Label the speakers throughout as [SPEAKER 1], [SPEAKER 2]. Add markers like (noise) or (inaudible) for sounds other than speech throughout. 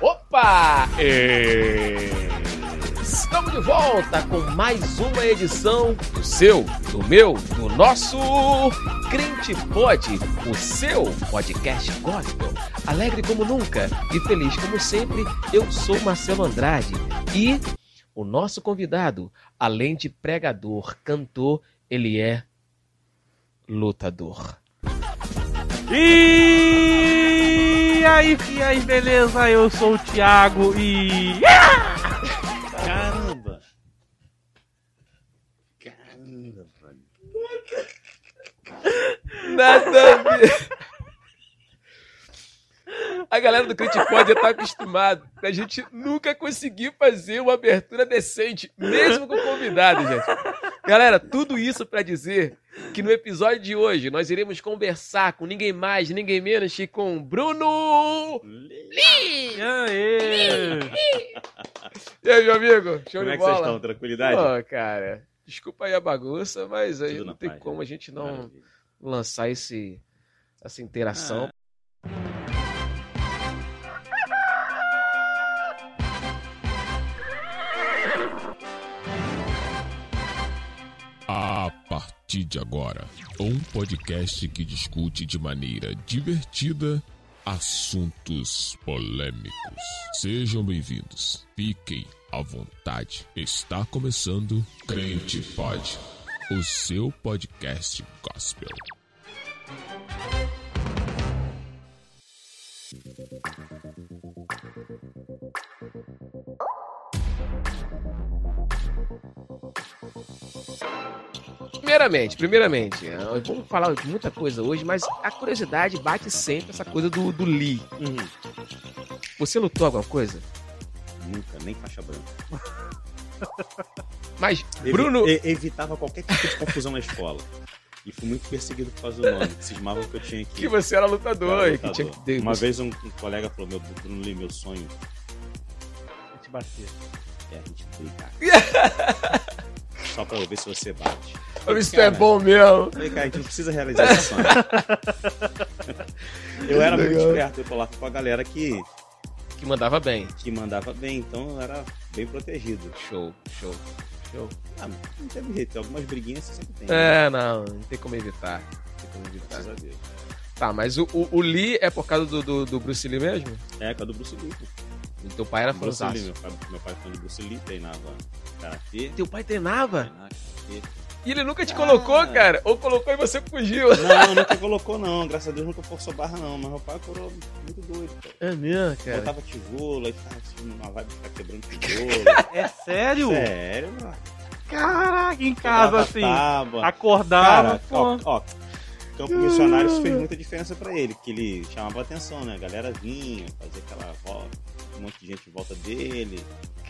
[SPEAKER 1] Olá! Estamos de volta com mais uma edição do seu, do meu, do nosso Crente Pod, o seu podcast gospel. Alegre como nunca e feliz como sempre, eu sou Marcelo Andrade e o nosso convidado, além de pregador, cantor, ele é lutador.
[SPEAKER 2] E aí, fiéis, beleza? Eu sou o Thiago e.
[SPEAKER 3] Caramba! Caramba, velho.
[SPEAKER 1] Nada a ver. A galera do Crentipod já tá acostumada. A gente nunca conseguiu fazer uma abertura decente, mesmo com convidado, gente. Galera, tudo isso pra dizer que no episódio de hoje nós iremos conversar com ninguém mais, ninguém menos que com Bruno.
[SPEAKER 2] Aê!
[SPEAKER 1] E aí, meu amigo? Show
[SPEAKER 3] Como
[SPEAKER 1] de
[SPEAKER 3] é que vocês
[SPEAKER 1] bola.
[SPEAKER 3] estão? Tranquilidade?
[SPEAKER 1] Pô, cara, desculpa aí a bagunça, mas aí
[SPEAKER 3] Tudo
[SPEAKER 1] não
[SPEAKER 3] na
[SPEAKER 1] tem
[SPEAKER 3] paz,
[SPEAKER 1] como
[SPEAKER 3] né?
[SPEAKER 1] a gente não
[SPEAKER 3] Maravilha.
[SPEAKER 1] lançar esse essa interação.
[SPEAKER 4] A partir de agora, um podcast que discute de maneira divertida assuntos polêmicos. Sejam bem-vindos, fiquem à vontade. Está começando Crente Pod, o seu podcast gospel.
[SPEAKER 1] Primeiramente, primeiramente, eh, vamos falar de muita coisa hoje, mas a curiosidade bate sempre essa coisa do, do Lee.
[SPEAKER 3] Uhum.
[SPEAKER 1] Você lutou alguma coisa?
[SPEAKER 3] Nunca, nem faixa branca.
[SPEAKER 1] Mas,
[SPEAKER 3] Evi-
[SPEAKER 1] Bruno,
[SPEAKER 3] e- evitava qualquer tipo de confusão na escola. E fui muito perseguido por causa do nome. Cismava que eu tinha que.
[SPEAKER 1] que você era
[SPEAKER 3] que
[SPEAKER 1] lutador,
[SPEAKER 3] era
[SPEAKER 1] e que tinha que
[SPEAKER 3] lutador.
[SPEAKER 1] ter.
[SPEAKER 3] Uma vez um, um colega falou: Meu, Bruno Lee, meu sonho
[SPEAKER 2] Vou te bater.
[SPEAKER 3] é a gente
[SPEAKER 1] (laughs)
[SPEAKER 3] brigar. Só pra eu ver se você bate.
[SPEAKER 1] Isso é
[SPEAKER 3] Cara,
[SPEAKER 1] bom mesmo.
[SPEAKER 3] Falei, cara, a gente não precisa realizar esse sonho. eu era muito
[SPEAKER 1] Legal.
[SPEAKER 3] esperto, eu falava com a galera que,
[SPEAKER 1] Que mandava bem.
[SPEAKER 3] que mandava bem, então eu era bem protegido.
[SPEAKER 1] Show, show.
[SPEAKER 3] Ah, não teve jeito, algumas briguinhas você sempre tem. né?
[SPEAKER 1] É, não, não tem como evitar. Não tem como evitar.
[SPEAKER 3] Graças a Deus.
[SPEAKER 1] Tá, mas o, o, o Lee é por causa do, do, do Bruce Lee mesmo? Então,
[SPEAKER 3] É, com a do Bruce Lee. pô.
[SPEAKER 1] O teu pai era
[SPEAKER 3] Bruce Lee,
[SPEAKER 1] É fantástico.
[SPEAKER 3] meu, pai, meu pai foi do Bruce Lee, treinava karatê.
[SPEAKER 1] Teu pai treinava?
[SPEAKER 3] treinava karatê.
[SPEAKER 1] E ele nunca te colocou,
[SPEAKER 3] Ah.
[SPEAKER 1] cara. Ou colocou e você fugiu.
[SPEAKER 3] Não, nunca colocou não, graças a Deus nunca forçou barra não, mas meu pai coroa muito doido. Cara.
[SPEAKER 1] É mesmo, cara.
[SPEAKER 3] Botava tijolo, aí ficava assim, numa vibe de ficar quebrando
[SPEAKER 1] (laughs)
[SPEAKER 3] tijolo.
[SPEAKER 2] É sério?
[SPEAKER 3] Sério, mano.
[SPEAKER 2] Caraca, em casa
[SPEAKER 3] Botava
[SPEAKER 2] assim.
[SPEAKER 3] Tábua.
[SPEAKER 2] Acordava,
[SPEAKER 3] Cara,
[SPEAKER 2] pô.
[SPEAKER 3] ó, ó, Campo Missionário isso
[SPEAKER 1] Hum.
[SPEAKER 3] fez muita diferença pra ele, porque ele chamava atenção, né? A galera vinha, fazia aquela volta, um monte de gente em volta dele.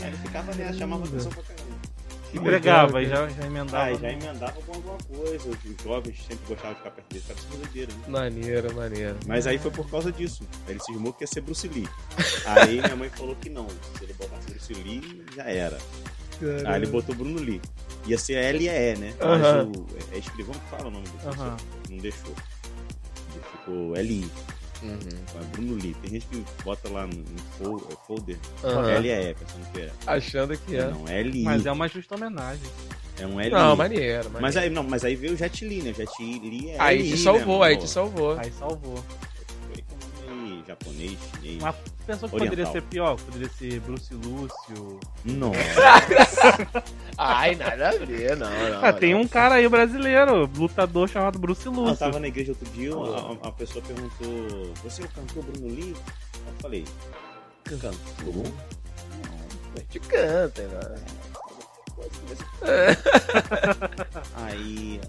[SPEAKER 3] Aí ele ficava né, chamava atenção pra caramba.
[SPEAKER 1] Que
[SPEAKER 2] Entregava e
[SPEAKER 1] legal,
[SPEAKER 2] já, já emendava.
[SPEAKER 3] Ah, e já emendava com alguma coisa. Os jovens sempre gostavam de ficar perto dele, ficava sendo doideira, né?
[SPEAKER 1] Maneiro, maneiro.
[SPEAKER 3] Mas aí foi por causa disso. Aí Ele cismou que ia ser Bruce Lee. Aí minha mãe falou que não. Se ele botasse Bruce Lee, já era. Aí ele botou Bruno Lee. Ia ser L e E, né?
[SPEAKER 1] Aham.
[SPEAKER 3] Mas o, é- é escrivão que fala o nome do professor.
[SPEAKER 2] Aham.
[SPEAKER 3] Não deixou. Ele Ficou L.
[SPEAKER 1] Uhum.
[SPEAKER 3] Mas Bruno Lee. Tem gente que bota lá no, no fol- é, folder
[SPEAKER 1] Aham.
[SPEAKER 3] L e E, pensando que era.
[SPEAKER 1] Achando que é.
[SPEAKER 3] Não, L.
[SPEAKER 2] Mas
[SPEAKER 3] Mas
[SPEAKER 2] é uma justa homenagem.
[SPEAKER 3] é um L.
[SPEAKER 1] Não, maneiro, maneiro.
[SPEAKER 3] Mas aí, não, mas aí veio o Jet Li, né? Jet Li é
[SPEAKER 1] Aí
[SPEAKER 3] L,
[SPEAKER 1] te
[SPEAKER 3] né,
[SPEAKER 1] Ah, salvou,
[SPEAKER 3] mano?
[SPEAKER 1] aí te salvou.
[SPEAKER 2] Aí salvou.
[SPEAKER 3] Ele com nome japonês, chinês.
[SPEAKER 2] Uma pessoa que poderia
[SPEAKER 3] Oriental.
[SPEAKER 2] ser pior, poderia ser Bruce Lúcio.
[SPEAKER 3] Nossa.
[SPEAKER 1] Ai, nada a ver, não, não.
[SPEAKER 2] Ah, tem
[SPEAKER 1] não.
[SPEAKER 2] um cara aí brasileiro, lutador chamado Bruce
[SPEAKER 3] Eu
[SPEAKER 2] Lúcio.
[SPEAKER 3] tava na igreja outro dia, uma, uma pessoa perguntou: Você é o cantor Bruno Lee? Eu falei: Cantor? Não.
[SPEAKER 1] Te canta, né?
[SPEAKER 3] Aí.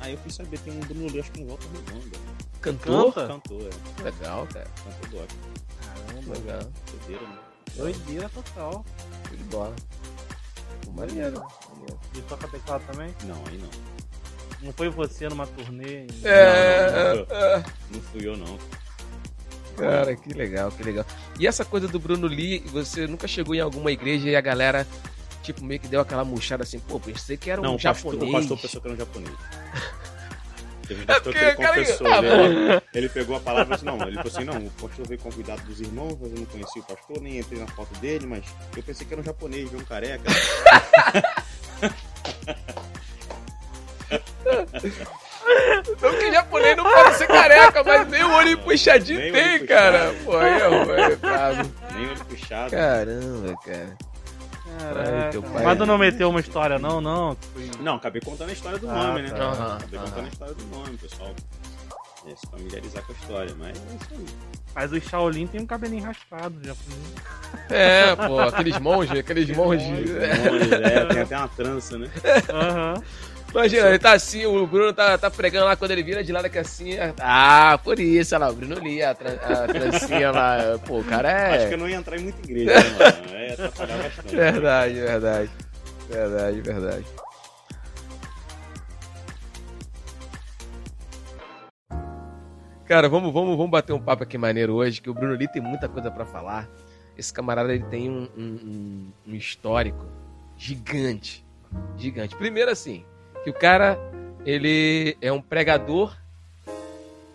[SPEAKER 3] Aí eu fui saber: tem um Bruno Lee, acho que em volta redonda.
[SPEAKER 1] Cantor?
[SPEAKER 2] Canta?
[SPEAKER 3] Cantor, é.
[SPEAKER 1] Legal, cara.
[SPEAKER 3] Cantor do óculos.
[SPEAKER 2] Caramba,
[SPEAKER 1] Legal.
[SPEAKER 3] Doideira, né?
[SPEAKER 2] doideira total.
[SPEAKER 1] Show de bola. Pô, Maneiro. maneiro.
[SPEAKER 2] Ele toca teclado também?
[SPEAKER 3] Não, aí não.
[SPEAKER 2] Não foi você numa turnê? em-
[SPEAKER 1] É,
[SPEAKER 3] Não, não,
[SPEAKER 1] é, é.
[SPEAKER 3] Não fui eu, não.
[SPEAKER 1] Cara, que legal, que legal. E essa coisa do Bruno Lee, você nunca chegou em alguma igreja e a galera, tipo, meio que deu aquela murchada assim, pô, pensei que era um
[SPEAKER 3] Não, o pastor,
[SPEAKER 1] japonês. (laughs)
[SPEAKER 3] o pastor pensou que era um japonês. Teve um
[SPEAKER 1] É
[SPEAKER 3] pastor que ele
[SPEAKER 1] porque, cara,
[SPEAKER 3] confessou.
[SPEAKER 1] ah,
[SPEAKER 3] Ele, ele pegou a palavra e falou assim, não, ele falou assim, não, o pastor veio convidado dos irmãos, mas eu não conheci o pastor, nem entrei na foto dele, mas eu pensei que era um japonês, viu, um careca.
[SPEAKER 1] Não que japonês não pode ser careca, mas nem o olho puxadinho
[SPEAKER 3] Nem o olho
[SPEAKER 1] tem,
[SPEAKER 3] puxado.
[SPEAKER 1] cara. Pô, aí, ó, velho, Pablo.
[SPEAKER 3] Nem olho puxado.
[SPEAKER 1] Caramba, cara. Ai, teu pai.
[SPEAKER 2] Mas tu não meteu uma história, não, não? que foi-
[SPEAKER 3] Não, acabei contando a história do
[SPEAKER 2] Ah,
[SPEAKER 3] nome, né?
[SPEAKER 2] tá.
[SPEAKER 1] Aham,
[SPEAKER 3] acabei
[SPEAKER 1] aham.
[SPEAKER 3] contando a história do nome, pessoal. É, se familiarizar com a história, mas é isso aí.
[SPEAKER 2] Mas o Shaolin tem um cabelinho raspado já. foi-
[SPEAKER 1] É, pô, aqueles monges, aqueles monges. É.
[SPEAKER 3] Monge, é, tem até uma trança, né?
[SPEAKER 2] Aham.
[SPEAKER 1] Imagina, ele tá assim, o Bruno tá, tá pregando lá, quando ele vira de lado que assim. é- Ah, por isso, olha lá, o Bruno lia a, tran a trancinha lá. Pô, o cara
[SPEAKER 3] Acho que eu
[SPEAKER 1] é.
[SPEAKER 3] não ia entrar em muita igreja, né, mano? É atrapalhar bastante.
[SPEAKER 1] Verdade, verdade. Verdade, verdade. Cara, vamos, vamos, vamos bater um papo aqui maneiro hoje, que o Bruno Lee tem muita coisa pra falar. Esse camarada ele tem um, um- um- um histórico gigante. Gigante. Primeiro assim, que o cara ele é um pregador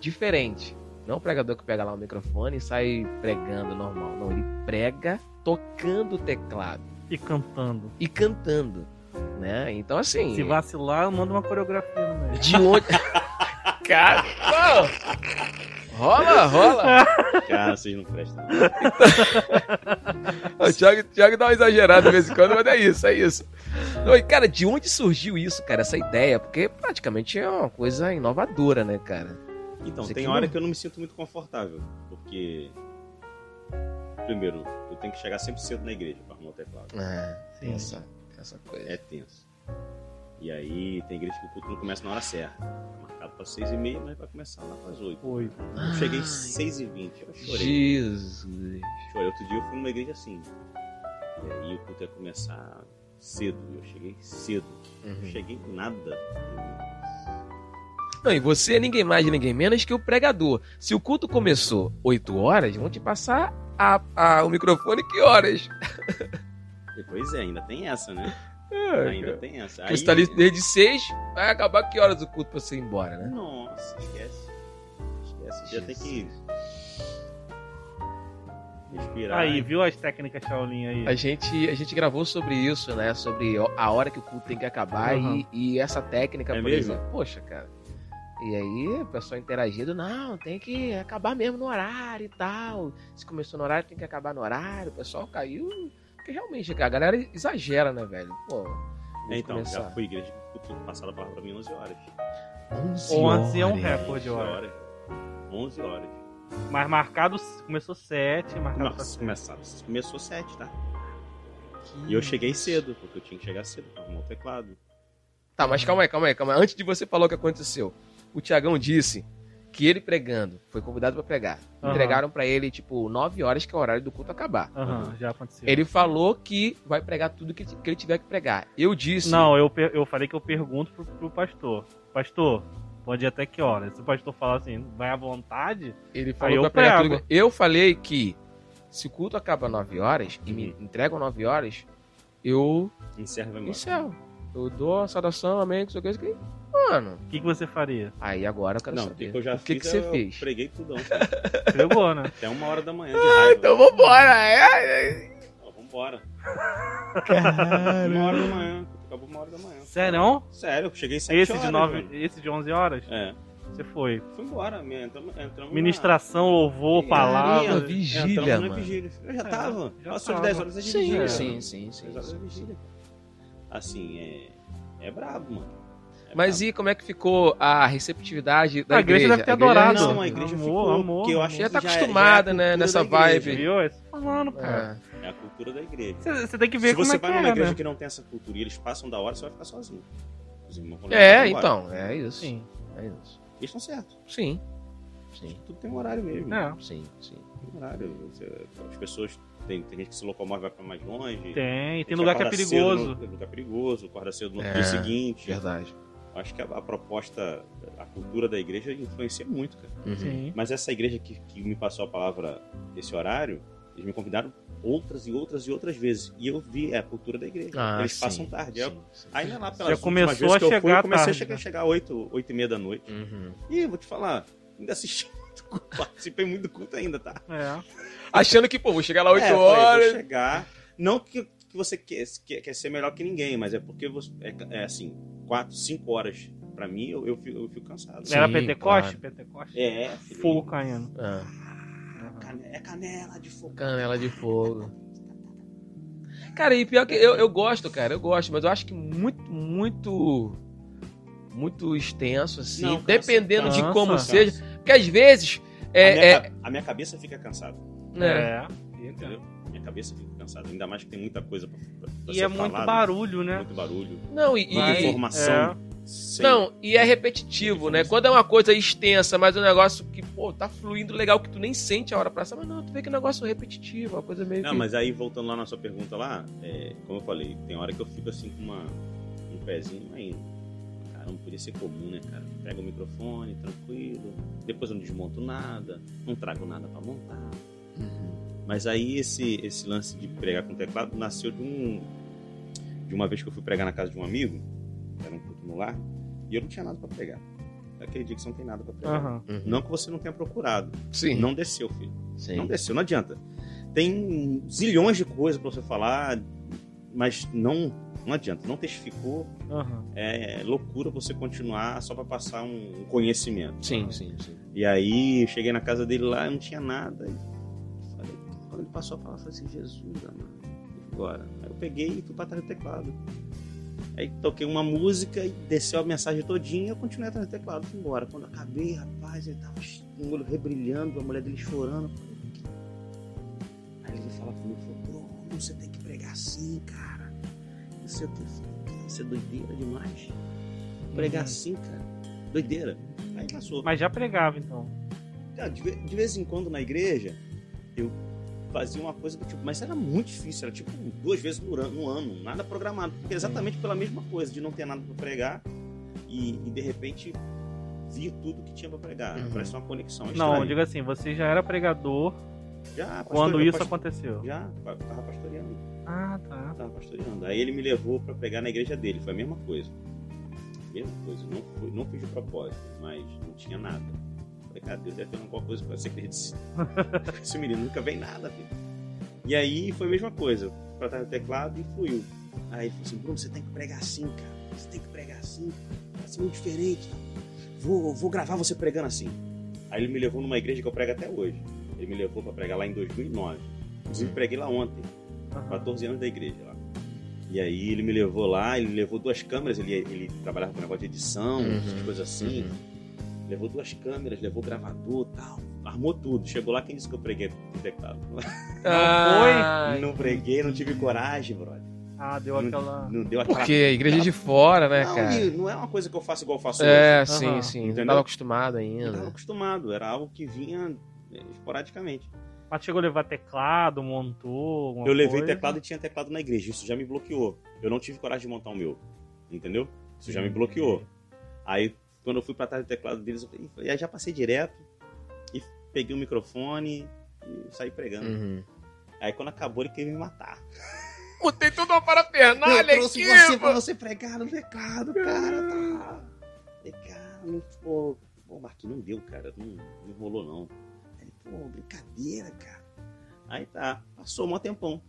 [SPEAKER 1] diferente. Não um pregador que pega lá o microfone e sai pregando normal. Não, ele prega tocando o teclado
[SPEAKER 2] E cantando.
[SPEAKER 1] e cantando, né? Então assim,
[SPEAKER 2] Se vacilar, manda uma coreografia no meio.
[SPEAKER 1] de onde (laughs) Cara, pô, rola, rola.
[SPEAKER 3] Cara, Ah, vocês não prestam.
[SPEAKER 1] O Thiago, Thiago dá uma exagerada de vez em quando, mas é isso, é isso. Não, e cara, de onde surgiu isso, cara, essa ideia? Porque praticamente é uma coisa inovadora, né, cara?
[SPEAKER 3] Então,
[SPEAKER 1] Isso
[SPEAKER 3] tem
[SPEAKER 1] aqui
[SPEAKER 3] hora
[SPEAKER 1] não.
[SPEAKER 3] que eu não me sinto muito confortável, porque. Primeiro, eu tenho que chegar 100% na igreja pra arrumar o teclado.
[SPEAKER 1] Ah, tem essa, tem essa coisa.
[SPEAKER 3] É tenso. E aí, tem igreja que o culto não começa na hora certa. Tá marcado pra 6 e meia, mas vai começar lá pras 8.
[SPEAKER 2] Foi.
[SPEAKER 3] Eu cheguei
[SPEAKER 1] Ai,
[SPEAKER 3] 6 e 20 eu chorei.
[SPEAKER 1] Jesus.
[SPEAKER 3] Chorei. Outro dia eu fui numa igreja assim. E aí, o culto ia começar cedo. e Eu cheguei cedo. Não
[SPEAKER 1] Uhum.
[SPEAKER 3] cheguei nada.
[SPEAKER 1] Não, e você é ninguém mais, ninguém menos que o pregador. Se o culto começou 8 horas, vão te passar a- a- o microfone que horas?
[SPEAKER 3] E, Pois é, ainda tem essa, né?
[SPEAKER 1] É,
[SPEAKER 3] Ainda tem essa.
[SPEAKER 1] Porque você tá ali desde seis, vai acabar que horas o culto pra você ir embora, né?
[SPEAKER 3] Nossa, esquece. Esquece. Já tem que. Respirar. né?
[SPEAKER 2] Aí, viu as técnicas Shaolin aí?
[SPEAKER 1] A gente, a gente gravou sobre isso, né? Sobre o- a hora que o culto tem que acabar
[SPEAKER 2] Uhum.
[SPEAKER 1] e, e essa técnica,
[SPEAKER 3] É
[SPEAKER 1] por
[SPEAKER 3] mesmo?
[SPEAKER 1] exemplo. Poxa, cara. E aí, o pessoal interagindo, não, tem que acabar mesmo no horário e tal. Se começou no horário, tem que acabar no horário. O pessoal caiu. Porque realmente, cara, a galera exagera, né, velho? Pô.
[SPEAKER 3] É,
[SPEAKER 1] vamos
[SPEAKER 3] então, já
[SPEAKER 1] começar.
[SPEAKER 3] fui igreja tudo passada a palavra pra mim 11 horas.
[SPEAKER 1] 11
[SPEAKER 2] 11 é um
[SPEAKER 1] horas.
[SPEAKER 2] recorde, eu acho.
[SPEAKER 3] 11 horas.
[SPEAKER 2] Mas marcado começou 7,
[SPEAKER 1] Tá
[SPEAKER 2] marcado pra
[SPEAKER 3] Nossa, começava, começou 7, tá? E eu cheguei cedo, porque eu tinha que chegar cedo pra arrumar o teclado.
[SPEAKER 1] Tá, mas calma aí, calma aí, calma aí. Antes de você falar o que aconteceu, o Tiagão disse que ele pregando, foi convidado pra pregar.
[SPEAKER 2] Aham.
[SPEAKER 1] Entregaram pra ele, tipo, 9 horas, que é o horário do culto acabar.
[SPEAKER 2] Aham, já aconteceu.
[SPEAKER 1] Ele falou que vai pregar tudo que, que ele tiver que pregar. Eu disse.
[SPEAKER 2] Não, eu, per- eu falei que eu pergunto pro, pro pastor. Pastor, pode ir até que hora? Se o pastor falar assim, vai à vontade,
[SPEAKER 1] Ele
[SPEAKER 2] Aí
[SPEAKER 1] falou
[SPEAKER 2] eu
[SPEAKER 1] pra pregar
[SPEAKER 2] prego.
[SPEAKER 1] tudo. que- Eu falei que se o culto acaba 9 horas e
[SPEAKER 2] Uhum.
[SPEAKER 1] me entregam 9 horas, eu
[SPEAKER 3] Encerra e vai embora.
[SPEAKER 1] encerro. Eu dou a saudação, amém, não sei o que, não sei o que. Mano,
[SPEAKER 2] o que, que você faria?
[SPEAKER 1] aí agora eu quero
[SPEAKER 3] Não, o
[SPEAKER 1] saber.
[SPEAKER 3] que eu já
[SPEAKER 1] o que,
[SPEAKER 3] fiz,
[SPEAKER 1] que você
[SPEAKER 3] eu
[SPEAKER 1] fez? (laughs)
[SPEAKER 3] preguei tudão. cara. (laughs)
[SPEAKER 2] Pegou, né?
[SPEAKER 3] Até uma hora da manhã de raiva.
[SPEAKER 1] Então vambora, é. é.
[SPEAKER 3] Ó, vambora.
[SPEAKER 1] Cara.
[SPEAKER 3] Uma hora da manhã. Acabou uma hora da manhã.
[SPEAKER 2] Sério?
[SPEAKER 3] Sério, eu cheguei 7
[SPEAKER 2] Esse
[SPEAKER 3] horas.
[SPEAKER 2] de, nove,
[SPEAKER 3] velho.
[SPEAKER 2] esse de 11 horas?
[SPEAKER 3] É.
[SPEAKER 2] Você foi.
[SPEAKER 3] Fui embora, minha- entramos, é, entramos na- É,
[SPEAKER 2] Ministração, louvor,
[SPEAKER 1] Caramba,
[SPEAKER 2] palavra.
[SPEAKER 1] vi- vigília,
[SPEAKER 3] entramos na
[SPEAKER 1] mano.
[SPEAKER 3] vigília. Eu já
[SPEAKER 2] É,
[SPEAKER 3] tava.
[SPEAKER 2] já
[SPEAKER 3] Passou de
[SPEAKER 2] tava.
[SPEAKER 3] 10 horas é de
[SPEAKER 1] Sim,
[SPEAKER 3] vigília.
[SPEAKER 1] sim, sim, sim.
[SPEAKER 3] 10 horas é de vigília. Assim, é. É brabo, mano. É
[SPEAKER 1] Mas e como é que ficou a receptividade da
[SPEAKER 2] A igreja
[SPEAKER 1] igreja? é
[SPEAKER 2] deve ter adorado.
[SPEAKER 3] brabo. Não, a igreja
[SPEAKER 2] Amor,
[SPEAKER 3] ficou.
[SPEAKER 2] amor,
[SPEAKER 3] porque eu
[SPEAKER 2] amor.
[SPEAKER 3] acho
[SPEAKER 1] Já
[SPEAKER 3] que
[SPEAKER 1] tá
[SPEAKER 3] é-
[SPEAKER 1] acostumada,
[SPEAKER 3] é a
[SPEAKER 1] né,
[SPEAKER 3] cultura
[SPEAKER 1] nessa
[SPEAKER 3] da igreja.
[SPEAKER 1] vibe.
[SPEAKER 2] Viu? É isso que eu tô falando, cara.
[SPEAKER 1] É.
[SPEAKER 3] É a cultura da igreja.
[SPEAKER 2] Você você tem que ver
[SPEAKER 3] Se
[SPEAKER 2] como
[SPEAKER 3] você
[SPEAKER 2] é que
[SPEAKER 3] vai numa
[SPEAKER 2] é,
[SPEAKER 3] igreja
[SPEAKER 2] né?
[SPEAKER 3] que não tem essa cultura e eles passam da hora, você vai ficar sozinho. Os irmãos vão levar
[SPEAKER 1] É,
[SPEAKER 3] e vão embora.
[SPEAKER 1] então, é isso.
[SPEAKER 2] Sim.
[SPEAKER 1] É isso.
[SPEAKER 3] Eles estão certos.
[SPEAKER 1] Sim. Sim,
[SPEAKER 3] Tudo tem um horário mesmo.
[SPEAKER 2] É,
[SPEAKER 1] sim, sim.
[SPEAKER 3] Tem um horário. Você- As pessoas. Tem, tem gente que se locomove e vai pra mais longe.
[SPEAKER 2] tem. Tem
[SPEAKER 3] gente
[SPEAKER 2] lugar que é
[SPEAKER 3] acorda cedo
[SPEAKER 2] perigoso.
[SPEAKER 3] No, tem lugar perigoso, acorda cedo no
[SPEAKER 1] É,
[SPEAKER 3] dia seguinte.
[SPEAKER 1] Verdade.
[SPEAKER 3] Acho que a, a proposta, a cultura da igreja influencia muito, cara.
[SPEAKER 1] Uhum.
[SPEAKER 2] Sim.
[SPEAKER 3] Mas essa igreja que, que me passou a palavra esse horário, Eles me convidaram outras e outras e outras vezes. E eu vi, é a cultura da igreja.
[SPEAKER 1] Ah,
[SPEAKER 3] Eles
[SPEAKER 1] sim,
[SPEAKER 3] passam tarde. Eu-
[SPEAKER 1] sim, sim.
[SPEAKER 3] Ainda lá
[SPEAKER 1] Já
[SPEAKER 3] pelas últimas
[SPEAKER 2] começou
[SPEAKER 3] vezes
[SPEAKER 2] a
[SPEAKER 3] que eu fui,
[SPEAKER 2] chegar
[SPEAKER 3] eu comecei
[SPEAKER 2] tarde,
[SPEAKER 3] a chegar,
[SPEAKER 2] né?
[SPEAKER 3] chegar 8, 8 e meia da noite.
[SPEAKER 1] Uhum.
[SPEAKER 3] Ih, vou te falar, ainda assisti (laughs) muito culto, participei muito do culto ainda, tá?
[SPEAKER 2] É.
[SPEAKER 1] Achando que, pô, vou chegar lá 8
[SPEAKER 3] É, eu falei,
[SPEAKER 1] horas.
[SPEAKER 3] vou chegar. Não que, que você quer, quer, quer ser melhor que ninguém, mas é porque você, é, é assim, 4, 5 horas pra mim, eu, eu, fico, eu fico cansado.
[SPEAKER 1] Sim,
[SPEAKER 2] Era Pentecoste?
[SPEAKER 1] claro.
[SPEAKER 2] Pentecoste?
[SPEAKER 3] É, filho.
[SPEAKER 2] Fogo caindo.
[SPEAKER 1] Ah,
[SPEAKER 3] Cane- É canela de fogo.
[SPEAKER 1] canela de fogo. Cara, e pior que eu, eu gosto, cara, eu gosto, mas eu acho que muito, muito. Muito extenso, assim.
[SPEAKER 3] Não, cansa,
[SPEAKER 1] dependendo de
[SPEAKER 2] cansa,
[SPEAKER 1] como
[SPEAKER 2] cansa.
[SPEAKER 1] seja. Porque às vezes.
[SPEAKER 3] a,
[SPEAKER 1] É,
[SPEAKER 3] minha,
[SPEAKER 1] é,
[SPEAKER 3] ca- a minha cabeça fica cansada,
[SPEAKER 1] né?
[SPEAKER 2] É. Fica.
[SPEAKER 3] É. entendeu? A minha cabeça fica cansada, ainda mais que tem muita coisa pra, pra, pra
[SPEAKER 2] E
[SPEAKER 3] ser
[SPEAKER 2] é muito
[SPEAKER 3] falada,
[SPEAKER 2] barulho, né?
[SPEAKER 3] Muito barulho.
[SPEAKER 1] Não, e. e-
[SPEAKER 3] Vai.
[SPEAKER 1] e-
[SPEAKER 3] Informação. Sem-
[SPEAKER 1] Não, e é repetitivo, né? Quando é uma coisa extensa, mas é um negócio que, pô, tá fluindo legal, que tu nem sente a hora passar, mas não, tu vê que é um negócio repetitivo, uma coisa meio
[SPEAKER 3] Não,
[SPEAKER 1] que...
[SPEAKER 3] mas aí voltando lá na sua pergunta lá, é, como eu falei, tem hora que eu fico assim com uma, um pezinho ainda. Cara, não podia ser comum, né, cara? Pega o microfone, tranquilo, depois eu não desmonto nada, não trago nada pra montar. Mas aí esse, esse lance de pregar com teclado nasceu de um. De uma vez que eu fui pregar na casa de um amigo, era um culto no lar, e eu não tinha nada pra pregar. Aquele dia que você não tem nada pra pregar.
[SPEAKER 2] é, Aham.
[SPEAKER 3] Não que você não tenha procurado.
[SPEAKER 1] Sim.
[SPEAKER 3] Não desceu, filho.
[SPEAKER 1] Sim.
[SPEAKER 3] Não desceu, não adianta. Tem zilhões de coisas pra você falar, mas não, não adianta. Não testificou.
[SPEAKER 2] Aham.
[SPEAKER 3] É loucura você continuar só pra passar um conhecimento.
[SPEAKER 1] Sim, sim, sim.
[SPEAKER 3] E aí, eu cheguei na casa dele lá, não tinha nada. E falei, quando ele passou a falar, eu falei assim: Jesus, amado, e agora? Aí eu peguei e fui pra trás do teclado. Aí toquei uma música e desceu a mensagem todinha e eu continuei atrás do teclado. Fui embora. Quando eu acabei, rapaz, ele tava com o olho rebrilhando, a mulher dele chorando. Eu falei, "Que?" Aí ele fala comigo, falou, Bruno, você tem que pregar assim, cara. Você, você é doideira demais. Pregar
[SPEAKER 2] Uhum.
[SPEAKER 3] assim, cara. Doideira. Aí passou.
[SPEAKER 2] Mas já pregava, então.
[SPEAKER 3] Cara, Ah, de, ve- de vez em quando na igreja, eu fazia uma coisa do tipo, mas era muito difícil, era tipo duas vezes no, ran- no ano, nada programado, porque exatamente pela mesma coisa, de não ter nada para pregar e, e, de repente via tudo que tinha para pregar.
[SPEAKER 1] Uhum.
[SPEAKER 3] Parece uma conexão
[SPEAKER 2] Não,
[SPEAKER 3] estranha.
[SPEAKER 2] diga assim, você já era pregador
[SPEAKER 3] já, pastor-
[SPEAKER 2] quando isso
[SPEAKER 3] pastor-
[SPEAKER 2] aconteceu.
[SPEAKER 3] Já, eu tava pastoreando,
[SPEAKER 2] Ah, tá.
[SPEAKER 3] tava pastoreando. Aí ele me levou para pregar na igreja dele, foi a mesma coisa. Mesma coisa, não, foi, não fiz de propósito, mas não tinha nada. Falei, cara, Deus deve ter alguma coisa pra você acreditar. Esse menino nunca vem nada, filho. E aí foi a mesma coisa. Fui Pra trás do teclado e fluiu. Aí ele falou assim, Bruno, você tem que pregar assim, cara. Você tem que pregar assim. Vai ser muito diferente. Tá? Vou, vou gravar você pregando assim. Aí ele me levou numa igreja que eu prego até hoje. Ele me levou pra pregar lá em 2009. Inclusive, preguei lá ontem.
[SPEAKER 2] Aham.
[SPEAKER 3] 14 anos da igreja lá. E aí ele me levou lá, ele levou duas câmeras, ele, ele trabalhava com negócio de edição,
[SPEAKER 1] Uhum.
[SPEAKER 3] essas coisas assim. Levou duas câmeras, levou gravador tal. Armou tudo. Chegou lá, quem disse que eu preguei pro teclado?
[SPEAKER 1] Ah,
[SPEAKER 3] não preguei, não tive coragem, brother.
[SPEAKER 2] Ah, deu aquela.
[SPEAKER 3] Não deu aquela...
[SPEAKER 1] Porque a igreja de fora, né,
[SPEAKER 3] não,
[SPEAKER 1] cara?
[SPEAKER 3] e não é uma coisa que eu faço igual eu faço hoje.
[SPEAKER 1] É,
[SPEAKER 2] Aham.
[SPEAKER 1] sim, sim. Não
[SPEAKER 3] Entendeu?
[SPEAKER 1] tava acostumado
[SPEAKER 3] Eu tava
[SPEAKER 1] ainda.
[SPEAKER 3] acostumado, era algo que vinha eh, esporadicamente.
[SPEAKER 2] Mas chegou a levar teclado, montou. alguma
[SPEAKER 3] Eu levei
[SPEAKER 2] coisa.
[SPEAKER 3] teclado e tinha teclado na igreja. Isso já me bloqueou. Eu não tive coragem de montar o meu. Entendeu? Isso já me bloqueou. Aí, quando eu fui pra trás do teclado deles, eu falei, "Ih", aí já passei direto e peguei o microfone e saí pregando.
[SPEAKER 1] Uhum.
[SPEAKER 3] Aí, quando acabou, ele queria me matar.
[SPEAKER 1] Botei toda uma parafernália
[SPEAKER 3] eu trouxe você pra você pregar no teclado, cara. Tá. Teclado, pô. Pô, Marquinhos, não deu, cara. Não, não rolou, não. Aí, pô, brincadeira, cara. Aí tá, passou um tempão.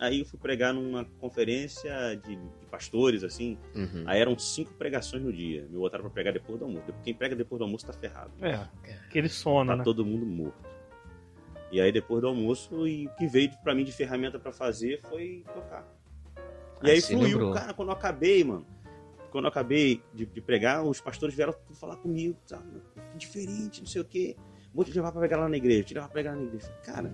[SPEAKER 3] Aí eu fui pregar numa conferência de, de pastores, assim.
[SPEAKER 1] Uhum.
[SPEAKER 3] Aí eram cinco pregações no dia. Me botaram pra pregar depois do almoço. Quem prega depois do almoço tá ferrado.
[SPEAKER 2] É, aquele sono,
[SPEAKER 3] Tá
[SPEAKER 2] né?
[SPEAKER 3] todo mundo morto. E aí depois do almoço, e o que veio pra mim de ferramenta pra fazer foi tocar. E
[SPEAKER 1] Ah,
[SPEAKER 3] aí
[SPEAKER 1] se
[SPEAKER 3] fluiu,
[SPEAKER 1] lembrou.
[SPEAKER 3] cara, quando eu acabei, mano. Quando eu acabei de, de pregar, os pastores vieram tudo falar comigo, sabe? Que Diferente, não sei o quê. Vou te levar pra pregar lá na igreja, te levar pra pregar lá na igreja. Cara,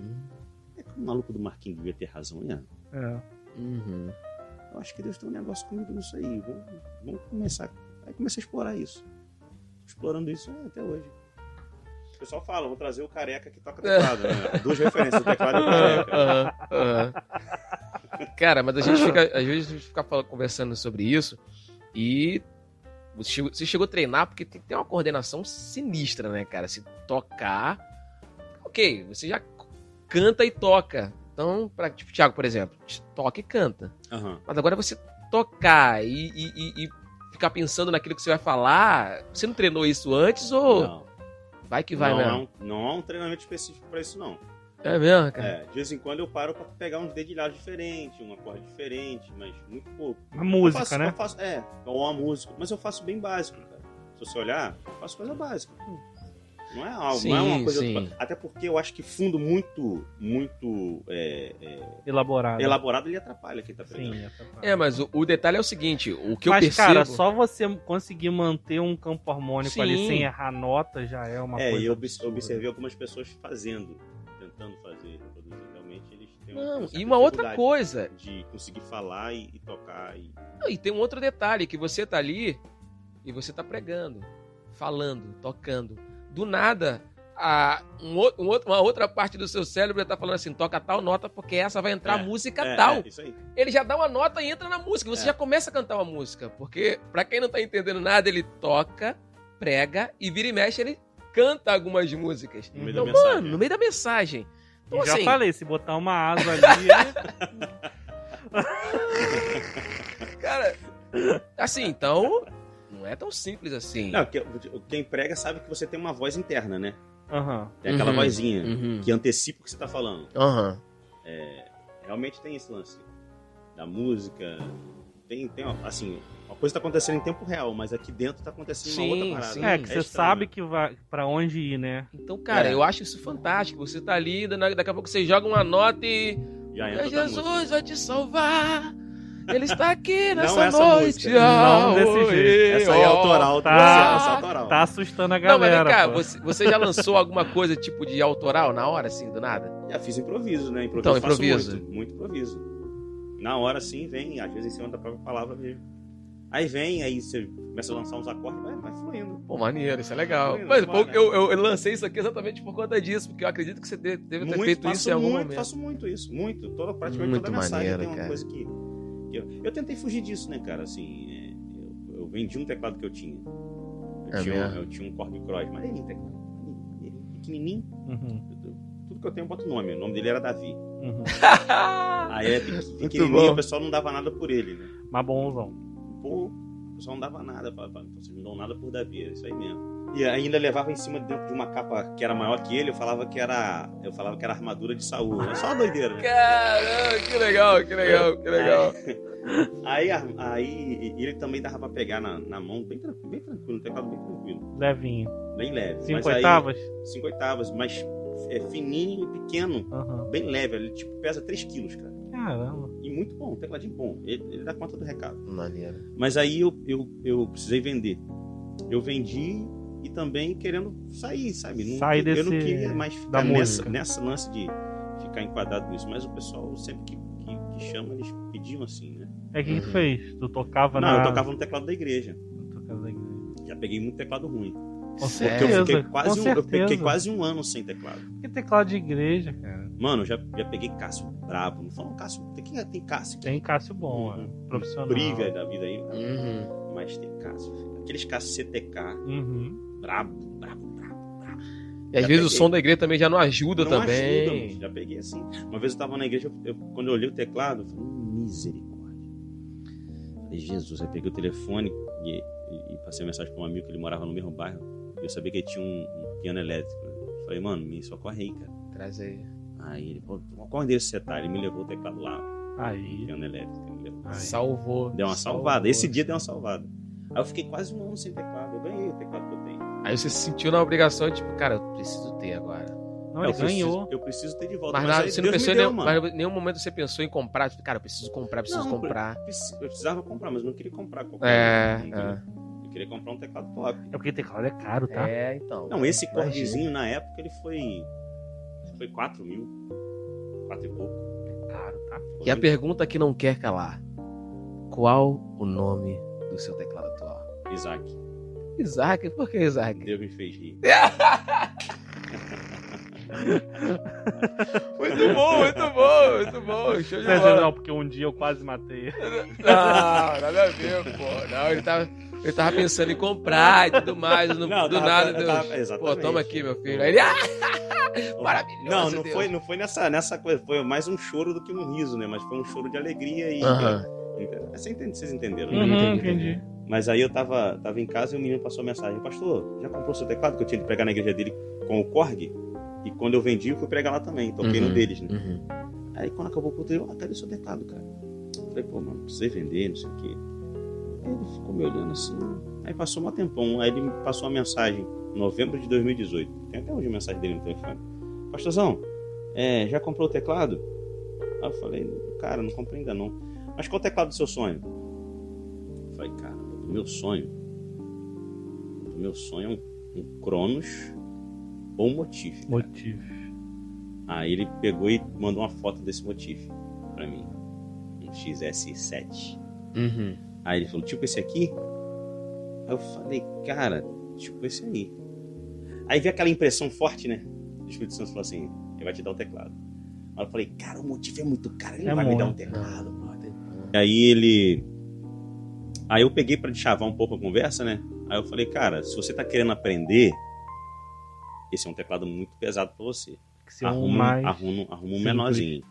[SPEAKER 3] é que o maluco do Marquinhos devia ter razão, né?
[SPEAKER 2] É.
[SPEAKER 1] Uhum.
[SPEAKER 3] Eu acho que Deus tem um negócio comigo nisso aí. Vamos, vamos começar. Aí comecei a explorar isso. Explorando isso é, até hoje. O pessoal fala, vou trazer o careca que toca teclado, né? Duas referências, o teclado e o careca.
[SPEAKER 1] Aham, aham. Cara, mas a gente fica, às vezes a gente fica falando- conversando sobre isso e você chegou, você chegou a treinar porque tem, tem uma coordenação sinistra, né, cara? Se tocar, ok, você já canta e toca. Então, pra, tipo, Thiago, por exemplo, toca e canta.
[SPEAKER 3] Aham.
[SPEAKER 1] Mas agora é você tocar e, e- e- e ficar pensando naquilo que você vai falar, você não treinou isso antes ou
[SPEAKER 3] Não,
[SPEAKER 1] vai que vai
[SPEAKER 3] não,
[SPEAKER 1] mesmo?
[SPEAKER 3] há um, não há um treinamento específico pra isso, não.
[SPEAKER 1] É mesmo, cara?
[SPEAKER 3] É, de vez em quando eu paro pra pegar uns dedilhados diferentes, um acorde diferente, mas muito pouco.
[SPEAKER 2] Uma
[SPEAKER 3] Eu
[SPEAKER 2] música,
[SPEAKER 3] faço-
[SPEAKER 2] né?
[SPEAKER 3] eu faço- é, ou uma música. Mas eu faço bem básico, cara. Se você olhar, eu faço coisa básica. Não é algo, não é
[SPEAKER 1] Sim,
[SPEAKER 3] uma coisa.
[SPEAKER 1] sim.
[SPEAKER 3] outra- Até porque eu acho que fundo muito, muito é, é,
[SPEAKER 2] Elaborado.
[SPEAKER 3] elaborado ele atrapalha quem tá pegando.
[SPEAKER 2] Sim, essa parte.
[SPEAKER 1] É, mas o, o detalhe é o seguinte, o que eu
[SPEAKER 2] Mas,
[SPEAKER 1] percebo...
[SPEAKER 2] cara, só você conseguir manter um campo harmônico
[SPEAKER 1] Sim.
[SPEAKER 2] ali sem errar nota já é uma
[SPEAKER 3] É,
[SPEAKER 2] coisa.
[SPEAKER 3] e eu obs-
[SPEAKER 2] absurda.
[SPEAKER 3] observei algumas pessoas fazendo, tentando fazer, produzir. Realmente eles têm
[SPEAKER 1] Não,
[SPEAKER 3] certa
[SPEAKER 1] e uma outra
[SPEAKER 3] dificuldade
[SPEAKER 1] coisa,
[SPEAKER 3] De conseguir falar e, e tocar. E...
[SPEAKER 1] Não, E tem um outro detalhe, que você tá ali e você tá pregando, falando, tocando. Do nada, a, um ou- um outro- uma outra parte do seu cérebro já tá falando assim, toca tal nota, porque essa vai entrar
[SPEAKER 3] É,
[SPEAKER 1] a música
[SPEAKER 3] É,
[SPEAKER 1] tal.
[SPEAKER 3] é, isso aí.
[SPEAKER 1] Ele já dá uma nota e entra na música, você
[SPEAKER 3] É.
[SPEAKER 1] já começa a cantar uma música. Porque, pra quem não tá entendendo nada, ele toca, prega e vira e mexe, ele canta algumas músicas.
[SPEAKER 3] No meio
[SPEAKER 1] Então,
[SPEAKER 3] da mensagem.
[SPEAKER 1] mano, no meio da mensagem. Então,
[SPEAKER 2] E já
[SPEAKER 1] assim,
[SPEAKER 2] falei, se botar uma asa
[SPEAKER 1] (laughs)
[SPEAKER 2] ali. é-
[SPEAKER 1] cara, assim, então, não é tão simples assim.
[SPEAKER 3] Não, que- quem prega sabe que você tem uma voz interna, né?
[SPEAKER 2] Aham.
[SPEAKER 3] Tem aquela
[SPEAKER 1] Uhum.
[SPEAKER 3] vozinha
[SPEAKER 1] Uhum.
[SPEAKER 3] que antecipa o que você tá falando.
[SPEAKER 1] Aham.
[SPEAKER 3] Realmente tem esse lance da música. Tem, tem ó, assim, uma coisa tá acontecendo em tempo real, mas aqui dentro tá acontecendo
[SPEAKER 1] Sim,
[SPEAKER 3] uma outra parada.
[SPEAKER 1] sim.
[SPEAKER 2] É, que você
[SPEAKER 3] estranho,
[SPEAKER 2] sabe
[SPEAKER 3] né?
[SPEAKER 2] que vai pra onde ir, né?
[SPEAKER 1] Então, cara,
[SPEAKER 3] É.
[SPEAKER 1] eu acho isso fantástico. Você tá ali, dana- daqui a pouco você joga uma nota e.
[SPEAKER 3] Já entra
[SPEAKER 1] "Mas
[SPEAKER 3] outra música.
[SPEAKER 1] É Jesus vai te salvar. Ele está aqui
[SPEAKER 3] Não
[SPEAKER 1] nessa
[SPEAKER 3] essa
[SPEAKER 1] noite.
[SPEAKER 3] música.
[SPEAKER 2] Não
[SPEAKER 1] Ah,
[SPEAKER 2] desse
[SPEAKER 1] oi,
[SPEAKER 2] jeito.
[SPEAKER 3] Essa aí é
[SPEAKER 1] ó.
[SPEAKER 3] autoral, tá?
[SPEAKER 2] Tá.
[SPEAKER 3] Essa é autoral.
[SPEAKER 2] Tá assustando a
[SPEAKER 1] Não, mas
[SPEAKER 2] galera.
[SPEAKER 1] vem cá,
[SPEAKER 2] pô.
[SPEAKER 1] você, você já lançou alguma coisa tipo de autoral na hora, assim, do nada?
[SPEAKER 3] Já fiz improviso, né? Improviso
[SPEAKER 1] Então,
[SPEAKER 3] eu faço
[SPEAKER 1] improviso.
[SPEAKER 3] muito, muito improviso. Na hora sim, vem, às vezes em cima da própria palavra mesmo. Aí vem, aí você começa a lançar uns acordes, vai, vai fluindo.
[SPEAKER 1] Pô, maneiro, isso é legal.
[SPEAKER 3] Não,
[SPEAKER 1] Mas
[SPEAKER 3] não,
[SPEAKER 1] pô,
[SPEAKER 3] não.
[SPEAKER 1] eu, eu- eu lancei isso aqui exatamente por conta disso, porque eu acredito que você de- deve ter
[SPEAKER 3] Muito,
[SPEAKER 1] feito
[SPEAKER 3] faço
[SPEAKER 1] isso em algum
[SPEAKER 3] muito,
[SPEAKER 1] momento.
[SPEAKER 3] faço muito isso, muito. Toda, praticamente
[SPEAKER 1] Muito
[SPEAKER 3] toda mensagem
[SPEAKER 1] maneiro,
[SPEAKER 3] tem uma
[SPEAKER 1] cara.
[SPEAKER 3] coisa que. que eu, eu tentei fugir disso, né, cara? Assim, é, eu, eu vendi um teclado que eu tinha. Eu,
[SPEAKER 1] É
[SPEAKER 3] tinha, um,
[SPEAKER 1] mesmo?
[SPEAKER 3] eu tinha um Korg Cross, mas ele, teclado, ele, ele pequenininho.
[SPEAKER 2] Uhum,
[SPEAKER 3] eu- eu- Tudo que eu tenho eu boto nome. O nome dele era Davi.
[SPEAKER 2] uhum.
[SPEAKER 1] (laughs)
[SPEAKER 3] Aí é pequenininho,
[SPEAKER 1] bom.
[SPEAKER 3] o pessoal não dava nada por ele, né?
[SPEAKER 2] Mas bonzão.
[SPEAKER 3] Pô, o pessoal não dava nada. Falava, "Pá, então vocês não dão nada por Davi, é isso aí mesmo. E ainda levava em cima dentro de uma capa que era maior que ele, eu falava que era. Eu falava que era armadura de Saul. É só uma doideira, né?
[SPEAKER 1] Caramba, que legal, que legal, que legal.
[SPEAKER 3] É. Aí, a- aí ele também dava pra pegar na, na mão, bem, tran- bem tranquilo, um teclado bem tranquilo.
[SPEAKER 2] Levinho.
[SPEAKER 3] Bem leve.
[SPEAKER 2] Cinco
[SPEAKER 3] mas aí-
[SPEAKER 2] oitavas?
[SPEAKER 3] Cinco oitavas, mas é, fininho e pequeno,
[SPEAKER 2] Aham.
[SPEAKER 3] bem leve. Ele tipo pesa 3 quilos, cara.
[SPEAKER 2] Caramba.
[SPEAKER 3] E muito bom, um tecladinho bom. Ele, ele dá conta do recado.
[SPEAKER 1] Maneiro.
[SPEAKER 3] Mas aí eu, eu, eu precisei vender. Eu vendi e também querendo sair, sabe? Não-
[SPEAKER 2] Sai
[SPEAKER 3] eu não
[SPEAKER 2] desse-
[SPEAKER 3] queria mais ficar nessa,
[SPEAKER 2] música.
[SPEAKER 3] nessa lance de ficar enquadrado nisso. Mas o pessoal sempre que, que, que chama, eles pediam assim, né?
[SPEAKER 2] É o que, que tu
[SPEAKER 1] Uhum.
[SPEAKER 2] fez? Tu tocava
[SPEAKER 3] não,
[SPEAKER 2] na.
[SPEAKER 3] eu tocava no teclado da igreja.
[SPEAKER 2] Tu tocava na-
[SPEAKER 3] Já peguei muito teclado ruim.
[SPEAKER 2] Com
[SPEAKER 1] Sério?
[SPEAKER 3] Porque
[SPEAKER 2] certeza.
[SPEAKER 3] eu fiquei quase,
[SPEAKER 2] com
[SPEAKER 3] um, eu
[SPEAKER 2] certeza.
[SPEAKER 3] fiquei quase um ano sem teclado.
[SPEAKER 2] Que teclado de igreja, cara.
[SPEAKER 3] Mano, eu já, já peguei Cássio brabo. Não fala Cássio, tem, quem tem Cássio?
[SPEAKER 2] Tem Cássio bom,
[SPEAKER 3] Uhum.
[SPEAKER 2] ó. profissional.
[SPEAKER 3] Briga da vida aí.
[SPEAKER 1] Uhum.
[SPEAKER 3] Mas tem Cássio. filho. Aqueles Cássio CTK,
[SPEAKER 2] Uhum.
[SPEAKER 3] brabo, brabo, brabo.
[SPEAKER 1] E às
[SPEAKER 3] Já
[SPEAKER 1] vezes o
[SPEAKER 3] peguei.
[SPEAKER 1] som da igreja também já não ajuda
[SPEAKER 3] Não
[SPEAKER 1] também.
[SPEAKER 3] ajuda, mano. já peguei assim. Uma vez eu tava na igreja, eu- eu- quando eu olhei o teclado, eu falei, "Hum, misericórdia. Falei, Jesus, eu peguei o telefone e, e- e passei uma mensagem pra um amigo que ele morava no mesmo bairro. E eu sabia que ele tinha um, um piano elétrico. Eu Falei, mano, me socorre aí, cara.
[SPEAKER 1] Traz aí.
[SPEAKER 3] Aí ele, pô, qual endereço você tá? Ele me levou o teclado lá,
[SPEAKER 2] Aí.
[SPEAKER 3] piano elétrico. Ele levou.
[SPEAKER 2] aí.
[SPEAKER 1] Salvou.
[SPEAKER 3] Deu uma
[SPEAKER 1] Salvou.
[SPEAKER 3] salvada. Esse dia deu uma salvada. Aí eu fiquei quase um ano sem teclado. Eu ganhei o teclado que eu tenho.
[SPEAKER 1] Aí você se sentiu na obrigação, tipo, cara, eu preciso ter agora.
[SPEAKER 2] Não,
[SPEAKER 3] eu
[SPEAKER 2] ele
[SPEAKER 3] preciso-
[SPEAKER 2] ganhou.
[SPEAKER 3] eu preciso ter de volta.
[SPEAKER 1] Mas,
[SPEAKER 3] Mas,
[SPEAKER 1] nada,
[SPEAKER 3] aí
[SPEAKER 1] você não
[SPEAKER 3] Deus
[SPEAKER 1] pensou
[SPEAKER 3] me
[SPEAKER 1] em
[SPEAKER 3] deu,
[SPEAKER 1] nenhum,
[SPEAKER 3] mano.
[SPEAKER 1] mas em nenhum momento você pensou em comprar, tipo, cara, eu preciso comprar, preciso
[SPEAKER 3] Não,
[SPEAKER 1] comprar.
[SPEAKER 3] Preci- Eu precisava comprar, mas eu não queria comprar qualquer
[SPEAKER 1] É,
[SPEAKER 3] coisa, entendeu? Eu queria comprar um teclado top.
[SPEAKER 2] É porque teclado é caro,
[SPEAKER 1] é.
[SPEAKER 2] tá?
[SPEAKER 1] É, então.
[SPEAKER 3] Não, esse
[SPEAKER 1] Imagina.
[SPEAKER 3] cordezinho na época ele foi. Foi 4 mil. 4 e pouco.
[SPEAKER 2] Caro, tá?
[SPEAKER 1] E a pergunta que não quer calar: Qual o nome do seu teclado atual?
[SPEAKER 3] Isaac.
[SPEAKER 1] Isaac, por É que Isaac?
[SPEAKER 3] Deus me fez rir.
[SPEAKER 1] Muito bom, muito bom, muito bom. Show
[SPEAKER 2] Não, não, porque um dia eu quase matei.
[SPEAKER 1] Não, nada a ver, pô. Não, ele tava. Eu tava pensando em comprar e tudo mais. No,
[SPEAKER 3] Não,
[SPEAKER 1] do
[SPEAKER 3] tava-
[SPEAKER 1] nada,
[SPEAKER 3] eu
[SPEAKER 1] Deus.
[SPEAKER 3] tava-
[SPEAKER 1] Pô,
[SPEAKER 3] exatamente.
[SPEAKER 1] toma aqui, meu filho. Aí ele. Ah, maravilhoso.
[SPEAKER 3] Não, não
[SPEAKER 1] Deus.
[SPEAKER 3] foi, não foi nessa, nessa coisa. Foi mais um choro do que um riso, né? Mas foi um choro de alegria e.
[SPEAKER 1] Aham.
[SPEAKER 3] Ente- Você entende- Vocês entenderam, né?
[SPEAKER 2] Uhum, entendi.
[SPEAKER 3] Mas aí eu tava, tava em casa e o menino passou a mensagem: Pastor, já comprou seu teclado que eu tinha de pregar na igreja dele com o Korg? E quando eu vendi, eu fui pregar lá também. Toquei
[SPEAKER 1] Uhum.
[SPEAKER 3] no deles, né?
[SPEAKER 1] Uhum.
[SPEAKER 3] Aí quando acabou o culto, eu, ah, cadê seu teclado, cara? Eu falei, pô, mano, precisei vender, não sei o quê. Aí ele ficou me olhando assim. Aí passou um tempão. Aí ele me passou uma mensagem, novembro de 2018. Tem até hoje a mensagem dele no telefone. Pastorzão, é, já comprou o teclado? Aí eu falei, cara, não comprei ainda não. Mas qual é o teclado do seu sonho? Eu falei, cara, do meu sonho. Do meu sonho é um, um Cronos ou um Motif. cara."
[SPEAKER 2] Motivo.
[SPEAKER 3] Aí ele pegou e mandou uma foto desse motif pra mim. Um XS7.
[SPEAKER 1] Uhum.
[SPEAKER 3] Aí ele falou, tipo esse aqui? Aí eu falei, cara, tipo esse aí. Aí veio aquela impressão forte, né? O Espírito Santo falou assim, ele vai te dar o teclado. Aí eu falei, cara, o motif é muito caro, ele não
[SPEAKER 2] É
[SPEAKER 3] vai me dar um
[SPEAKER 2] muito.
[SPEAKER 3] teclado. E aí ele. Aí eu peguei pra deschavar um pouco a conversa, né? Aí eu falei, cara, se você tá querendo aprender, esse é um teclado muito pesado pra você
[SPEAKER 2] Que se arruma um mais.
[SPEAKER 3] arruma, arruma um
[SPEAKER 2] simples.
[SPEAKER 3] menorzinho.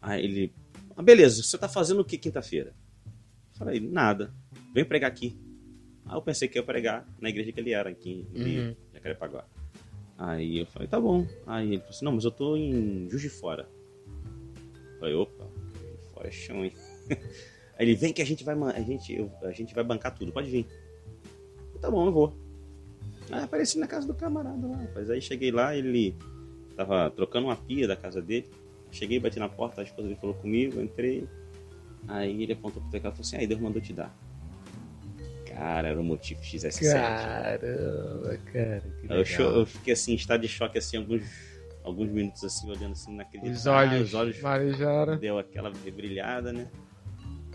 [SPEAKER 3] Aí ele. Ah, beleza, você tá fazendo o que quinta-feira? Falei, nada. Vem pregar aqui. Aí eu pensei que ia pregar na igreja que ele era, aqui em Rio,
[SPEAKER 1] Uhum.
[SPEAKER 3] Jacarepaguá. Aí eu falei, tá bom. Aí ele falou assim, não, mas eu tô em Juiz de Fora. Falei, opa, Juiz de Fora é chão, hein? (laughs) Aí ele, vem que a gente vai, man- a gente, eu- a gente vai bancar tudo, pode vir. Eu, tá bom, eu vou. Aí apareci na casa do camarada lá, rapaz. Aí cheguei lá, ele tava trocando uma pia da casa dele. Cheguei, bati na porta, a esposa dele falou comigo, eu entrei. Aí ele apontou pro teclado e falou assim, aí Deus mandou te dar. Cara, era o motivo XS7.
[SPEAKER 1] Caramba, cara. que
[SPEAKER 3] Aí Eu, cho-
[SPEAKER 1] legal.
[SPEAKER 3] eu fiquei assim, em estado de choque, assim, alguns, alguns minutos, assim, olhando assim naquele.
[SPEAKER 1] Os olhos,
[SPEAKER 3] Ah, os olhos
[SPEAKER 1] marejaram.
[SPEAKER 3] deu aquela brilhada, né?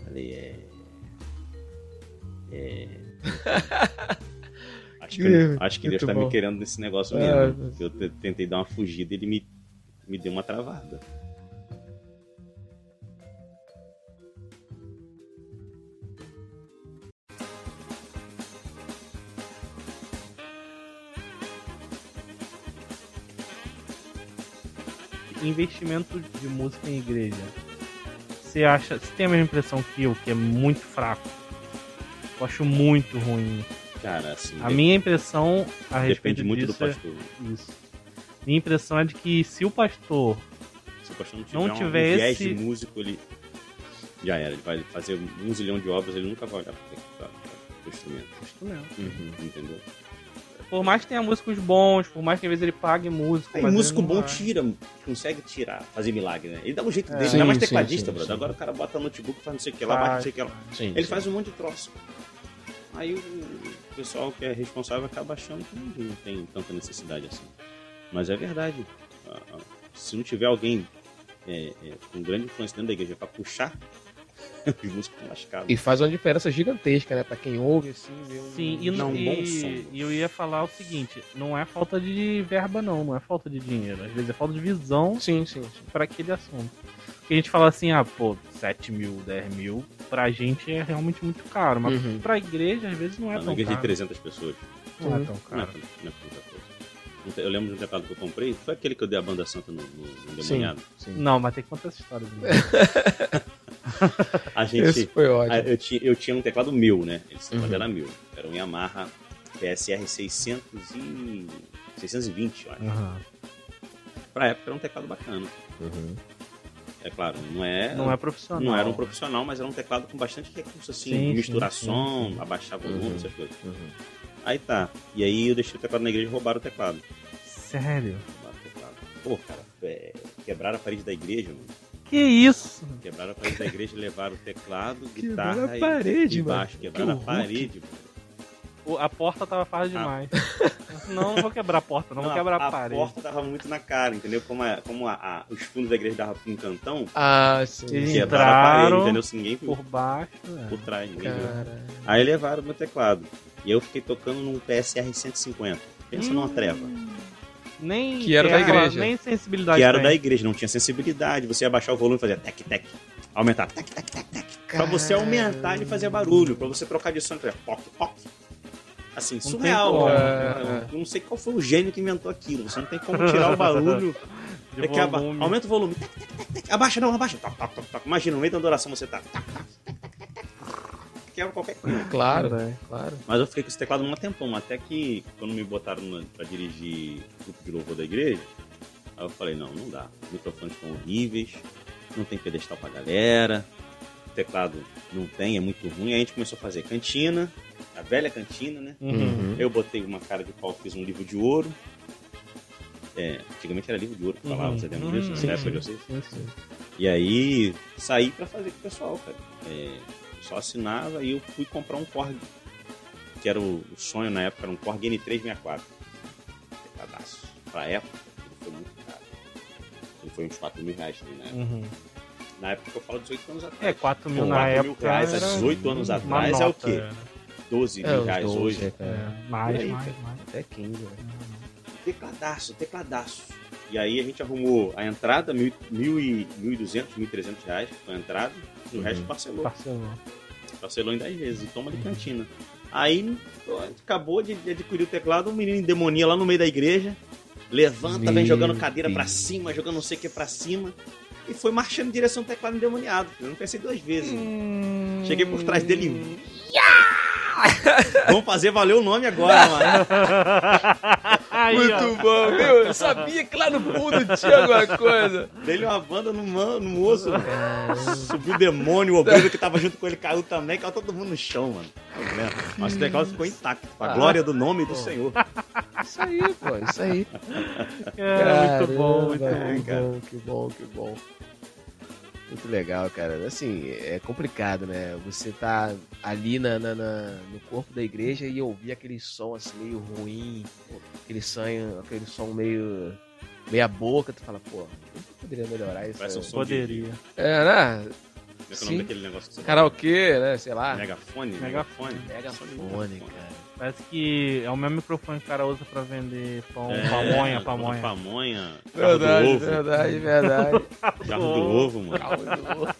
[SPEAKER 3] Falei, é. É. acho, que, eu- acho que Deus
[SPEAKER 1] Muito
[SPEAKER 3] tá
[SPEAKER 1] bom.
[SPEAKER 3] me querendo nesse negócio
[SPEAKER 1] É.
[SPEAKER 3] mesmo. Eu te- tentei dar uma fugida e ele me, me deu uma travada.
[SPEAKER 2] investimento de música em igreja, você acha, você tem a mesma impressão que eu, que é muito fraco? Eu acho muito ruim.
[SPEAKER 3] Cara, assim.
[SPEAKER 2] A
[SPEAKER 3] de-
[SPEAKER 2] minha impressão a
[SPEAKER 3] depende
[SPEAKER 2] respeito
[SPEAKER 3] muito
[SPEAKER 2] disso
[SPEAKER 3] do pastor. né?
[SPEAKER 2] é isso. Minha impressão é de que se o pastor
[SPEAKER 3] Se o pastor não tiver,
[SPEAKER 2] Não
[SPEAKER 3] um-
[SPEAKER 2] tiver
[SPEAKER 3] um viés
[SPEAKER 2] esse-
[SPEAKER 3] de músico, ele. Já era, ele vai fazer um zilhão de obras, ele nunca vai olhar pra, pra, pra, pro instrumento. Uhum, Entendeu?
[SPEAKER 2] por mais que tenha músicos bons, por mais que às vezes ele pague músico,
[SPEAKER 3] Aí,
[SPEAKER 2] mas
[SPEAKER 3] músico
[SPEAKER 2] ele não é.
[SPEAKER 3] bom
[SPEAKER 2] vai.
[SPEAKER 3] tira, consegue tirar, fazer milagre, né? Ele dá um jeito
[SPEAKER 2] É.
[SPEAKER 3] dele,
[SPEAKER 1] Sim,
[SPEAKER 3] ainda mais
[SPEAKER 1] sim,
[SPEAKER 3] tecladista,
[SPEAKER 1] sim,
[SPEAKER 3] brother.
[SPEAKER 1] sim.
[SPEAKER 3] Agora o cara bota no notebook, faz não sei o que lá, bate não sei o que lá.
[SPEAKER 1] Sim,
[SPEAKER 3] Ele
[SPEAKER 1] sim.
[SPEAKER 3] faz um monte de troço. Aí o o pessoal que é responsável acaba achando que não não tem tanta necessidade assim. Mas é verdade. A- a- Se não tiver alguém é, é, com grande influência dentro da igreja pra puxar, (laughs) os músicos estão lascados.
[SPEAKER 1] E faz uma diferença gigantesca, né? Pra quem ouve, assim, vê um...
[SPEAKER 2] Sim, e,
[SPEAKER 3] Não,
[SPEAKER 2] não,
[SPEAKER 3] bom
[SPEAKER 2] e,
[SPEAKER 3] som.
[SPEAKER 2] e eu ia falar o seguinte, não é falta de verba não, não é falta de dinheiro, às vezes é falta de visão
[SPEAKER 1] Sim, sim, sim.
[SPEAKER 2] pra aquele assunto. Porque a gente fala assim, ah, pô, 7 mil, 10 mil, pra gente é realmente muito caro. Mas
[SPEAKER 1] Uhum.
[SPEAKER 2] pra igreja, às vezes, não é
[SPEAKER 3] Tá Na
[SPEAKER 2] tão
[SPEAKER 3] igreja de
[SPEAKER 2] caro.
[SPEAKER 3] 300 pessoas.
[SPEAKER 2] Não é tão
[SPEAKER 3] Não é,
[SPEAKER 2] caro.
[SPEAKER 3] não é muita coisa. Um te- Eu lembro de um teclado que eu comprei, foi aquele que eu dei a banda santa no, no, no endemoniado.
[SPEAKER 1] sim.
[SPEAKER 2] Não, mas tem que contar essa história. Né?
[SPEAKER 3] A gente.
[SPEAKER 1] Esse foi
[SPEAKER 3] Ah,
[SPEAKER 1] ótimo.
[SPEAKER 3] eu, tinha, eu tinha um teclado meu, né? Esse teclado
[SPEAKER 1] Uhum.
[SPEAKER 3] era meu. Era um Yamaha PSR 600 e... 620, eu acho. Pra época era um teclado bacana.
[SPEAKER 1] Uhum.
[SPEAKER 3] É claro, não é...
[SPEAKER 2] Não é profissional.
[SPEAKER 3] não era um profissional, mas era um teclado com bastante recurso, assim,
[SPEAKER 2] Sim,
[SPEAKER 3] de
[SPEAKER 2] sim,
[SPEAKER 3] misturar
[SPEAKER 2] sim,
[SPEAKER 3] som, abaixar volume,
[SPEAKER 1] Uhum.
[SPEAKER 3] essas coisas.
[SPEAKER 1] Uhum.
[SPEAKER 3] Aí tá. E aí eu deixei o teclado na igreja e roubaram o teclado.
[SPEAKER 2] Sério?
[SPEAKER 3] Roubaram o teclado. Pô, cara, é... quebraram a parede da igreja, mano.
[SPEAKER 2] Que isso?
[SPEAKER 3] Quebraram a parede da igreja e levaram o teclado,
[SPEAKER 1] Quebraram
[SPEAKER 3] guitarra
[SPEAKER 1] a
[SPEAKER 3] e-
[SPEAKER 1] parede,
[SPEAKER 3] e
[SPEAKER 1] mano.
[SPEAKER 3] baixo. Quebraram
[SPEAKER 1] Que
[SPEAKER 3] a parede, mano.
[SPEAKER 2] O- a porta tava fácil
[SPEAKER 3] Ah.
[SPEAKER 2] demais. Não, não vou quebrar a porta, não, vou quebrar a, parede.
[SPEAKER 3] porta dava muito na cara, entendeu? Como, a- como a- a- os fundos da igreja davam pra um cantão,
[SPEAKER 1] Ah, sim.
[SPEAKER 2] Eles
[SPEAKER 3] quebraram a parede,
[SPEAKER 2] entraram
[SPEAKER 3] entendeu? Se ninguém viu
[SPEAKER 2] Por baixo. é.
[SPEAKER 3] por trás, ninguém viu.
[SPEAKER 1] Cara.
[SPEAKER 3] Aí levaram meu teclado. E eu fiquei tocando num PSR 150. Pensa numa
[SPEAKER 1] Hum,
[SPEAKER 3] treva.
[SPEAKER 2] Nem
[SPEAKER 1] Que era da
[SPEAKER 2] tecla,
[SPEAKER 1] igreja.
[SPEAKER 2] Nem sensibilidade.
[SPEAKER 3] que era
[SPEAKER 2] tem.
[SPEAKER 3] da igreja, não tinha sensibilidade. Você ia baixar o volume e fazia tec, tec. Aumentar, tec, tec, tec, tec. Pra você é um aumentar e fazer barulho, pra você trocar de som, que é pop, pop. Assim, surreal.
[SPEAKER 2] como. É,
[SPEAKER 3] cara. Eu não sei qual foi o gênio que inventou aquilo. Você não tem como
[SPEAKER 2] (laughs)
[SPEAKER 3] tirar o barulho.
[SPEAKER 2] De
[SPEAKER 3] É que aba-
[SPEAKER 2] volume.
[SPEAKER 3] Aumenta o volume. Tac, tac, tac, tac. Abaixa, não, abaixa. Tac, tac, tac, tac. Imagina, no meio da adoração você tá. tac, tac, tac, tac, tac, tac. Quebra qualquer coisa.
[SPEAKER 1] Claro,
[SPEAKER 2] Caralho.
[SPEAKER 1] claro.
[SPEAKER 3] Mas eu fiquei com esse teclado um tempão, até que quando me botaram na- pra dirigir o grupo de louvor da igreja, aí eu falei, não, não dá. Os microfones estão horríveis, não tem pedestal pra galera, o teclado não tem, é muito ruim. Aí a gente começou a fazer cantina, a velha cantina, né?
[SPEAKER 2] Uhum.
[SPEAKER 3] Eu botei uma cara de pau, fiz um livro de ouro. É, antigamente era livro de ouro que falava,
[SPEAKER 2] Uhum.
[SPEAKER 3] você lembra disso?
[SPEAKER 2] Uhum.
[SPEAKER 3] Nessa época de vocês?
[SPEAKER 2] Sim, sim.
[SPEAKER 3] E aí saí pra fazer com o pessoal, cara. É, só assinava e eu fui comprar um Korg. Que era o, o sonho na época, era um Korg N364. Tecladaço. Pra época, ele foi muito caro. Ele foi uns 4 mil reais também, né?
[SPEAKER 2] Uhum.
[SPEAKER 3] Na época que eu falo 18 anos atrás.
[SPEAKER 2] É, 4 mil
[SPEAKER 3] Pô,
[SPEAKER 2] na
[SPEAKER 3] 4
[SPEAKER 2] época.
[SPEAKER 3] mil reais há
[SPEAKER 2] era
[SPEAKER 3] 18 anos
[SPEAKER 2] uma
[SPEAKER 3] atrás é o quê?
[SPEAKER 2] era.
[SPEAKER 3] 12
[SPEAKER 1] É,
[SPEAKER 3] mil
[SPEAKER 1] os
[SPEAKER 3] reais
[SPEAKER 1] dois,
[SPEAKER 3] hoje.
[SPEAKER 1] é, cara.
[SPEAKER 2] É, mais,
[SPEAKER 3] E aí,
[SPEAKER 2] mais,
[SPEAKER 3] cara?
[SPEAKER 2] mais.
[SPEAKER 1] Até 15, né?
[SPEAKER 3] Tecladaço, tecladaço. E aí a gente arrumou a entrada, mil- mil e- 1.200, 1.300 reais foi a entrada. E o
[SPEAKER 1] Uhum.
[SPEAKER 3] resto parcelou.
[SPEAKER 2] Barcelona.
[SPEAKER 3] Parcelou em 10 vezes, e toma de cantina. Aí pô, acabou de de adquirir o teclado, um menino demonia lá no meio da igreja, levanta, vem
[SPEAKER 1] Meu
[SPEAKER 3] jogando cadeira pra
[SPEAKER 1] Deus.
[SPEAKER 3] cima, jogando não sei o que pra cima, e foi marchando em direção ao teclado endemoniado. Eu não pensei duas vezes. Cheguei por trás
[SPEAKER 1] Hum.
[SPEAKER 3] dele e. Vamos fazer valer o nome
[SPEAKER 1] (laughs)
[SPEAKER 3] agora, mano.
[SPEAKER 2] (laughs) Aí, ó.
[SPEAKER 1] Muito bom, viu? Eu sabia que lá no fundo tinha alguma coisa.
[SPEAKER 3] Dei-lhe uma banda no, man, no moço. Subiu o demônio, o obreiro que tava junto com ele caiu também, caiu todo mundo no chão, mano. Problema. Mas o teclado ficou intacto, pra
[SPEAKER 1] Ah.
[SPEAKER 3] glória do nome do Senhor.
[SPEAKER 1] Isso aí, pô, isso aí.
[SPEAKER 2] É, muito bom, muito
[SPEAKER 1] Caramba,
[SPEAKER 2] bom.
[SPEAKER 1] que bom, que bom, que bom. Muito legal, cara. Assim, é complicado, né? Você tá ali na, na- na- no corpo da igreja e ouvir aquele som assim meio ruim, aquele som, aquele som meio meia boca, tu fala, pô, como que eu poderia melhorar isso?
[SPEAKER 3] Parece um
[SPEAKER 1] aí?
[SPEAKER 3] som.
[SPEAKER 2] Poderia.
[SPEAKER 1] É, né?
[SPEAKER 3] Como é que é o nome
[SPEAKER 1] Sim.
[SPEAKER 3] daquele negócio que você
[SPEAKER 1] Karaokê, né? Sei lá.
[SPEAKER 3] Megafone?
[SPEAKER 2] Megafone.
[SPEAKER 1] Megafone, cara.
[SPEAKER 2] Parece que é o mesmo microfone que o cara usa pra vender pão,
[SPEAKER 3] É,
[SPEAKER 2] pamonha,
[SPEAKER 3] pamonha.
[SPEAKER 2] pamonha.
[SPEAKER 3] Pamonha. Carro do
[SPEAKER 1] Verdade,
[SPEAKER 3] ovo.
[SPEAKER 1] verdade, verdade.
[SPEAKER 3] Carro do ovo, mano.
[SPEAKER 1] (laughs) Carro do ovo.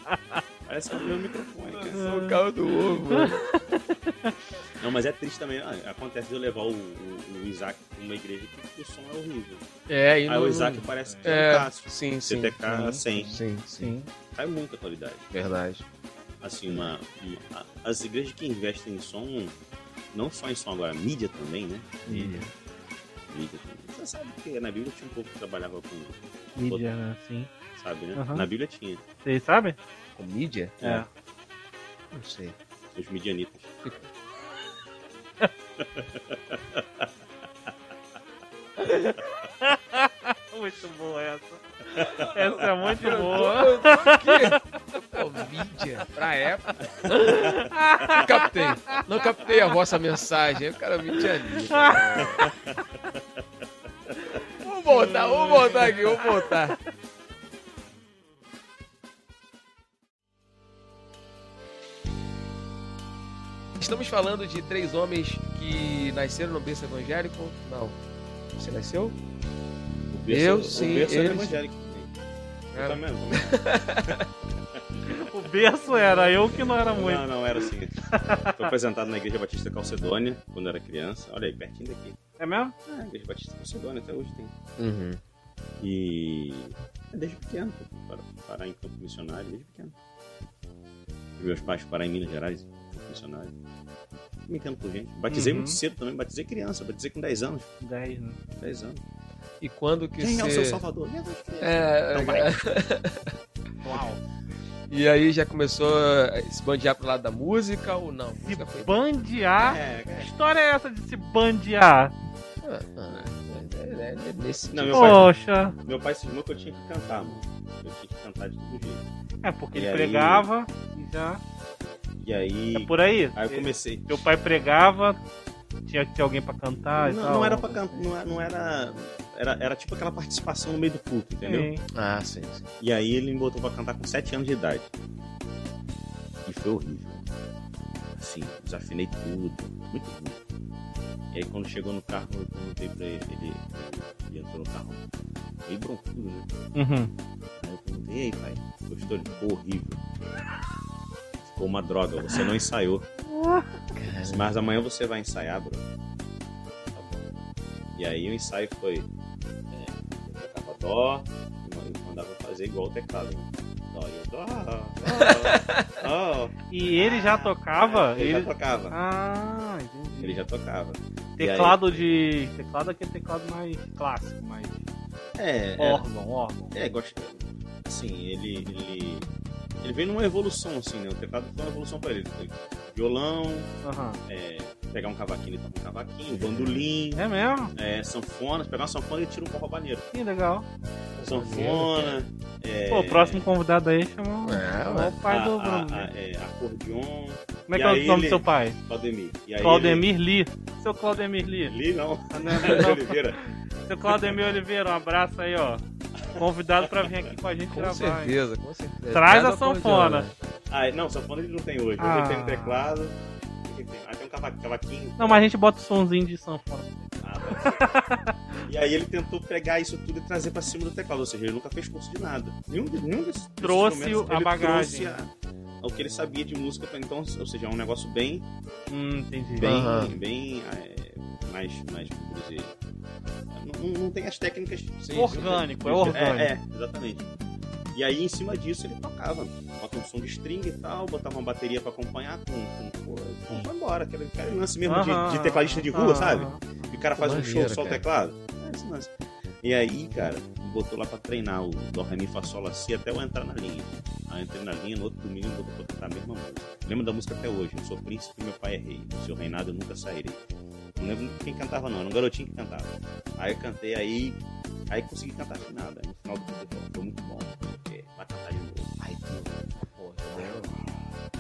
[SPEAKER 3] Parece que é o meu microfone, cara.
[SPEAKER 1] O carro do ovo, mano.
[SPEAKER 3] Não, mas é triste também. Ah, Acontece de eu levar o, o, o Isaac pra uma igreja que o som é horrível.
[SPEAKER 1] É, e
[SPEAKER 3] Aí
[SPEAKER 1] no-
[SPEAKER 3] o Isaac parece que é
[SPEAKER 1] É,
[SPEAKER 3] um Cássio.
[SPEAKER 1] sim, sim.
[SPEAKER 3] CTK
[SPEAKER 1] sim.
[SPEAKER 3] 100.
[SPEAKER 1] Sim, sim.
[SPEAKER 2] Sim.
[SPEAKER 3] Cai muito a qualidade.
[SPEAKER 1] Verdade.
[SPEAKER 3] Assim, uma, uma- a- as igrejas que investem em som, não só em som agora, mídia também, né?
[SPEAKER 1] Mídia.
[SPEAKER 3] Mídia também. Você sabe que na Bíblia tinha um povo que trabalhava com,
[SPEAKER 2] Mídia, né? Sim.
[SPEAKER 3] sabe, né?
[SPEAKER 2] Aham.
[SPEAKER 3] Na Bíblia tinha.
[SPEAKER 2] Vocês sabem?
[SPEAKER 1] Com mídia?
[SPEAKER 3] É.
[SPEAKER 1] Não sei.
[SPEAKER 3] Os midianitas.
[SPEAKER 2] É. Muito boa essa. Essa é muito boa.
[SPEAKER 1] Eu tô aqui. Pô, mídia, pra época. (laughs) Não captei. Não captei a vossa mensagem. Aí O cara me tinha lido. Vamos voltar, vamos voltar aqui, vamos voltar. Estamos falando de três homens que nasceram no berço evangélico. Não. Você nasceu?
[SPEAKER 3] O
[SPEAKER 1] Eu,
[SPEAKER 3] o
[SPEAKER 1] sim,
[SPEAKER 3] berço era
[SPEAKER 1] eles.
[SPEAKER 3] evangélico. Eu
[SPEAKER 1] Ah.
[SPEAKER 3] também, tá
[SPEAKER 1] (laughs)
[SPEAKER 3] eu também.
[SPEAKER 2] O berço era eu que não
[SPEAKER 1] Tá
[SPEAKER 2] era muito.
[SPEAKER 3] Não, não, era assim. Foi apresentado na Igreja Batista Calcedônia, quando eu era criança. Olha aí, pertinho daqui.
[SPEAKER 2] É mesmo?
[SPEAKER 3] Ah, Igreja Batista Calcedônia, até hoje tem.
[SPEAKER 1] Uhum.
[SPEAKER 3] E. é Desde pequeno, pô, para parar em campo missionário, desde pequeno. Meus pais parar em Minas Gerais, campo missionário. Me entendo por gente. Batizei
[SPEAKER 2] Uhum.
[SPEAKER 3] muito cedo também, batizei criança, batizei com 10 anos.
[SPEAKER 2] 10, né?
[SPEAKER 3] 10 anos.
[SPEAKER 1] E quando que
[SPEAKER 3] Quem
[SPEAKER 1] você...
[SPEAKER 3] é o seu Salvador? Jesus Cristo.
[SPEAKER 1] É, (laughs)
[SPEAKER 3] Então vai.
[SPEAKER 2] Uau.
[SPEAKER 1] e aí já começou a se bandear pro lado da música ou não?
[SPEAKER 2] Se
[SPEAKER 1] Música foi-
[SPEAKER 2] bandear.
[SPEAKER 3] É,
[SPEAKER 2] Que
[SPEAKER 3] é.
[SPEAKER 2] história é essa de se bandear?
[SPEAKER 1] Ah, ah, é, é, é nesse
[SPEAKER 3] Não,
[SPEAKER 1] tipo.
[SPEAKER 3] Meu pai-
[SPEAKER 2] Poxa.
[SPEAKER 3] Meu pai cismou que eu tinha que cantar, mano. Eu tinha que cantar de todo jeito.
[SPEAKER 2] É porque
[SPEAKER 3] E
[SPEAKER 2] ele
[SPEAKER 3] aí?
[SPEAKER 2] pregava e já.
[SPEAKER 3] E aí.
[SPEAKER 2] É por aí.
[SPEAKER 3] Aí eu comecei.
[SPEAKER 2] Meu pai pregava, tinha que ter alguém pra cantar e
[SPEAKER 3] não,
[SPEAKER 2] tal.
[SPEAKER 3] não era pra cantar, não, é- não era, era. Era tipo aquela participação no meio do culto, entendeu?
[SPEAKER 2] Sim.
[SPEAKER 1] Ah, sim, sim.
[SPEAKER 3] E aí ele me botou pra cantar com 7 anos de idade. E foi horrível. Assim, desafinei tudo, muito ruim. E aí quando chegou no carro, eu perguntei pra ele, ele, ele entrou no carro. Meio broncudo, né?
[SPEAKER 2] Uhum.
[SPEAKER 3] Aí eu perguntei, e aí, pai, gostou? Ele ficou horrível. Ficou Foi uma droga, você não ensaiou.
[SPEAKER 1] Cara,
[SPEAKER 3] Mas amanhã você vai ensaiar, Bruno. Tá bom. E aí o ensaio foi. É, eu tocava dó, e ma- e mandava fazer igual o teclado. Né? Dó, e eu dó, dó, dó.
[SPEAKER 2] E ele já tocava.
[SPEAKER 3] Ele,
[SPEAKER 2] ele-
[SPEAKER 3] já tocava.
[SPEAKER 2] Ah, entendi.
[SPEAKER 3] Ele já tocava. E aí-
[SPEAKER 2] Teclado de. Teclado é aquele teclado mais clássico, mais.
[SPEAKER 3] É, é,
[SPEAKER 2] Órgão, órgão.
[SPEAKER 3] É, gosta. Assim, ele, ele. Ele veio numa evolução, assim, né? O teclado foi uma evolução pra ele. Ele- Violão,
[SPEAKER 2] Aham.
[SPEAKER 3] é, pegar um cavaquinho, ele toca um cavaquinho, bandolim,
[SPEAKER 2] É mesmo?
[SPEAKER 3] é, sanfona. Se pegar uma sanfona, ele tira um corrobaneiro.
[SPEAKER 2] Que legal.
[SPEAKER 3] Sanfona, é,
[SPEAKER 2] Pô, o próximo convidado aí chama
[SPEAKER 1] Não, é,
[SPEAKER 2] chama
[SPEAKER 1] mas-
[SPEAKER 2] o
[SPEAKER 3] a,
[SPEAKER 2] pai do
[SPEAKER 3] a-
[SPEAKER 2] Bruno.
[SPEAKER 3] a- é, acordeon,
[SPEAKER 2] Como é que
[SPEAKER 3] e
[SPEAKER 2] é o
[SPEAKER 3] aí
[SPEAKER 2] nome
[SPEAKER 3] ele-
[SPEAKER 2] do seu pai?
[SPEAKER 3] Claudemir. E aí
[SPEAKER 2] Claudemir Lee. Seu Claudemir Lee.
[SPEAKER 3] Ele, ele não,
[SPEAKER 2] Ah, não,
[SPEAKER 3] (laughs) Claudemir
[SPEAKER 2] não.
[SPEAKER 3] Oliveira.
[SPEAKER 2] Seu Claudemir Oliveira, um abraço aí, ó. Convidado pra vir aqui com a gente
[SPEAKER 1] Com
[SPEAKER 2] gravar. hein?
[SPEAKER 1] certeza, com certeza.
[SPEAKER 2] Traz a
[SPEAKER 1] o acordeon,
[SPEAKER 2] sanfona.
[SPEAKER 1] né?
[SPEAKER 3] Ah, não, sanfona ele não tem hoje.
[SPEAKER 2] Ah.
[SPEAKER 3] Ele tem um teclado. o que que tem? Ah, tem um cava- cavaquinho.
[SPEAKER 2] Não, mas a gente bota o sonzinho de sanfona.
[SPEAKER 3] Ah, tá. e aí ele tentou pegar isso tudo e trazer pra cima do teclado, ou seja, ele nunca fez curso de nada. Nenhum, de- nenhum desses
[SPEAKER 2] Trouxe
[SPEAKER 3] instrumentos,
[SPEAKER 2] a
[SPEAKER 3] ele trouxe
[SPEAKER 2] bagagem.
[SPEAKER 3] a- o que ele sabia de música, pra então, ou seja, é um negócio bem,
[SPEAKER 2] Hum, entendi.
[SPEAKER 3] bem,
[SPEAKER 1] Aham.
[SPEAKER 3] bem, é, mais, mais, como dizer, não, não- não tem as técnicas sim,
[SPEAKER 2] Orgânico,
[SPEAKER 3] sim.
[SPEAKER 2] é orgânico.
[SPEAKER 3] É, é, exatamente. E aí, em cima disso, ele tocava. Bota um som de string e tal, botava uma bateria pra acompanhar com. com, com, com vai embora, aquele cara lance mesmo de-
[SPEAKER 2] Aham,
[SPEAKER 3] de, tecladista de rua,
[SPEAKER 2] aham.
[SPEAKER 3] sabe? E o cara faz um show
[SPEAKER 1] Maneiro,
[SPEAKER 3] só o
[SPEAKER 1] cara.
[SPEAKER 3] teclado. É isso, mas- E aí, cara, me botou lá pra treinar o do Ré, Mi, Fá, Sol, Lá, Si até eu entrar na linha. Aí eu entrei na linha, no outro domingo eu botou pra cantar a mesma música. Lembro da música até hoje. Eu sou príncipe e meu pai é rei. Do seu reinado eu nunca sairei. Não lembro quem cantava, não. Era um garotinho que cantava. Aí eu cantei, aí... Aí consegui cantar afinada. Aí no final do futebol foi muito bom. Porque vai cantar de novo.
[SPEAKER 1] Ai, tu- pô, eu-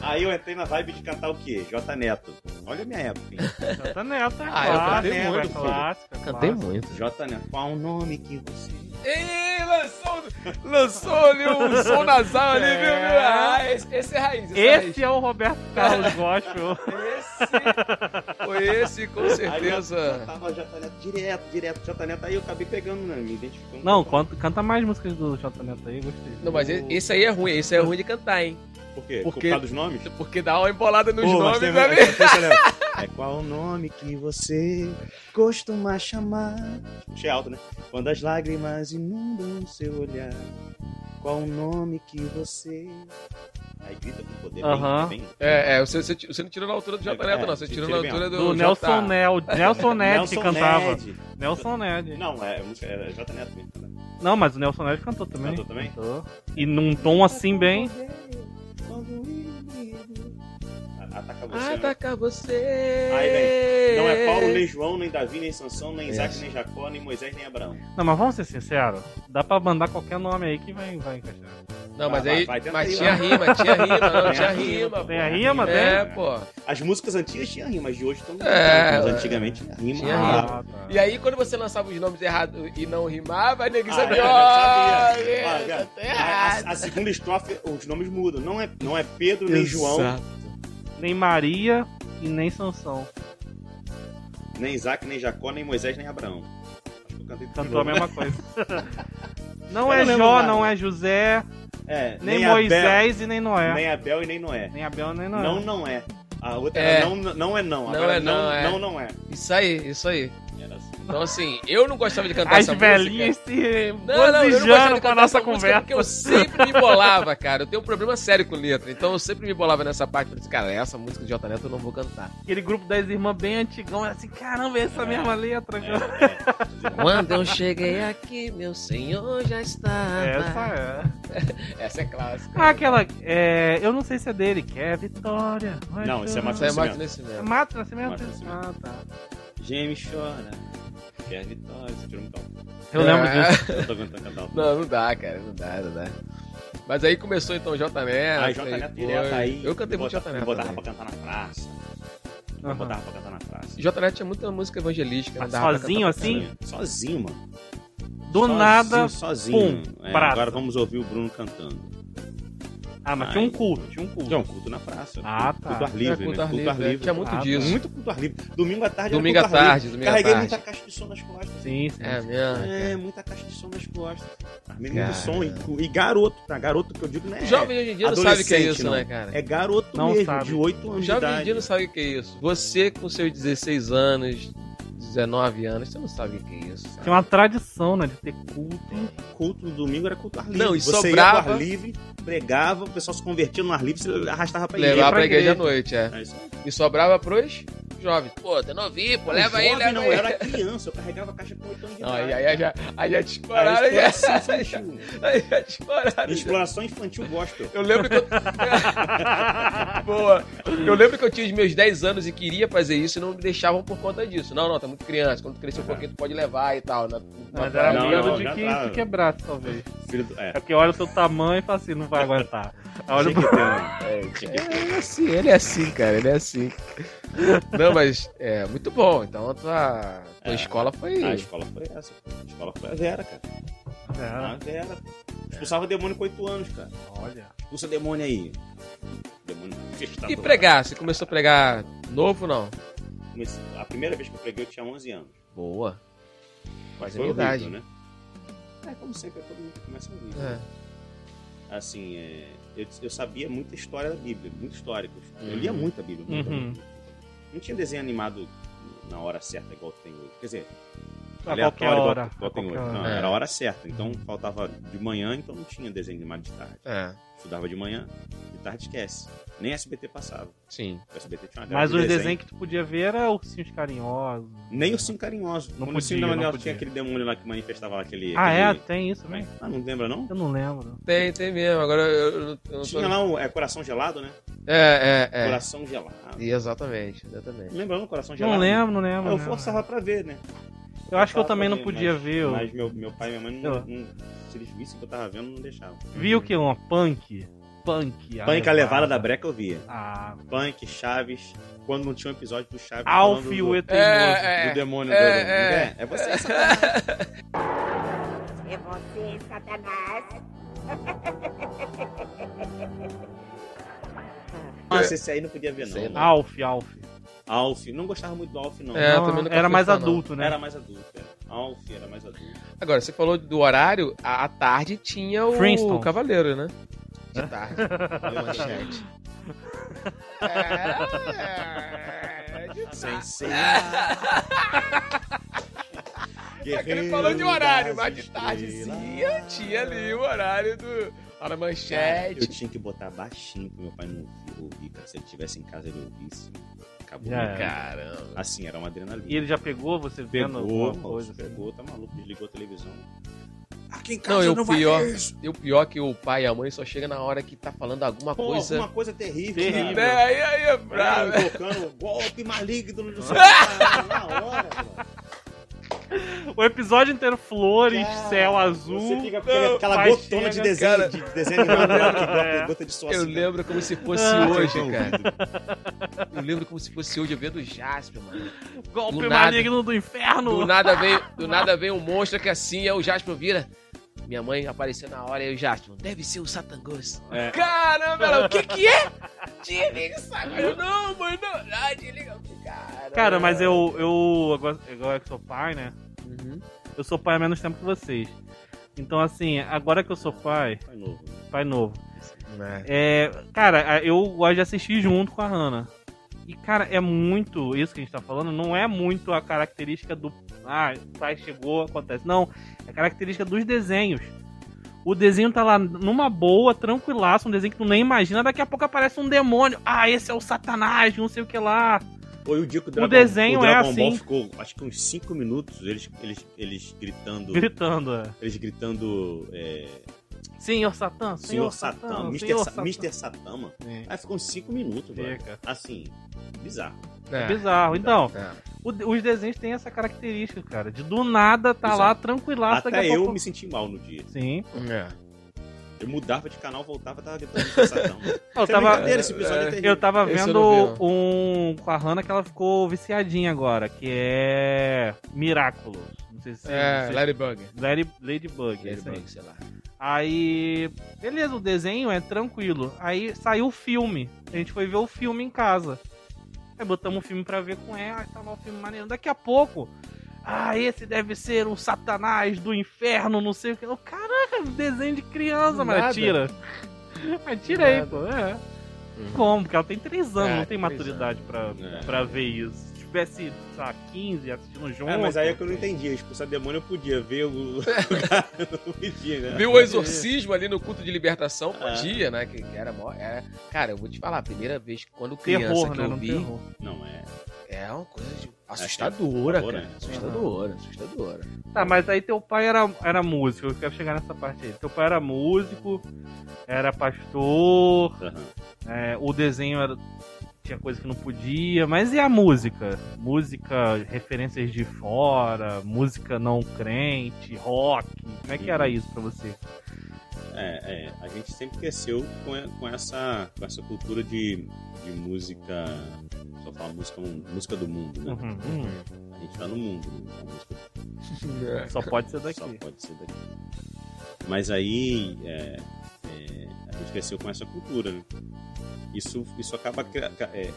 [SPEAKER 3] Aí eu entrei na vibe de cantar o quê? J Neto. Olha a minha época, hein?
[SPEAKER 2] Santa Neta é
[SPEAKER 1] Ah, eu
[SPEAKER 2] clássica,
[SPEAKER 1] cantei
[SPEAKER 2] né?
[SPEAKER 1] muito,
[SPEAKER 2] É
[SPEAKER 1] filho.
[SPEAKER 2] clássica, é
[SPEAKER 1] Cantei
[SPEAKER 2] clássica.
[SPEAKER 1] muito.
[SPEAKER 3] J Neto. Qual o nome que você...
[SPEAKER 1] Ih, lançou, lançou ali um som nasal ali, viu?
[SPEAKER 2] É.
[SPEAKER 1] Ah, esse, esse é raiz. Esse, é raiz.
[SPEAKER 2] Esse é o Roberto
[SPEAKER 1] (laughs)
[SPEAKER 2] Carlos Gospel.
[SPEAKER 1] Esse, foi esse, com
[SPEAKER 3] Aí eu
[SPEAKER 1] certeza.
[SPEAKER 3] cantava Jota Neto direto, direto, Jota Neto. Aí eu acabei pegando, né? Me identificando.
[SPEAKER 2] Não, canta, canta mais músicas do Jota Neto aí, gostei.
[SPEAKER 1] Não, mas e- esse aí é ruim, esse é ruim de cantar, hein?
[SPEAKER 3] Por quê?
[SPEAKER 1] Porque-
[SPEAKER 3] Por causa dos nomes?
[SPEAKER 1] Porque dá uma embolada nos
[SPEAKER 3] Pô, mas
[SPEAKER 1] nomes né,
[SPEAKER 3] tem-
[SPEAKER 1] ali.
[SPEAKER 3] Deixa eu lembrar. (laughs) É qual o nome que você costuma chamar? Puxei alto, né? Quando as lágrimas inundam seu olhar. Qual o nome que você. Aí grita com poder.
[SPEAKER 2] Aham.
[SPEAKER 3] Bem, bem.
[SPEAKER 1] É, é, você, você, você não tirou na altura do Jota Neto,
[SPEAKER 3] É,
[SPEAKER 1] não. Você
[SPEAKER 3] é,
[SPEAKER 1] tirou na
[SPEAKER 3] tirei bem
[SPEAKER 1] altura do,
[SPEAKER 2] Do Nelson
[SPEAKER 1] Neto.
[SPEAKER 2] Ned. Nelson Ned que
[SPEAKER 3] Nelson
[SPEAKER 2] cantava.
[SPEAKER 3] Ned.
[SPEAKER 2] Nelson Ned.
[SPEAKER 3] Não, é, a música era Jota Neto mesmo. né?
[SPEAKER 2] Não, mas o Nelson Ned cantou também.
[SPEAKER 3] Cantou também?
[SPEAKER 2] Cantou. E num tom assim bem.
[SPEAKER 3] A- Ataca
[SPEAKER 1] Ah,
[SPEAKER 3] você. né?
[SPEAKER 1] Ataca você.
[SPEAKER 3] Aí, vem. Não é Paulo, nem João, nem Davi, nem Sansão, nem Isaac,
[SPEAKER 1] Isso.
[SPEAKER 3] nem Jacó, nem Moisés, nem Abraão.
[SPEAKER 2] Não, mas vamos ser sinceros. Dá pra mandar qualquer nome aí que vai, vai encaixar.
[SPEAKER 1] Não, mas
[SPEAKER 3] Vai,
[SPEAKER 1] aí.
[SPEAKER 3] vai, tenta
[SPEAKER 1] mas
[SPEAKER 3] aí,
[SPEAKER 1] tinha
[SPEAKER 3] vai.
[SPEAKER 1] rima, tinha rima, não,
[SPEAKER 3] Tem
[SPEAKER 1] Ah, tinha
[SPEAKER 3] a
[SPEAKER 1] rima.
[SPEAKER 2] Tem
[SPEAKER 1] pô.
[SPEAKER 2] a rima, tem?
[SPEAKER 1] É, pô.
[SPEAKER 3] As músicas antigas tinham rimas, de hoje estão.
[SPEAKER 1] É,
[SPEAKER 3] mas antigamente tinha rima.
[SPEAKER 1] Tinha
[SPEAKER 3] Ah,
[SPEAKER 1] rima.
[SPEAKER 2] tá.
[SPEAKER 1] E aí, quando você lançava os nomes errados e não rimava, ninguém
[SPEAKER 3] Ah,
[SPEAKER 1] sabia.
[SPEAKER 3] eu
[SPEAKER 1] ó,
[SPEAKER 3] sabia. Ah,
[SPEAKER 1] isso
[SPEAKER 3] cara,
[SPEAKER 1] tá
[SPEAKER 3] A,
[SPEAKER 1] errado.
[SPEAKER 3] a- a segunda estrofe, os nomes mudam. Não é, não é Pedro nem João,
[SPEAKER 1] Exato.
[SPEAKER 2] Nem Maria e nem Sansão.
[SPEAKER 3] nem Isaac, nem Jacó, nem Moisés, nem Abraão. Acho que eu cantei tudo de
[SPEAKER 2] Cantou é a
[SPEAKER 3] novo.
[SPEAKER 2] mesma coisa.
[SPEAKER 3] Eu
[SPEAKER 2] Não
[SPEAKER 3] não
[SPEAKER 2] é
[SPEAKER 3] lembro
[SPEAKER 2] Jó,
[SPEAKER 3] mais.
[SPEAKER 2] não é José,
[SPEAKER 3] É,
[SPEAKER 2] nem,
[SPEAKER 3] Abel,
[SPEAKER 2] Moisés e nem
[SPEAKER 1] é.
[SPEAKER 2] Noé. Nem,
[SPEAKER 3] nem Abel e nem Noé.
[SPEAKER 2] Abel nem Noé.
[SPEAKER 3] Não, não é. A outra
[SPEAKER 1] É.
[SPEAKER 3] era não, não é não.
[SPEAKER 1] Não
[SPEAKER 3] Agora
[SPEAKER 1] é não, é.
[SPEAKER 3] não, não é.
[SPEAKER 1] Isso aí, isso aí.
[SPEAKER 3] Era assim.
[SPEAKER 1] Então, assim, eu não gostava de cantar
[SPEAKER 2] As
[SPEAKER 1] essa
[SPEAKER 2] velhinhas
[SPEAKER 1] música. Não, não, eu
[SPEAKER 2] se
[SPEAKER 1] não gostava
[SPEAKER 2] bozijando
[SPEAKER 1] de
[SPEAKER 2] com a
[SPEAKER 1] cantar
[SPEAKER 2] nossa
[SPEAKER 1] essa música porque
[SPEAKER 2] conversa.
[SPEAKER 1] eu sempre me bolava, cara. Eu tenho um problema sério com letra, então eu sempre me bolava nessa parte. Falei assim, cara, essa música de Jota Neto eu não vou cantar.
[SPEAKER 2] Aquele grupo das irmãs bem antigão, era assim, caramba, é essa mesma letra.
[SPEAKER 3] É,
[SPEAKER 2] cara.
[SPEAKER 3] é.
[SPEAKER 1] Quando eu cheguei aqui, meu senhor já estava.
[SPEAKER 2] Essa é.
[SPEAKER 1] Essa é clássica.
[SPEAKER 2] Ah, aquela. é, eu não sei se é dele, que é Vitória. vai
[SPEAKER 3] Não, esse é
[SPEAKER 2] chorar.
[SPEAKER 1] Essa é Mato
[SPEAKER 3] Nascimento.
[SPEAKER 2] É
[SPEAKER 1] Nascimento.
[SPEAKER 2] Mato Nascimento?
[SPEAKER 3] Mato Nascimento.
[SPEAKER 2] Ah, tá.
[SPEAKER 3] Geme e chora. Quer vitória. Você tirou um calmo.
[SPEAKER 2] Eu lembro
[SPEAKER 1] É.
[SPEAKER 2] disso.
[SPEAKER 3] Eu tô cantando
[SPEAKER 1] (laughs)
[SPEAKER 3] cantar.
[SPEAKER 1] Não, não dá, cara. Não dá, não dá. Mas aí começou então o Jota Neto.
[SPEAKER 3] Aí Jota
[SPEAKER 1] aí
[SPEAKER 3] Neto
[SPEAKER 1] foi.
[SPEAKER 3] direto aí.
[SPEAKER 1] Eu cantei
[SPEAKER 3] me
[SPEAKER 1] muito Jota
[SPEAKER 3] bota- me
[SPEAKER 1] Neto.
[SPEAKER 3] Botava pra
[SPEAKER 1] também.
[SPEAKER 3] cantar na praça. Me
[SPEAKER 2] Aham.
[SPEAKER 3] Botava pra cantar na praça. Tá
[SPEAKER 1] Jota Neto tinha muita música evangelística. não
[SPEAKER 2] Mas
[SPEAKER 1] dava pra
[SPEAKER 2] sozinho
[SPEAKER 1] cantar pra
[SPEAKER 2] assim?
[SPEAKER 1] caramba.
[SPEAKER 3] Sozinho, mano.
[SPEAKER 2] É. Do
[SPEAKER 3] Sozinho,
[SPEAKER 2] nada.
[SPEAKER 3] Sozinho.
[SPEAKER 2] pum,
[SPEAKER 3] É,
[SPEAKER 2] praça.
[SPEAKER 3] agora vamos ouvir o Bruno cantando.
[SPEAKER 2] Ah, mas
[SPEAKER 3] Ah,
[SPEAKER 2] tinha um
[SPEAKER 3] então.
[SPEAKER 2] culto, tinha um culto.
[SPEAKER 3] Tinha um culto na praça.
[SPEAKER 2] Ah,
[SPEAKER 3] culto,
[SPEAKER 2] tá.
[SPEAKER 3] Culto ar
[SPEAKER 1] Era
[SPEAKER 3] livre,
[SPEAKER 1] culto
[SPEAKER 3] né?
[SPEAKER 1] ar
[SPEAKER 3] Culto
[SPEAKER 1] livre,
[SPEAKER 3] ar
[SPEAKER 1] é.
[SPEAKER 3] livre.
[SPEAKER 1] Tinha muito
[SPEAKER 2] Ah,
[SPEAKER 1] disso.
[SPEAKER 3] Muito culto ar livre. Domingo à tarde
[SPEAKER 1] Domingo à
[SPEAKER 3] era culto ar
[SPEAKER 1] tarde,
[SPEAKER 3] livre.
[SPEAKER 1] domingo à
[SPEAKER 3] Carreguei
[SPEAKER 1] tarde.
[SPEAKER 3] muita caixa de som nas costas.
[SPEAKER 2] Sim, sim.
[SPEAKER 1] É mesmo.
[SPEAKER 3] É, muita caixa de som nas costas. Armei
[SPEAKER 1] Cara.
[SPEAKER 3] muito som e, e garoto, tá? Garoto que eu digo, né?
[SPEAKER 1] O jovem hoje em dia não sabe o que é isso, né, cara?
[SPEAKER 3] É garoto
[SPEAKER 2] Não
[SPEAKER 3] mesmo,
[SPEAKER 2] sabe.
[SPEAKER 3] de 8
[SPEAKER 1] O
[SPEAKER 3] anos de
[SPEAKER 1] jovem hoje em
[SPEAKER 3] idade.
[SPEAKER 1] dia não sabe o que é isso. Você com seus 16 anos, 19 anos, você não sabe o que é isso. cara.
[SPEAKER 2] Tinha uma tradição, né, de ter culto.
[SPEAKER 3] Culto no domingo era culto ar livre.
[SPEAKER 1] Não, e
[SPEAKER 3] Você ia
[SPEAKER 1] sobrava-
[SPEAKER 3] pro ar livre, pregava, o pessoal se convertia no ar livre, você arrastava pra igreja.
[SPEAKER 1] Levar pra
[SPEAKER 2] pra
[SPEAKER 1] igreja à
[SPEAKER 2] igreja.
[SPEAKER 1] noite, é.
[SPEAKER 3] É isso aí.
[SPEAKER 1] E sobrava pros jovens. Pô, tá novinho, pô, leva
[SPEAKER 3] jovem
[SPEAKER 1] aí, leva
[SPEAKER 3] não,
[SPEAKER 1] aí.
[SPEAKER 3] eu era criança, eu carregava a caixa com 8 anos de
[SPEAKER 1] Não,
[SPEAKER 3] idade.
[SPEAKER 1] aí, aí, aí já, aí já te
[SPEAKER 3] Cara,
[SPEAKER 1] pararam, aí, já-
[SPEAKER 3] exploração infantil.
[SPEAKER 1] (laughs) aí já te pararam.
[SPEAKER 3] Exploração infantil gospel.
[SPEAKER 1] Eu lembro que eu... (laughs) Boa. Eu lembro que eu tinha os meus 10 anos e queria fazer isso e não me deixavam por conta disso. Não, não, tá muito criança. Quando crescer um pouquinho, tu pode levar e tal. né? Na, na-
[SPEAKER 2] Mas era
[SPEAKER 3] Não,
[SPEAKER 2] medo
[SPEAKER 3] não,
[SPEAKER 2] de
[SPEAKER 3] já
[SPEAKER 2] que
[SPEAKER 3] tá.
[SPEAKER 2] se quebrasse, talvez.
[SPEAKER 3] Filho do... É.
[SPEAKER 2] É porque olha o seu tamanho e fala assim, não
[SPEAKER 3] (laughs)
[SPEAKER 2] vai aguentar. Aí Olha
[SPEAKER 3] Tinha
[SPEAKER 1] (laughs)
[SPEAKER 3] que ter,
[SPEAKER 1] É, ele é assim, ele é assim, cara, ele é assim. Não, mas é muito bom. Então a tua, tua
[SPEAKER 3] É.
[SPEAKER 1] escola foi.
[SPEAKER 3] né? A escola foi essa. pô. A escola foi a Vera, cara. A
[SPEAKER 1] Ah.
[SPEAKER 2] É,
[SPEAKER 3] Vera. pô. Expulsava demônio com 8 anos, cara.
[SPEAKER 2] olha.
[SPEAKER 3] Expulsa demônio aí. Demônio
[SPEAKER 1] E
[SPEAKER 3] infestador.
[SPEAKER 1] pregar? Você começou a pregar novo não?
[SPEAKER 3] Comecei- A primeira vez que eu preguei eu tinha 11 anos.
[SPEAKER 1] Boa. Mas
[SPEAKER 3] Mas
[SPEAKER 1] é
[SPEAKER 3] foi
[SPEAKER 1] verdade.
[SPEAKER 3] horrível, né? É, como sempre, todo mundo começa a ouvir.
[SPEAKER 1] É.
[SPEAKER 3] Assim, é, eu, eu sabia muita história da Bíblia, muito histórico. Eu lia
[SPEAKER 1] Uhum.
[SPEAKER 3] muita Bíblia, muita
[SPEAKER 2] Uhum.
[SPEAKER 3] Não tinha desenho animado na hora certa igual tem hoje. Quer dizer,
[SPEAKER 2] A
[SPEAKER 3] aleatório
[SPEAKER 2] qualquer hora.
[SPEAKER 3] igual, igual
[SPEAKER 2] a
[SPEAKER 3] tem hoje.
[SPEAKER 2] qualquer hora. Uhum.
[SPEAKER 3] Não,
[SPEAKER 1] hora.
[SPEAKER 3] era a hora certa. Então faltava de manhã, então não tinha desenho animado de tarde.
[SPEAKER 1] É,
[SPEAKER 3] Estudava de manhã, de tarde esquece. Nem SBT passava.
[SPEAKER 1] sim.
[SPEAKER 3] O SBT tinha uma grade
[SPEAKER 2] Mas
[SPEAKER 3] de
[SPEAKER 2] os desenhos que tu podia ver era ursinhos carinhosos.
[SPEAKER 3] Nem o Sim Carinhoso.
[SPEAKER 2] Não
[SPEAKER 3] Quando o Sim Carinhoso
[SPEAKER 2] podia, não
[SPEAKER 3] tinha
[SPEAKER 2] podia.
[SPEAKER 3] aquele demônio lá que manifestava lá aquele.
[SPEAKER 2] Ah, é?
[SPEAKER 3] aquele-
[SPEAKER 2] Tem isso mesmo?
[SPEAKER 3] Ah, não lembra não?
[SPEAKER 2] Eu não lembro.
[SPEAKER 1] Tem, tem mesmo. Agora eu, eu não- eu não tô.
[SPEAKER 3] Tinha lá um é, Coração Gelado, né?
[SPEAKER 1] É, é, é.
[SPEAKER 3] Coração Gelado.
[SPEAKER 1] Exatamente, exatamente.
[SPEAKER 3] Lembra não? Coração Gelado?
[SPEAKER 2] Não lembro, não
[SPEAKER 3] Ah,
[SPEAKER 2] lembro.
[SPEAKER 3] Eu
[SPEAKER 2] não
[SPEAKER 3] forçava pra ver, né?
[SPEAKER 2] Eu acho que eu
[SPEAKER 3] forçava
[SPEAKER 2] também
[SPEAKER 3] pra
[SPEAKER 2] não
[SPEAKER 3] ver,
[SPEAKER 2] podia
[SPEAKER 3] mas-
[SPEAKER 2] ver, eu-
[SPEAKER 3] Mas meu, meu pai e minha mãe não,
[SPEAKER 2] Eu-
[SPEAKER 3] não- Se eles vissem que eu tava vendo, não deixavam.
[SPEAKER 2] lembro. Viu o que? Uma punk? Punk. a
[SPEAKER 3] Punk a levada da breca eu via.
[SPEAKER 2] Ah,
[SPEAKER 3] Punk, Chaves. Quando não tinha um episódio do Chaves.
[SPEAKER 2] Alf
[SPEAKER 3] falando
[SPEAKER 2] e
[SPEAKER 3] do-
[SPEAKER 2] o
[SPEAKER 1] É,
[SPEAKER 2] Eterno.
[SPEAKER 1] é.
[SPEAKER 3] Do demônio
[SPEAKER 1] É,
[SPEAKER 3] do-
[SPEAKER 1] é.
[SPEAKER 3] É,
[SPEAKER 1] (laughs)
[SPEAKER 3] é você essa
[SPEAKER 5] É você, Satanás.
[SPEAKER 3] Nossa, esse aí não podia ver,
[SPEAKER 1] Sei
[SPEAKER 3] não.
[SPEAKER 1] lá.
[SPEAKER 2] Alf, Alf.
[SPEAKER 3] Alf. Não gostava muito do Alf, não.
[SPEAKER 1] É,
[SPEAKER 2] Não,
[SPEAKER 1] também nunca
[SPEAKER 2] era
[SPEAKER 1] fui
[SPEAKER 2] mais
[SPEAKER 1] fã, não.
[SPEAKER 2] adulto, né?
[SPEAKER 3] Era mais adulto, é. Alf era mais adulto.
[SPEAKER 1] Agora, você falou do horário, à à tarde tinha o
[SPEAKER 2] Princeton.
[SPEAKER 1] Cavaleiro, né? De tarde. na manchete. É, é, de tarde. (laughs)
[SPEAKER 3] Sensei. Guerreiro
[SPEAKER 1] É Ah, Ele falou de horário, mas de
[SPEAKER 3] das
[SPEAKER 1] tardezinha
[SPEAKER 3] estrelas. Ah,
[SPEAKER 1] tinha ali o horário do. Lá na
[SPEAKER 3] Eu
[SPEAKER 1] manchete.
[SPEAKER 3] tinha que botar baixinho pro meu pai não ouvir, ouvir, cara. Se ele estivesse em casa, ele ouvisse. Acabou.
[SPEAKER 2] Já era.
[SPEAKER 1] Caramba.
[SPEAKER 3] Assim, era uma
[SPEAKER 2] E
[SPEAKER 3] adrenalina.
[SPEAKER 2] ele já pegou você
[SPEAKER 3] Pegou,
[SPEAKER 2] vendo alguma
[SPEAKER 3] moço,
[SPEAKER 2] coisa? assim.
[SPEAKER 3] pegou, tá maluco, desligou a televisão. Aqui em
[SPEAKER 1] Não,
[SPEAKER 3] casa
[SPEAKER 1] eu
[SPEAKER 3] não, vai
[SPEAKER 1] pior-
[SPEAKER 3] ter isso.
[SPEAKER 1] E o pior é que o pai e a mãe só chega na hora que tá falando alguma
[SPEAKER 3] Pô,
[SPEAKER 1] coisa.
[SPEAKER 3] uma coisa terrível. cara.
[SPEAKER 2] Terrível.
[SPEAKER 1] Né? Aí, aí é
[SPEAKER 3] Cara,
[SPEAKER 1] brabo.
[SPEAKER 3] Tocando golpe
[SPEAKER 1] (laughs)
[SPEAKER 3] maligno no seu cara, na hora, mano.
[SPEAKER 2] O episódio inteiro flores,
[SPEAKER 3] Cara,
[SPEAKER 2] céu azul.
[SPEAKER 3] Você fica com
[SPEAKER 1] não,
[SPEAKER 3] aquela
[SPEAKER 2] (laughs) pai
[SPEAKER 3] gotona de
[SPEAKER 2] chega,
[SPEAKER 3] desenho,
[SPEAKER 1] cara.
[SPEAKER 3] de desenho animado, né? que
[SPEAKER 2] É.
[SPEAKER 3] gota, gota de suor.
[SPEAKER 1] Eu
[SPEAKER 3] assim,
[SPEAKER 1] lembro como se fosse
[SPEAKER 2] Ah,
[SPEAKER 3] cara.
[SPEAKER 1] hoje, cara.
[SPEAKER 3] Ouvido.
[SPEAKER 1] Eu lembro como se fosse hoje, eu vendo o Jasper, mano. Do
[SPEAKER 2] Golpe
[SPEAKER 1] nada.
[SPEAKER 2] maligno do inferno.
[SPEAKER 1] Do nada vem, do nada vem um monstro que assim, aí o Jasper vira. Minha mãe apareceu na hora e aí o Jasper, deve ser o Satangos.
[SPEAKER 3] É.
[SPEAKER 1] Caramba, ela, o que que é? Desliga isso agora. Não, mãe, não. Ah, desliga. Caramba.
[SPEAKER 2] Cara, mas eu, eu agora, agora que sou pai, né?
[SPEAKER 1] Uhum.
[SPEAKER 2] Eu sou pai há menos tempo que vocês. Então, assim, agora que eu sou pai,
[SPEAKER 3] Pai novo. né?
[SPEAKER 2] pai novo,
[SPEAKER 1] É.
[SPEAKER 2] é, cara, a- eu gosto de assistir junto com a Hannah. E, cara, é muito. Isso que a gente tá falando não é muito a característica do. Ah, pai chegou, acontece. Não. É a característica dos desenhos. O desenho tá lá numa boa, tranquilaço, um desenho que tu nem imagina. Daqui a pouco aparece um demônio. Ah, esse é o Satanás, não sei o que lá.
[SPEAKER 3] Foi o dia que o Dragon,
[SPEAKER 2] desenho
[SPEAKER 3] o Dragon
[SPEAKER 2] é
[SPEAKER 3] Ball
[SPEAKER 2] assim.
[SPEAKER 3] ficou, acho que uns 5 minutos, eles, eles, eles gritando.
[SPEAKER 2] Gritando, é.
[SPEAKER 3] Eles gritando. É,
[SPEAKER 2] Senhor Satã,
[SPEAKER 3] Senhor
[SPEAKER 2] Senhor,
[SPEAKER 3] Satã,
[SPEAKER 2] Satã, É.
[SPEAKER 3] Mr.
[SPEAKER 2] Senhor
[SPEAKER 3] Sa- Mr. Satã, mano.
[SPEAKER 2] É.
[SPEAKER 3] Aí ficou uns 5 minutos, velho.
[SPEAKER 2] Fica.
[SPEAKER 3] Assim, bizarro.
[SPEAKER 1] É.
[SPEAKER 2] Bizarro. Então,
[SPEAKER 1] É.
[SPEAKER 2] o- os desenhos têm essa característica, cara. De do nada tá
[SPEAKER 3] Exato.
[SPEAKER 2] lá tranquilaço daqui
[SPEAKER 3] Até
[SPEAKER 2] a
[SPEAKER 3] eu
[SPEAKER 2] pouco.
[SPEAKER 3] me senti mal no dia.
[SPEAKER 2] Sim.
[SPEAKER 1] É.
[SPEAKER 3] Eu mudava de canal, voltava, tava gritando
[SPEAKER 2] (laughs)
[SPEAKER 3] Satã.
[SPEAKER 2] Eu
[SPEAKER 3] Foi
[SPEAKER 2] tava,
[SPEAKER 3] é brincadeira, esse episódio é,
[SPEAKER 1] é,
[SPEAKER 3] terrível.
[SPEAKER 2] eu tava
[SPEAKER 1] Esse eu
[SPEAKER 2] vendo
[SPEAKER 1] não vi,
[SPEAKER 2] um com a Hannah que ela ficou viciadinha agora, que é Miraculous. Não sei se
[SPEAKER 1] É,
[SPEAKER 2] não sei-
[SPEAKER 1] Ladybug.
[SPEAKER 2] Lady- Ladybug. é isso aí.
[SPEAKER 1] Ladybug, sei lá.
[SPEAKER 2] Aí, beleza, o desenho é tranquilo. Aí saiu o filme. A gente foi ver o filme em casa. Aí botamos o filme pra ver com ela, tava um filme maneiro. Daqui a pouco, ah, esse deve ser o Satanás do inferno, não sei o que. Eu, Caraca, desenho de criança,
[SPEAKER 1] Nada.
[SPEAKER 2] mas tira.
[SPEAKER 3] (laughs)
[SPEAKER 2] Mas tira aí, pô. É.
[SPEAKER 1] Uhum.
[SPEAKER 2] Como? Porque ela tem 3
[SPEAKER 1] É,
[SPEAKER 2] anos, não tem
[SPEAKER 1] três
[SPEAKER 2] maturidade pra,
[SPEAKER 3] É.
[SPEAKER 2] pra ver isso. Se tivesse, sei lá, 15 assistindo junto. né,
[SPEAKER 3] É, mas aí é que eu não entendi. Expulsar demônio eu podia
[SPEAKER 1] (laughs)
[SPEAKER 3] ver o. o cara não podia, né?
[SPEAKER 1] Viu o exorcismo ali no culto de libertação?
[SPEAKER 3] É.
[SPEAKER 1] Podia, né? Que que era mó. era- Cara, eu vou te falar, a primeira vez que- quando criança
[SPEAKER 2] Terror,
[SPEAKER 1] que
[SPEAKER 2] né?
[SPEAKER 1] eu
[SPEAKER 2] Não
[SPEAKER 1] vi.
[SPEAKER 2] terror.
[SPEAKER 3] Não, é.
[SPEAKER 1] É uma coisa de- assustadora,
[SPEAKER 3] Apavorante.
[SPEAKER 1] cara. Assustadora, assustadora.
[SPEAKER 2] Tá, mas aí teu pai era, era músico, eu quero chegar nessa parte aí. Teu pai era músico, era pastor,
[SPEAKER 3] Aham.
[SPEAKER 2] é, o desenho era- tinha coisa que não podia, mas e a música? Música, referências de fora, música não crente, rock, como é que
[SPEAKER 3] Uhum.
[SPEAKER 2] era isso pra você?
[SPEAKER 3] É, é, a gente sempre cresceu com, e- com essa, com essa cultura de, de música. Só falar música, música do mundo, né?
[SPEAKER 2] Uhum, uhum.
[SPEAKER 3] A gente tá no mundo, né? A música
[SPEAKER 1] É.
[SPEAKER 2] Só pode ser daqui.
[SPEAKER 3] Só pode ser daqui. Mas aí é, é, a gente cresceu com essa cultura, né? Isso, isso acaba cre- ca- é,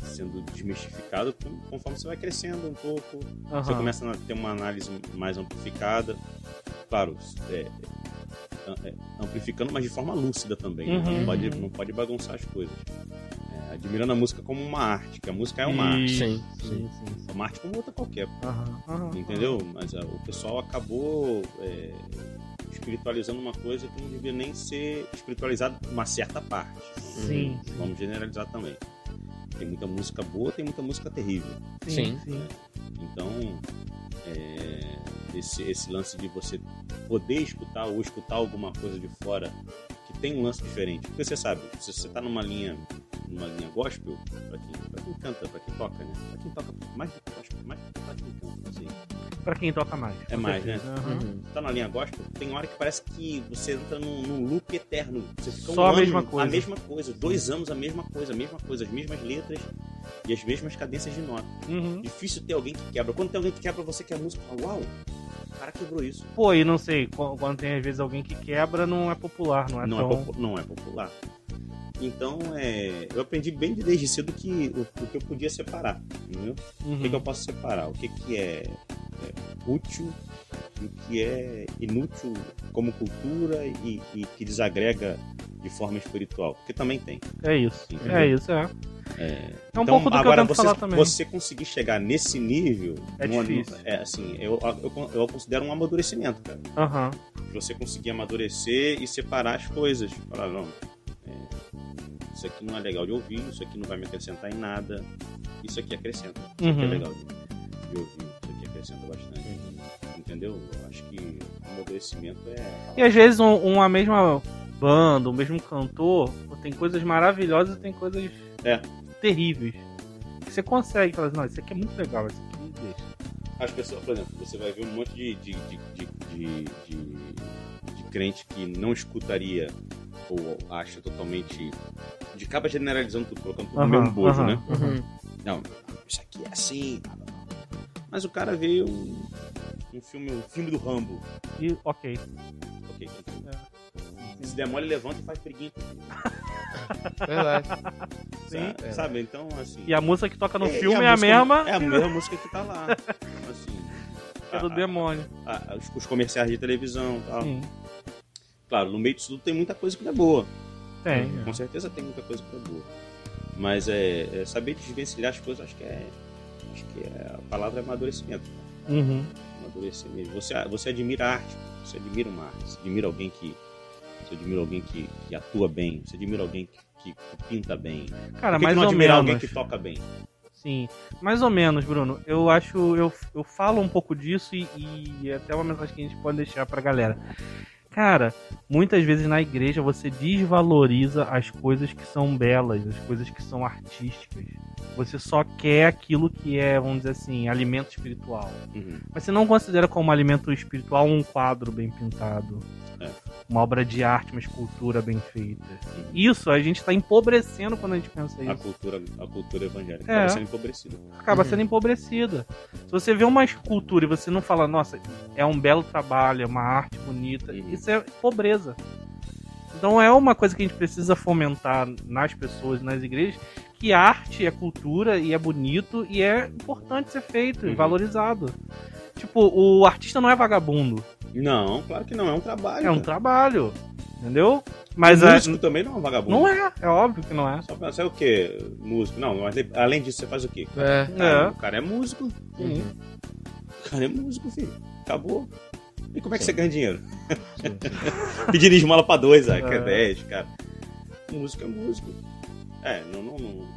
[SPEAKER 3] é, sendo desmistificado com- conforme você vai crescendo um pouco.
[SPEAKER 2] Aham.
[SPEAKER 3] Você começa a ter uma análise mais amplificada. Claro, é, é, é, amplificando, mas de forma lúcida também. né?
[SPEAKER 2] Uhum.
[SPEAKER 3] Não, pode, não pode bagunçar as coisas. É, admirando a música como uma arte, que a música é uma
[SPEAKER 2] E-
[SPEAKER 3] arte.
[SPEAKER 1] Sim,
[SPEAKER 2] Sim, sim, sim.
[SPEAKER 3] É Uma arte como outra qualquer,
[SPEAKER 2] Aham, aham.
[SPEAKER 3] entendeu? Mas ah, o pessoal acabou é, espiritualizando uma coisa que não devia nem ser espiritualizada por uma certa parte.
[SPEAKER 2] Sim, sim,
[SPEAKER 3] Vamos generalizar também. Tem muita música boa, tem muita música terrível.
[SPEAKER 1] Sim.
[SPEAKER 2] sim, sim.
[SPEAKER 3] Então, é, esse, esse lance de você poder escutar ou escutar alguma coisa de fora que tem um lance diferente. Porque você sabe, se você está numa linha, numa linha gospel, pra quem, pra quem canta, pra quem toca, né? Pra quem toca, mais gospel, mais pra quem canta, não sei.
[SPEAKER 2] Pra quem toca mais.
[SPEAKER 3] É
[SPEAKER 2] com
[SPEAKER 3] mais,
[SPEAKER 2] certeza. Aham.
[SPEAKER 1] Uhum.
[SPEAKER 3] tá na linha gospel, tem hora que parece que você entra num, num loop eterno. Você fica
[SPEAKER 2] Só
[SPEAKER 3] um
[SPEAKER 2] a
[SPEAKER 3] ano,
[SPEAKER 2] mesma coisa.
[SPEAKER 3] A mesma coisa, dois anos a mesma coisa, a mesma coisa, as mesmas letras e as mesmas cadências de nota.
[SPEAKER 2] Uhum.
[SPEAKER 3] Difícil ter alguém que quebra. Quando tem alguém que quebra, você quer a música fala, uau, o cara quebrou isso.
[SPEAKER 2] Pô, e não sei, qu- quando tem às vezes alguém que quebra, não é popular, não é
[SPEAKER 3] não,
[SPEAKER 2] tão...
[SPEAKER 3] é popu- não é popular. Então, é, eu aprendi bem desde cedo que o, o que eu podia separar, entendeu? O que, que eu
[SPEAKER 2] Uhum.
[SPEAKER 3] posso separar? O que, que é, é útil e o que é inútil como cultura e, e que desagrega de forma espiritual? Porque também tem.
[SPEAKER 2] É isso,
[SPEAKER 3] Entendeu?
[SPEAKER 2] é isso, é.
[SPEAKER 3] É,
[SPEAKER 2] É um pouco do que eu
[SPEAKER 3] agora
[SPEAKER 2] tento
[SPEAKER 3] você,
[SPEAKER 2] falar também.
[SPEAKER 3] você conseguir chegar nesse nível
[SPEAKER 2] É
[SPEAKER 3] numa-
[SPEAKER 2] difícil.
[SPEAKER 3] é, assim, eu, eu, eu considero um amadurecimento, cara.
[SPEAKER 2] Aham.
[SPEAKER 3] Você conseguir amadurecer e separar as coisas. Falar, não, é, isso aqui não é legal de ouvir, isso aqui não vai me acrescentar em nada, isso aqui acrescenta. Isso aqui é
[SPEAKER 2] Uhum.
[SPEAKER 3] legal de, de ouvir, isso aqui acrescenta bastante. Entendeu? Eu acho que o amadurecimento é.
[SPEAKER 2] E às vezes um, uma mesma banda, o mesmo cantor, pô, tem coisas maravilhosas e tem coisas
[SPEAKER 3] É.
[SPEAKER 2] terríveis. Você consegue falar assim, não, isso aqui é muito legal, isso aqui me deixa.
[SPEAKER 3] As pessoas, por exemplo, você vai ver um monte de, de, de, de, de, de- de crente que não escutaria ou acha totalmente. De acaba generalizando tudo, colocando tudo no
[SPEAKER 2] Aham,
[SPEAKER 3] mesmo bojo,
[SPEAKER 2] aham.
[SPEAKER 3] né?
[SPEAKER 1] Uhum.
[SPEAKER 3] Não, isso aqui é assim. Mas o cara vê um, um filme, um filme do Rambo.
[SPEAKER 2] E ok.
[SPEAKER 3] Ok.
[SPEAKER 2] É.
[SPEAKER 3] Se der mole, levanta e faz preguinha.
[SPEAKER 1] Verdade.
[SPEAKER 2] Sim. É.
[SPEAKER 3] Sabe? Sabe? Então, assim.
[SPEAKER 2] E a música que toca no
[SPEAKER 3] e- e
[SPEAKER 2] filme é a
[SPEAKER 3] música-
[SPEAKER 2] mesma
[SPEAKER 3] É a mesma música que tá
[SPEAKER 2] (laughs)
[SPEAKER 3] lá. Assim.
[SPEAKER 2] que é do
[SPEAKER 3] a- a-
[SPEAKER 2] demônio.
[SPEAKER 3] a- os, os comerciais de televisão e tal.
[SPEAKER 2] Sim.
[SPEAKER 3] Claro, no meio disso tudo tem muita coisa que não é boa.
[SPEAKER 2] Tem.
[SPEAKER 3] Com certeza tem muita coisa que não é boa. Mas é, é saber desvencilhar as coisas, acho que é. Acho que é, a palavra é amadurecimento.
[SPEAKER 2] Uhum.
[SPEAKER 3] Amadurecer mesmo. Você, você admira a arte, você admira uma arte, você admira alguém que. Você admira alguém que, que atua bem, você admira alguém que, que pinta bem.
[SPEAKER 2] Cara,
[SPEAKER 3] Por que que
[SPEAKER 2] mais
[SPEAKER 3] não
[SPEAKER 2] ou
[SPEAKER 3] admirar
[SPEAKER 2] menos.
[SPEAKER 3] alguém que toca bem?
[SPEAKER 2] Sim, mais ou menos, Bruno. Eu acho, eu, eu falo um pouco disso e, e é até uma mensagem que a gente pode deixar pra galera. Cara, muitas vezes na igreja você desvaloriza as coisas que são belas, as coisas que são artísticas. Você só quer aquilo que é, vamos dizer assim, alimento espiritual.
[SPEAKER 3] Uhum.
[SPEAKER 2] Mas você não considera como alimento espiritual um quadro bem pintado, uma obra de arte, uma escultura bem feita. Isso a gente está empobrecendo quando a gente pensa
[SPEAKER 3] A
[SPEAKER 2] isso.
[SPEAKER 3] cultura, a cultura evangélica
[SPEAKER 2] É.
[SPEAKER 3] estava sendo empobrecida.
[SPEAKER 2] Acaba sendo empobrecida. Se você vê uma escultura e você não fala, nossa, é um belo trabalho, é uma arte bonita,
[SPEAKER 3] Uhum.
[SPEAKER 2] isso é pobreza. Então é uma coisa que a gente precisa fomentar nas pessoas, nas igrejas, que arte é cultura e é bonito e é importante ser feito e
[SPEAKER 3] Uhum.
[SPEAKER 2] valorizado. Tipo, o artista não é vagabundo,
[SPEAKER 3] Não, claro que não, é um trabalho.
[SPEAKER 2] é um
[SPEAKER 3] cara.
[SPEAKER 2] trabalho, entendeu? Mas
[SPEAKER 3] O
[SPEAKER 2] é,
[SPEAKER 3] músico também não é um vagabundo.
[SPEAKER 2] não é, é óbvio que não é.
[SPEAKER 3] Só pensar o quê? Músico. Não, mas de- além disso, você faz o quê?
[SPEAKER 1] É.
[SPEAKER 3] Cara,
[SPEAKER 2] É.
[SPEAKER 3] O cara é músico.
[SPEAKER 1] Uhum.
[SPEAKER 3] O cara é músico, filho. Acabou. E como é que
[SPEAKER 1] Sim.
[SPEAKER 3] você ganha dinheiro?
[SPEAKER 1] Sim, sim.
[SPEAKER 3] Pedindo esmola pra dois, ah, que é
[SPEAKER 2] É.
[SPEAKER 3] 10, cara. Músico é músico. É, não, não, não. não.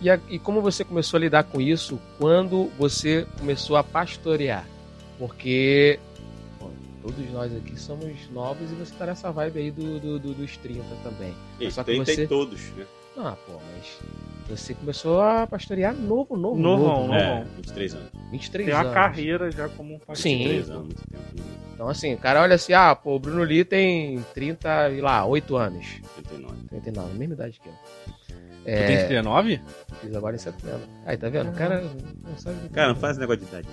[SPEAKER 1] E, a- e como você começou a lidar com isso quando você começou a pastorear? Porque bom, todos nós aqui somos novos e você tá nessa vibe aí do, do- do- dos 30 também.
[SPEAKER 3] E
[SPEAKER 1] Só que
[SPEAKER 3] tem,
[SPEAKER 1] você-
[SPEAKER 3] tem todos, né?
[SPEAKER 1] Ah, pô, mas você começou a pastorear novo, novo, novo.
[SPEAKER 2] Novão,
[SPEAKER 1] né?
[SPEAKER 3] É,
[SPEAKER 2] novão.
[SPEAKER 3] 23 anos.
[SPEAKER 1] 23
[SPEAKER 2] Tem
[SPEAKER 1] anos.
[SPEAKER 2] uma carreira já como um
[SPEAKER 1] Sim.
[SPEAKER 3] 23 anos, um, muito tempo.
[SPEAKER 1] Então, assim, o cara olha assim, ah, pô, o Bruno Lee tem 30, e lá, 8 anos.
[SPEAKER 3] 39.
[SPEAKER 1] 39, mesma idade que eu. É.
[SPEAKER 2] Tu tem 39?
[SPEAKER 1] Fiz agora em setembro. Aí, tá vendo? O cara não sabe... do que
[SPEAKER 3] Cara,
[SPEAKER 1] tá
[SPEAKER 3] não faz negócio de idade.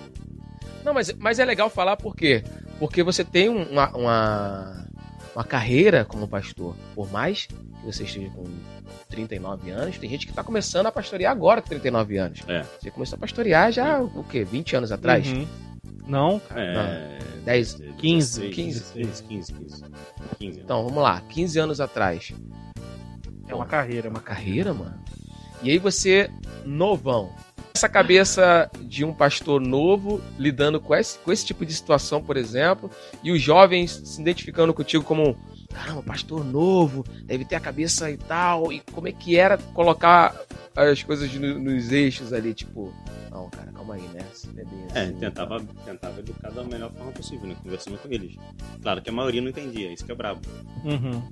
[SPEAKER 1] Não, mas, mas é legal falar por quê? Porque você tem um- uma, uma, uma carreira como pastor. Por mais que você esteja com 39 anos, tem gente que está começando a pastorear agora com 39 anos.
[SPEAKER 3] É.
[SPEAKER 1] Você começou a pastorear já, o quê? 20 anos atrás?
[SPEAKER 2] Uhum. Não, cara.
[SPEAKER 3] É.
[SPEAKER 1] 10.
[SPEAKER 2] 15,
[SPEAKER 1] 15,
[SPEAKER 3] 16, 15, 15. 15
[SPEAKER 1] Então, vamos lá. 15 anos atrás.
[SPEAKER 2] É uma carreira, é
[SPEAKER 1] Uma
[SPEAKER 2] uma
[SPEAKER 1] carreira, mano. E aí você, novão. Essa cabeça de um pastor novo lidando com esse, com esse tipo de situação, por exemplo, e os jovens se identificando contigo como caramba, pastor novo, deve ter a cabeça e tal. E como é que era colocar as coisas no- nos eixos ali, tipo, não, cara, calma aí, né? Esse bebê
[SPEAKER 3] É,
[SPEAKER 1] assim,
[SPEAKER 3] tentava, tentava educar da melhor forma possível, né? Conversando com eles. Claro que a maioria não entendia, isso que é brabo.
[SPEAKER 2] Uhum.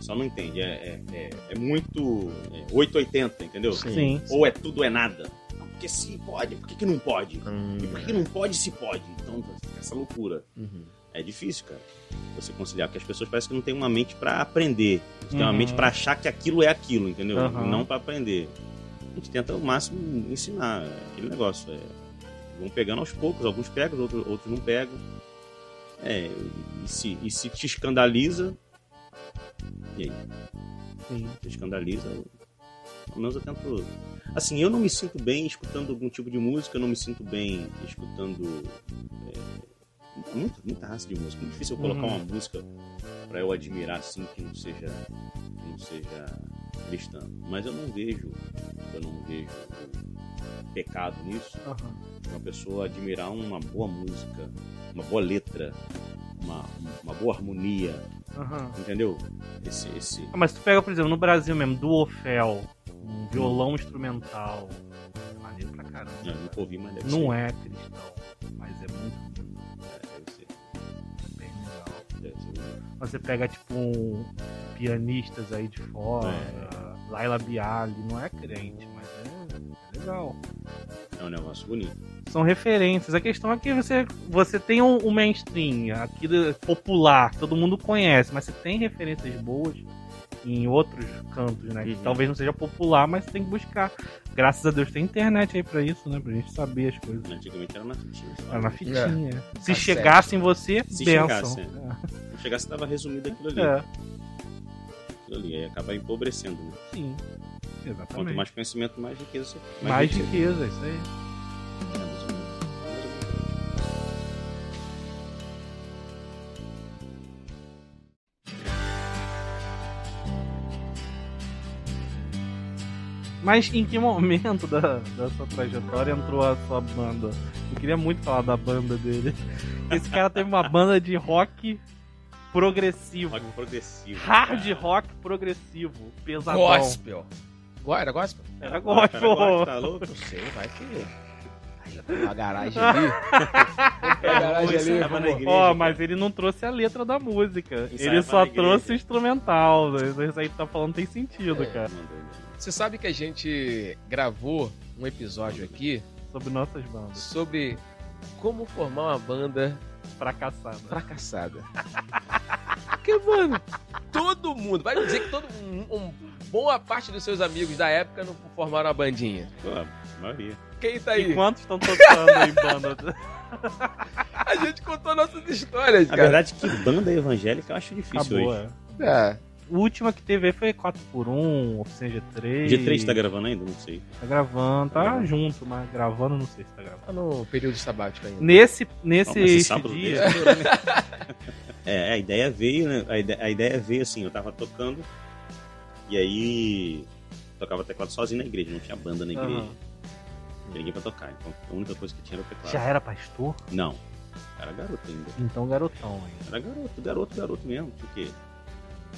[SPEAKER 3] Só não entende. É, é, é, é muito é 880, entendeu?
[SPEAKER 2] Sim.
[SPEAKER 3] Ou é tudo ou é nada. Não, porque se pode, por que, que não pode?
[SPEAKER 1] Hum,
[SPEAKER 3] E por que, que não pode se pode? Então, fica essa loucura.
[SPEAKER 1] uhum.
[SPEAKER 3] É difícil, cara. Você conciliar, porque as pessoas parecem que não têm uma mente pra aprender. Eles têm uma
[SPEAKER 2] Uhum.
[SPEAKER 3] mente pra achar que aquilo é aquilo, entendeu?
[SPEAKER 2] Aham.
[SPEAKER 3] E Não pra aprender. A gente tenta ao máximo ensinar aquele negócio. É, vão pegando aos poucos, alguns pegam, outros, outros não pegam. É, e se, e se te escandaliza,
[SPEAKER 2] Sim.
[SPEAKER 3] te escandaliza, eu- pelo menos eu tento. Assim, eu não me sinto bem escutando algum tipo de música, eu não me sinto bem escutando. É, muita, muita raça de música. É muito difícil eu colocar
[SPEAKER 2] Uhum.
[SPEAKER 3] uma música pra eu admirar assim que não seja. que não seja cristã. Mas eu não vejo. Eu não vejo pecado nisso
[SPEAKER 2] Aham.
[SPEAKER 3] uma pessoa admirar uma boa música, uma boa letra, uma, uma boa harmonia,
[SPEAKER 2] Aham.
[SPEAKER 3] entendeu? Esse, esse...
[SPEAKER 2] uhum. Ah, Mas tu pega, por exemplo, no Brasil mesmo, do Ofel, um
[SPEAKER 3] Hum.
[SPEAKER 2] violão instrumental. Maneiro pra caramba.
[SPEAKER 3] Eu né, nunca ouvi, mas deve
[SPEAKER 2] Não
[SPEAKER 3] ser.
[SPEAKER 2] é cristão, mas é muito lindo,
[SPEAKER 3] Deve ser.
[SPEAKER 2] bem legal.
[SPEAKER 3] Deve ser.
[SPEAKER 2] Você pega, tipo, um, pianistas aí de fora,
[SPEAKER 3] É.
[SPEAKER 2] Laila Bialy, não é crente, mas é- é legal.
[SPEAKER 3] É um negócio bonito.
[SPEAKER 2] são referências. A questão é que você, você tem um, um mainstream aqui do- popular, que todo mundo conhece, mas você tem referências boas em outros cantos, né? Que
[SPEAKER 3] Uhum.
[SPEAKER 2] talvez não seja popular, mas você tem que buscar. Graças a Deus tem internet aí pra isso, né? Pra gente saber as coisas.
[SPEAKER 3] Antigamente era na fitinha. só.
[SPEAKER 2] Era na fitinha. Se
[SPEAKER 1] Tá
[SPEAKER 2] chegasse em você,
[SPEAKER 3] É. Se
[SPEAKER 2] benção.
[SPEAKER 3] chegasse, Quando chegasse, estava resumido aquilo ali.
[SPEAKER 2] É. É,
[SPEAKER 3] Aquilo ali. Aí acaba empobrecendo, né?
[SPEAKER 2] sim.
[SPEAKER 3] Quanto
[SPEAKER 2] Exatamente. Mais,
[SPEAKER 3] mais conhecimento, mais riqueza você Mais, riqueza.
[SPEAKER 2] riqueza, isso aí.
[SPEAKER 3] É, mais ou menos. Mais ou menos.
[SPEAKER 2] Mas em que momento da, da sua trajetória entrou a sua banda? Eu queria muito falar da banda dele. Esse cara teve uma banda de rock progressivo.
[SPEAKER 3] Rock progressivo.
[SPEAKER 2] Hard
[SPEAKER 3] cara.
[SPEAKER 2] rock progressivo. Pesadão.
[SPEAKER 1] Gospel. Go- Era gospel?
[SPEAKER 2] Era
[SPEAKER 3] Ah, cara, agora
[SPEAKER 2] gospel.
[SPEAKER 3] Tá louco?
[SPEAKER 1] Não sei, vai que. Aí já tem uma garagem ali. Tem uma garagem
[SPEAKER 3] Isso
[SPEAKER 1] ali,
[SPEAKER 3] tava na
[SPEAKER 1] vamos-
[SPEAKER 3] igreja,
[SPEAKER 2] Ó,
[SPEAKER 3] cara.
[SPEAKER 2] mas ele não trouxe a letra da música.
[SPEAKER 3] Isso
[SPEAKER 2] ele
[SPEAKER 3] aí
[SPEAKER 2] só
[SPEAKER 3] vai na
[SPEAKER 2] trouxe
[SPEAKER 3] igreja.
[SPEAKER 2] o instrumental. Isso aí que tá falando tem sentido, cara.
[SPEAKER 3] Mandou, né?
[SPEAKER 1] (laughs) Você sabe que a gente gravou um episódio aqui
[SPEAKER 2] Sobre nossas bandas.
[SPEAKER 1] sobre Como formar uma banda
[SPEAKER 2] Fracassado.
[SPEAKER 1] (laughs) fracassada? Porque, mano, todo mundo. Vai dizer que todo um, um- boa parte dos seus amigos da época não formaram a bandinha.
[SPEAKER 3] Pô, a maioria.
[SPEAKER 1] Quem tá
[SPEAKER 2] E
[SPEAKER 1] aí?
[SPEAKER 2] quantos estão tocando em banda?
[SPEAKER 1] A gente contou nossas histórias,
[SPEAKER 3] Na
[SPEAKER 1] cara.
[SPEAKER 3] verdade, que banda evangélica eu acho difícil
[SPEAKER 2] Acabou,
[SPEAKER 3] hoje.
[SPEAKER 2] é.
[SPEAKER 1] É.
[SPEAKER 2] O último que teve aí foi 4x1, Oficina G3.
[SPEAKER 3] Dia 3 tá gravando ainda? Não sei.
[SPEAKER 2] Tá gravando, tá
[SPEAKER 3] Gravando.
[SPEAKER 2] junto, mas gravando não sei se tá gravando.
[SPEAKER 1] Tá no período sabático ainda.
[SPEAKER 2] Nesse,
[SPEAKER 3] Não,
[SPEAKER 2] nesse
[SPEAKER 3] mas esse
[SPEAKER 2] este
[SPEAKER 3] sábado
[SPEAKER 2] dia,
[SPEAKER 3] mesmo. (laughs) É, a ideia veio, né? A ide- a ideia, veio assim, eu tava tocando, e aí tocava teclado sozinho na igreja, não tinha banda na igreja.
[SPEAKER 2] Aham.
[SPEAKER 3] Não tinha ninguém pra tocar. Então a única coisa que tinha era o teclado.
[SPEAKER 2] já era pastor?
[SPEAKER 3] Não. Era garoto ainda.
[SPEAKER 2] Então garotão aí.
[SPEAKER 3] Era garoto, garoto, garoto mesmo. Tinha o quê?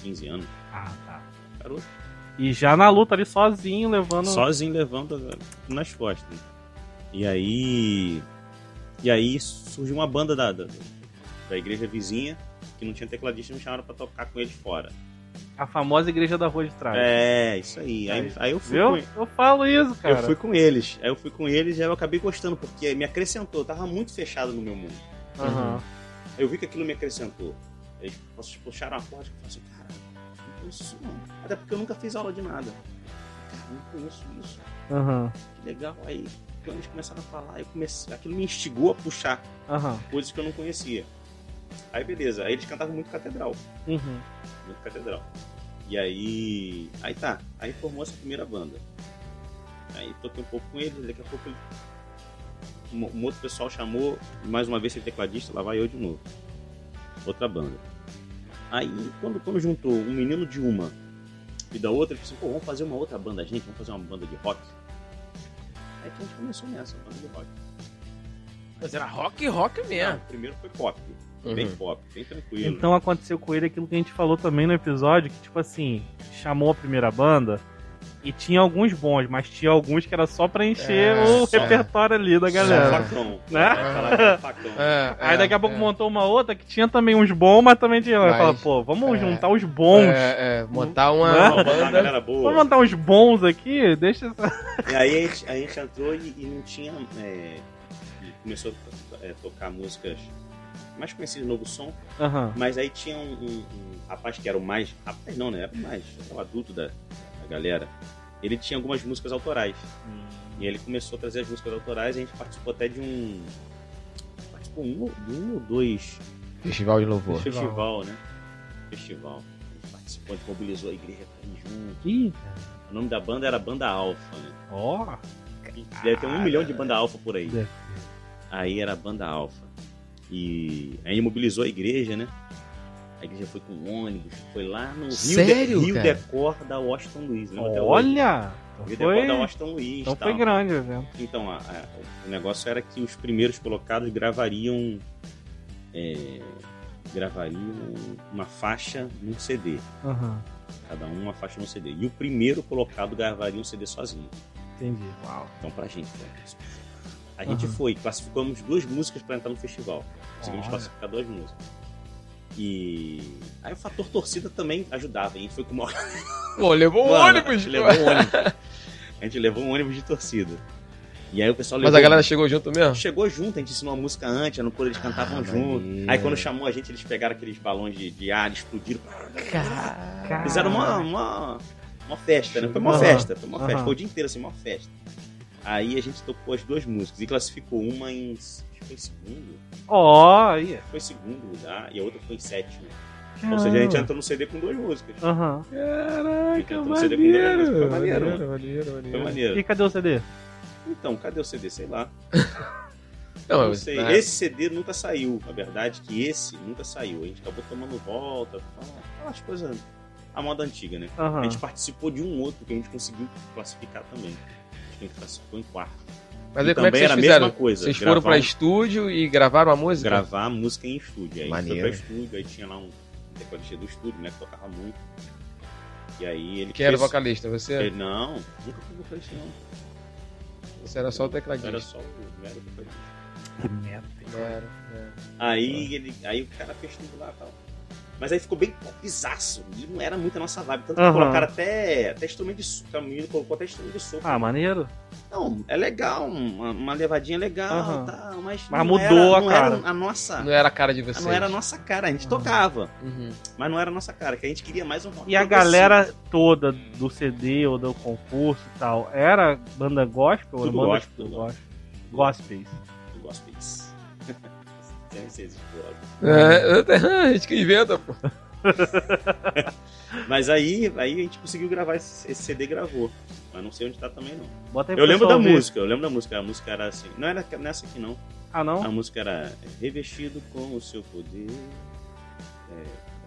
[SPEAKER 3] 15 anos.
[SPEAKER 2] Ah, tá.
[SPEAKER 3] Garoto.
[SPEAKER 2] E já na luta ali sozinho, levando.
[SPEAKER 3] Sozinho levando nas costas. E aí. E aí surgiu uma banda da, da, da igreja vizinha que não tinha tecladista e me chamaram pra tocar com eles fora.
[SPEAKER 2] A famosa igreja da rua de trás.
[SPEAKER 3] É, isso aí. Aí, aí eu fui
[SPEAKER 2] Viu?
[SPEAKER 3] com
[SPEAKER 2] Eu falo isso, cara.
[SPEAKER 3] Eu fui com eles. Aí eu fui com eles e aí eu acabei gostando, porque me acrescentou. Eu tava muito fechado no meu mundo.
[SPEAKER 2] Aham.
[SPEAKER 3] Aí eu vi que aquilo me acrescentou. Aí vocês puxaram a corda e eu falei assim, cara, não conheço isso não. Até porque eu nunca fiz aula de nada. Cara, não conheço isso.
[SPEAKER 2] Aham.
[SPEAKER 3] Que legal. Aí quando eles começaram a falar, eu comecei... aquilo me instigou a puxar
[SPEAKER 2] Aham.
[SPEAKER 3] coisas que eu não conhecia. Aí beleza. Aí eles cantavam muito catedral.
[SPEAKER 2] Uhum.
[SPEAKER 3] Muito catedral. E aí. Aí tá. Aí formou essa primeira banda. Aí toquei um pouco com eles, daqui a pouco ele- um, um outro pessoal chamou, mais uma vez sem tecladista, lá vai eu de novo. Outra banda. Aí quando, quando juntou um menino de uma e da outra, ele pensou, pô, vamos fazer uma outra banda, gente, vamos fazer uma banda de rock. Aí que a gente começou nessa, banda de rock.
[SPEAKER 1] Mas era rock, rock
[SPEAKER 3] Não,
[SPEAKER 1] mesmo.
[SPEAKER 3] o primeiro foi pop, bem
[SPEAKER 1] É. Uhum.
[SPEAKER 3] pop, bem tranquilo.
[SPEAKER 2] Então aconteceu com ele aquilo que a gente falou também no episódio, que tipo assim, chamou a primeira banda e tinha alguns bons, mas tinha alguns que era só pra encher
[SPEAKER 1] É,
[SPEAKER 2] o
[SPEAKER 1] só-
[SPEAKER 2] repertório ali da
[SPEAKER 3] Só
[SPEAKER 2] galera.
[SPEAKER 3] facão.
[SPEAKER 2] Né?
[SPEAKER 3] Falar que era
[SPEAKER 2] (laughs)
[SPEAKER 3] facão.
[SPEAKER 1] É,
[SPEAKER 2] Aí
[SPEAKER 1] é,
[SPEAKER 2] daqui a pouco
[SPEAKER 1] é.
[SPEAKER 2] montou uma outra que tinha também uns bons, mas também tinha.
[SPEAKER 1] Mas-
[SPEAKER 2] fala, pô, vamos
[SPEAKER 1] é.
[SPEAKER 2] juntar os bons.
[SPEAKER 1] É, é, montar uma,
[SPEAKER 2] Não,
[SPEAKER 1] uma
[SPEAKER 3] Uma banda, Ah, uma
[SPEAKER 1] banda.
[SPEAKER 3] galera boa.
[SPEAKER 2] Vamos montar uns bons aqui, deixa essa.
[SPEAKER 3] E aí a gente, a gente entrou e, e não tinha. é, e começou a to- é, tocar músicas mais conhecidas, novo som.
[SPEAKER 2] Aham.
[SPEAKER 3] Mas aí tinha um, um- um rapaz que era o mais. Rapaz não, né? Era o mais. Era o adulto da, da galera. Ele tinha algumas músicas autorais. E ele começou a trazer as músicas autorais e a gente participou até de um. Participou um, ou- de um ou dois
[SPEAKER 1] Festival de louvor.
[SPEAKER 2] Festival.
[SPEAKER 3] festival, né? Festival. A gente participou, a gente mobilizou a igreja pra ir junto.
[SPEAKER 2] Ih,
[SPEAKER 3] O nome da banda era Banda Alfa, né?
[SPEAKER 2] ó.
[SPEAKER 3] Deve ter um milhão de banda alfa por aí.
[SPEAKER 2] Ah, é. Deve
[SPEAKER 3] Aí era a banda alfa. E aí mobilizou a igreja, né? A igreja foi com ônibus, foi lá no Rio,
[SPEAKER 1] Sério,
[SPEAKER 3] de, Rio
[SPEAKER 1] cara?
[SPEAKER 3] Decor da Washington Luiz. lembra até hoje?
[SPEAKER 2] Olha! Então
[SPEAKER 3] Rio Decor
[SPEAKER 2] foi,
[SPEAKER 3] da Washington Luiz.
[SPEAKER 2] então
[SPEAKER 3] tal.
[SPEAKER 2] foi grande o evento.
[SPEAKER 3] Então, a- a- o negócio era que os primeiros colocados gravariam. é, gravariam uma faixa num CD.
[SPEAKER 2] Aham,
[SPEAKER 3] Cada um uma faixa num CD. E o primeiro colocado gravaria um CD sozinho.
[SPEAKER 2] entendi. Uau.
[SPEAKER 3] Então pra gente foi. A gente
[SPEAKER 2] Aham.
[SPEAKER 3] foi, classificamos duas músicas pra entrar no festival. Conseguimos
[SPEAKER 2] Olha.
[SPEAKER 3] classificar duas músicas. E aí o fator torcida também ajudava. A gente foi com uma...
[SPEAKER 1] Pô, levou o
[SPEAKER 3] (laughs) Mano, A
[SPEAKER 1] ônibus.
[SPEAKER 3] gente levou um ônibus. A gente levou um ônibus de torcida. E aí o pessoal
[SPEAKER 1] Mas
[SPEAKER 3] levou- um.
[SPEAKER 1] a galera chegou junto mesmo?
[SPEAKER 3] chegou junto, a gente ensinou a música antes, no coro eles cantavam
[SPEAKER 1] Ah,
[SPEAKER 3] junto.
[SPEAKER 1] maneiro.
[SPEAKER 3] Aí quando chamou a gente, eles pegaram aqueles balões de, de ar, explodiram.
[SPEAKER 2] Cara.
[SPEAKER 3] Fizeram uma, uma, uma festa, né? Foi uma
[SPEAKER 2] Aham.
[SPEAKER 3] festa, foi uma
[SPEAKER 2] Aham.
[SPEAKER 3] festa. Foi o dia inteiro assim, uma festa. Aí a gente tocou as duas músicas e classificou uma em. acho que foi em segundo.
[SPEAKER 2] Ó, aí.
[SPEAKER 3] Foi em segundo lugar e a outra foi em sétimo. Ou seja, a gente entrou no CD com duas músicas.
[SPEAKER 2] Aham.
[SPEAKER 1] Caraca,
[SPEAKER 3] Então, CD com maneiro, dois, foi maneiro,
[SPEAKER 1] Maneiro, maneiro,
[SPEAKER 3] Foi
[SPEAKER 1] maneiro.
[SPEAKER 3] maneiro.
[SPEAKER 2] E cadê o CD?
[SPEAKER 3] Então, cadê o CD? Sei lá.
[SPEAKER 1] Não,
[SPEAKER 3] Não
[SPEAKER 1] mas,
[SPEAKER 3] sei.
[SPEAKER 1] né,
[SPEAKER 3] Esse CD nunca saiu. A verdade é que esse nunca saiu. A gente acabou tomando volta. Aquelas coisas. A moda antiga, né?
[SPEAKER 2] Aham.
[SPEAKER 3] A gente participou de um outro que a gente conseguiu classificar também. Acho que a gente classificou em quarto.
[SPEAKER 1] mas
[SPEAKER 3] E
[SPEAKER 1] aí como é que
[SPEAKER 3] também
[SPEAKER 1] vocês
[SPEAKER 3] era a
[SPEAKER 1] fizeram?
[SPEAKER 3] mesma coisa,
[SPEAKER 1] Vocês foram pra
[SPEAKER 3] gravar um-
[SPEAKER 1] estúdio e gravaram a música?
[SPEAKER 3] gravar música em estúdio. Aí
[SPEAKER 1] é. Maneiro.
[SPEAKER 3] foi pra estúdio, aí tinha lá um tecladista do estúdio, né? Que tocava muito. E aí ele.
[SPEAKER 1] Quem era o
[SPEAKER 3] fez-
[SPEAKER 1] vocalista? Você?
[SPEAKER 3] Ele, não, nunca fui vocalista, não.
[SPEAKER 1] Você era só o
[SPEAKER 3] Era
[SPEAKER 1] tecladista.
[SPEAKER 3] só o. não era o vocalista.
[SPEAKER 1] Não era, né?
[SPEAKER 3] Aí ele. Aí o cara fez tudo lá e tal. Mas aí ficou bem pisaço. E não era muito a nossa vibe. Tanto que
[SPEAKER 2] Aham.
[SPEAKER 3] colocaram até, até instrumento de sopro. O menino colocou até instrumento de sopro.
[SPEAKER 2] Ah, maneiro.
[SPEAKER 3] Não, é legal, uma, uma levadinha legal,
[SPEAKER 2] Aham.
[SPEAKER 3] tá, mas,
[SPEAKER 2] Mas
[SPEAKER 3] não
[SPEAKER 2] mudou
[SPEAKER 3] era,
[SPEAKER 2] a
[SPEAKER 3] não
[SPEAKER 2] cara.
[SPEAKER 3] Era a nossa,
[SPEAKER 1] Não é assim. era a cara de vocês.
[SPEAKER 3] Ah. não era a nossa cara, a gente tocava,
[SPEAKER 1] Uhum.
[SPEAKER 3] mas não era a nossa cara, que a gente queria mais um rock
[SPEAKER 2] E a
[SPEAKER 3] progressivo.
[SPEAKER 2] galera toda do CD ou do concurso e tal, era banda gospel?
[SPEAKER 3] Tudo
[SPEAKER 2] ou banda tipo
[SPEAKER 3] gospel, né? tudo
[SPEAKER 2] gospel. Gospels.
[SPEAKER 3] Eu gosto disso. (laughs) Sem ser esse blog.
[SPEAKER 1] É, (laughs) a gente que inventa, pô.
[SPEAKER 3] Mas aí, aí a gente conseguiu gravar, esse, esse CD gravou. Mas não sei onde tá também, não.
[SPEAKER 2] Bota aí pro
[SPEAKER 3] Eu lembro
[SPEAKER 2] pessoal
[SPEAKER 3] da
[SPEAKER 2] ver.
[SPEAKER 3] música, eu lembro da música. A música era assim. Não era nessa aqui, não.
[SPEAKER 2] Ah, não?
[SPEAKER 3] A música era é, revestido com o seu poder, é,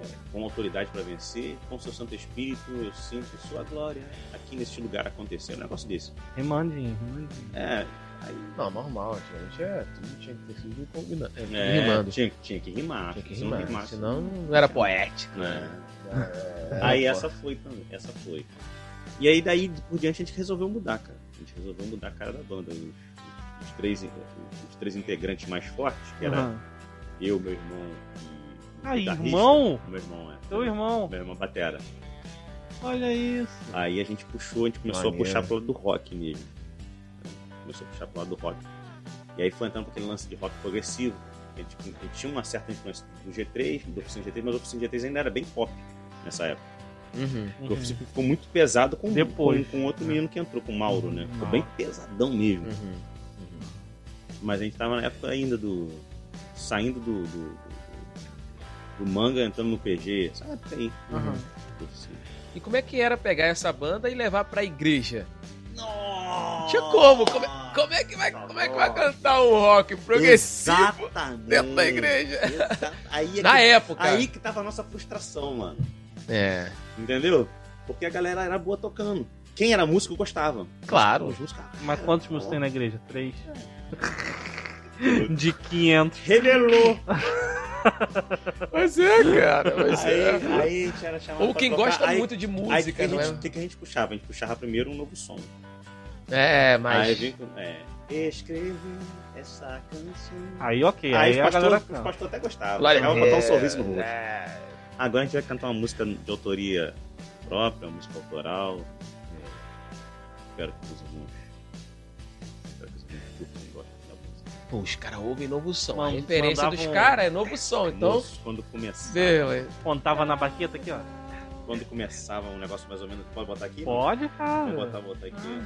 [SPEAKER 3] é, com autoridade para vencer, com seu Santo Espírito, eu sinto sua glória. Aqui neste lugar aconteceu um negócio desse.
[SPEAKER 2] Remandinho, remandinho.
[SPEAKER 3] É, aí.
[SPEAKER 1] Não, normal, antigamente é, tudo tinha que ter sido combinado. É,
[SPEAKER 3] é,
[SPEAKER 1] rimando.
[SPEAKER 3] Tinha, tinha que um rimar.
[SPEAKER 1] Tinha que
[SPEAKER 3] se não
[SPEAKER 1] rimar,
[SPEAKER 3] rimasse,
[SPEAKER 1] senão não era poético.
[SPEAKER 3] né?
[SPEAKER 1] É,
[SPEAKER 3] aí
[SPEAKER 1] pô.
[SPEAKER 3] essa foi também, essa foi. E aí daí por diante a gente resolveu mudar, cara. A gente resolveu mudar a cara da banda. Os, os três, os três integrantes mais fortes, que era
[SPEAKER 2] Aham.
[SPEAKER 3] eu, meu irmão e. o
[SPEAKER 2] Ah,
[SPEAKER 3] guitarrista.
[SPEAKER 2] irmão?
[SPEAKER 3] Meu irmão, é.
[SPEAKER 2] Teu irmão,
[SPEAKER 3] Meu irmão Batera.
[SPEAKER 2] olha isso.
[SPEAKER 3] Aí a gente puxou, a gente começou
[SPEAKER 1] Maneiro.
[SPEAKER 3] a puxar pro lado do rock mesmo. Começou a puxar pro lado do rock. E aí foi entrando pra aquele lance de rock progressivo. A gente, a gente tinha uma certa influência do G3, do Oficina G3, mas o Oficina G3 ainda era bem pop nessa época.
[SPEAKER 1] Uhum.
[SPEAKER 3] Porque o Oficina ficou muito pesado com,
[SPEAKER 2] Depois.
[SPEAKER 3] com, com outro menino que entrou, com o Mauro, né? Ficou bem pesadão mesmo.
[SPEAKER 1] Ah. Uhum.
[SPEAKER 3] Mas a gente tava na época ainda do. saindo do. do, do- do manga, entrando no PG. Sabe a época aí? Uhum.
[SPEAKER 2] Aham.
[SPEAKER 3] do Oficina.
[SPEAKER 1] E como é que era pegar essa banda e levar pra igreja?
[SPEAKER 3] Nossa!
[SPEAKER 1] Tinha como? Como, é- como é que vai, como é que vai cantar um rock progressivo
[SPEAKER 3] Exatamente.
[SPEAKER 1] dentro da igreja?
[SPEAKER 3] Exa-
[SPEAKER 1] (laughs)
[SPEAKER 3] Aí é
[SPEAKER 1] Na
[SPEAKER 3] que,
[SPEAKER 1] época.
[SPEAKER 3] aí que tava a nossa frustração, mano.
[SPEAKER 1] É,
[SPEAKER 3] Entendeu? Porque a galera era boa tocando. Quem era músico gostava.
[SPEAKER 1] claro.
[SPEAKER 3] Os músicos, cara,
[SPEAKER 2] Mas quantos músicos tem na igreja?
[SPEAKER 3] (laughs)
[SPEAKER 2] Três?
[SPEAKER 3] É.
[SPEAKER 2] De 500.
[SPEAKER 3] Revelou.
[SPEAKER 1] Mas é, cara. Mas
[SPEAKER 3] Aí,
[SPEAKER 1] é.
[SPEAKER 3] aí a gente era chamado
[SPEAKER 1] Ou
[SPEAKER 3] pra
[SPEAKER 1] quem
[SPEAKER 3] tocar.
[SPEAKER 1] gosta
[SPEAKER 3] Aí-
[SPEAKER 1] muito de
[SPEAKER 3] aí o que,
[SPEAKER 1] música, né?
[SPEAKER 3] a
[SPEAKER 1] não
[SPEAKER 3] gente- o que que a gente puxava? A gente puxava primeiro um novo som.
[SPEAKER 1] é? É,
[SPEAKER 3] Aí
[SPEAKER 1] mas.
[SPEAKER 3] vem com- é, escrevi essa canção.
[SPEAKER 2] Aí ok,
[SPEAKER 3] Aí,
[SPEAKER 2] aí,
[SPEAKER 3] os
[SPEAKER 2] a galera
[SPEAKER 3] pastores
[SPEAKER 2] canta.
[SPEAKER 3] pastor até gostavam.
[SPEAKER 1] Glória a
[SPEAKER 3] Chegava pra botar um
[SPEAKER 1] Deus.
[SPEAKER 3] sorriso no rosto.
[SPEAKER 1] É.
[SPEAKER 3] Agora a gente vai cantar uma música de autoria própria, música autoral. É, Espero que os irmãos. Espero que os irmãos curtam e gostem da música.
[SPEAKER 1] Pô, os caras ouvem novo som. A
[SPEAKER 2] Mand-
[SPEAKER 1] referência
[SPEAKER 2] mandava
[SPEAKER 1] dos
[SPEAKER 2] um-
[SPEAKER 1] caras é novo som, então.
[SPEAKER 3] Moços, quando começava,
[SPEAKER 1] Deu, é.
[SPEAKER 2] Contava na baqueta aqui, ó.
[SPEAKER 3] quando começava um negócio mais ou menos. Pode botar aqui?
[SPEAKER 2] Pode,
[SPEAKER 3] Vou
[SPEAKER 2] cara.
[SPEAKER 3] botar, vou botar aqui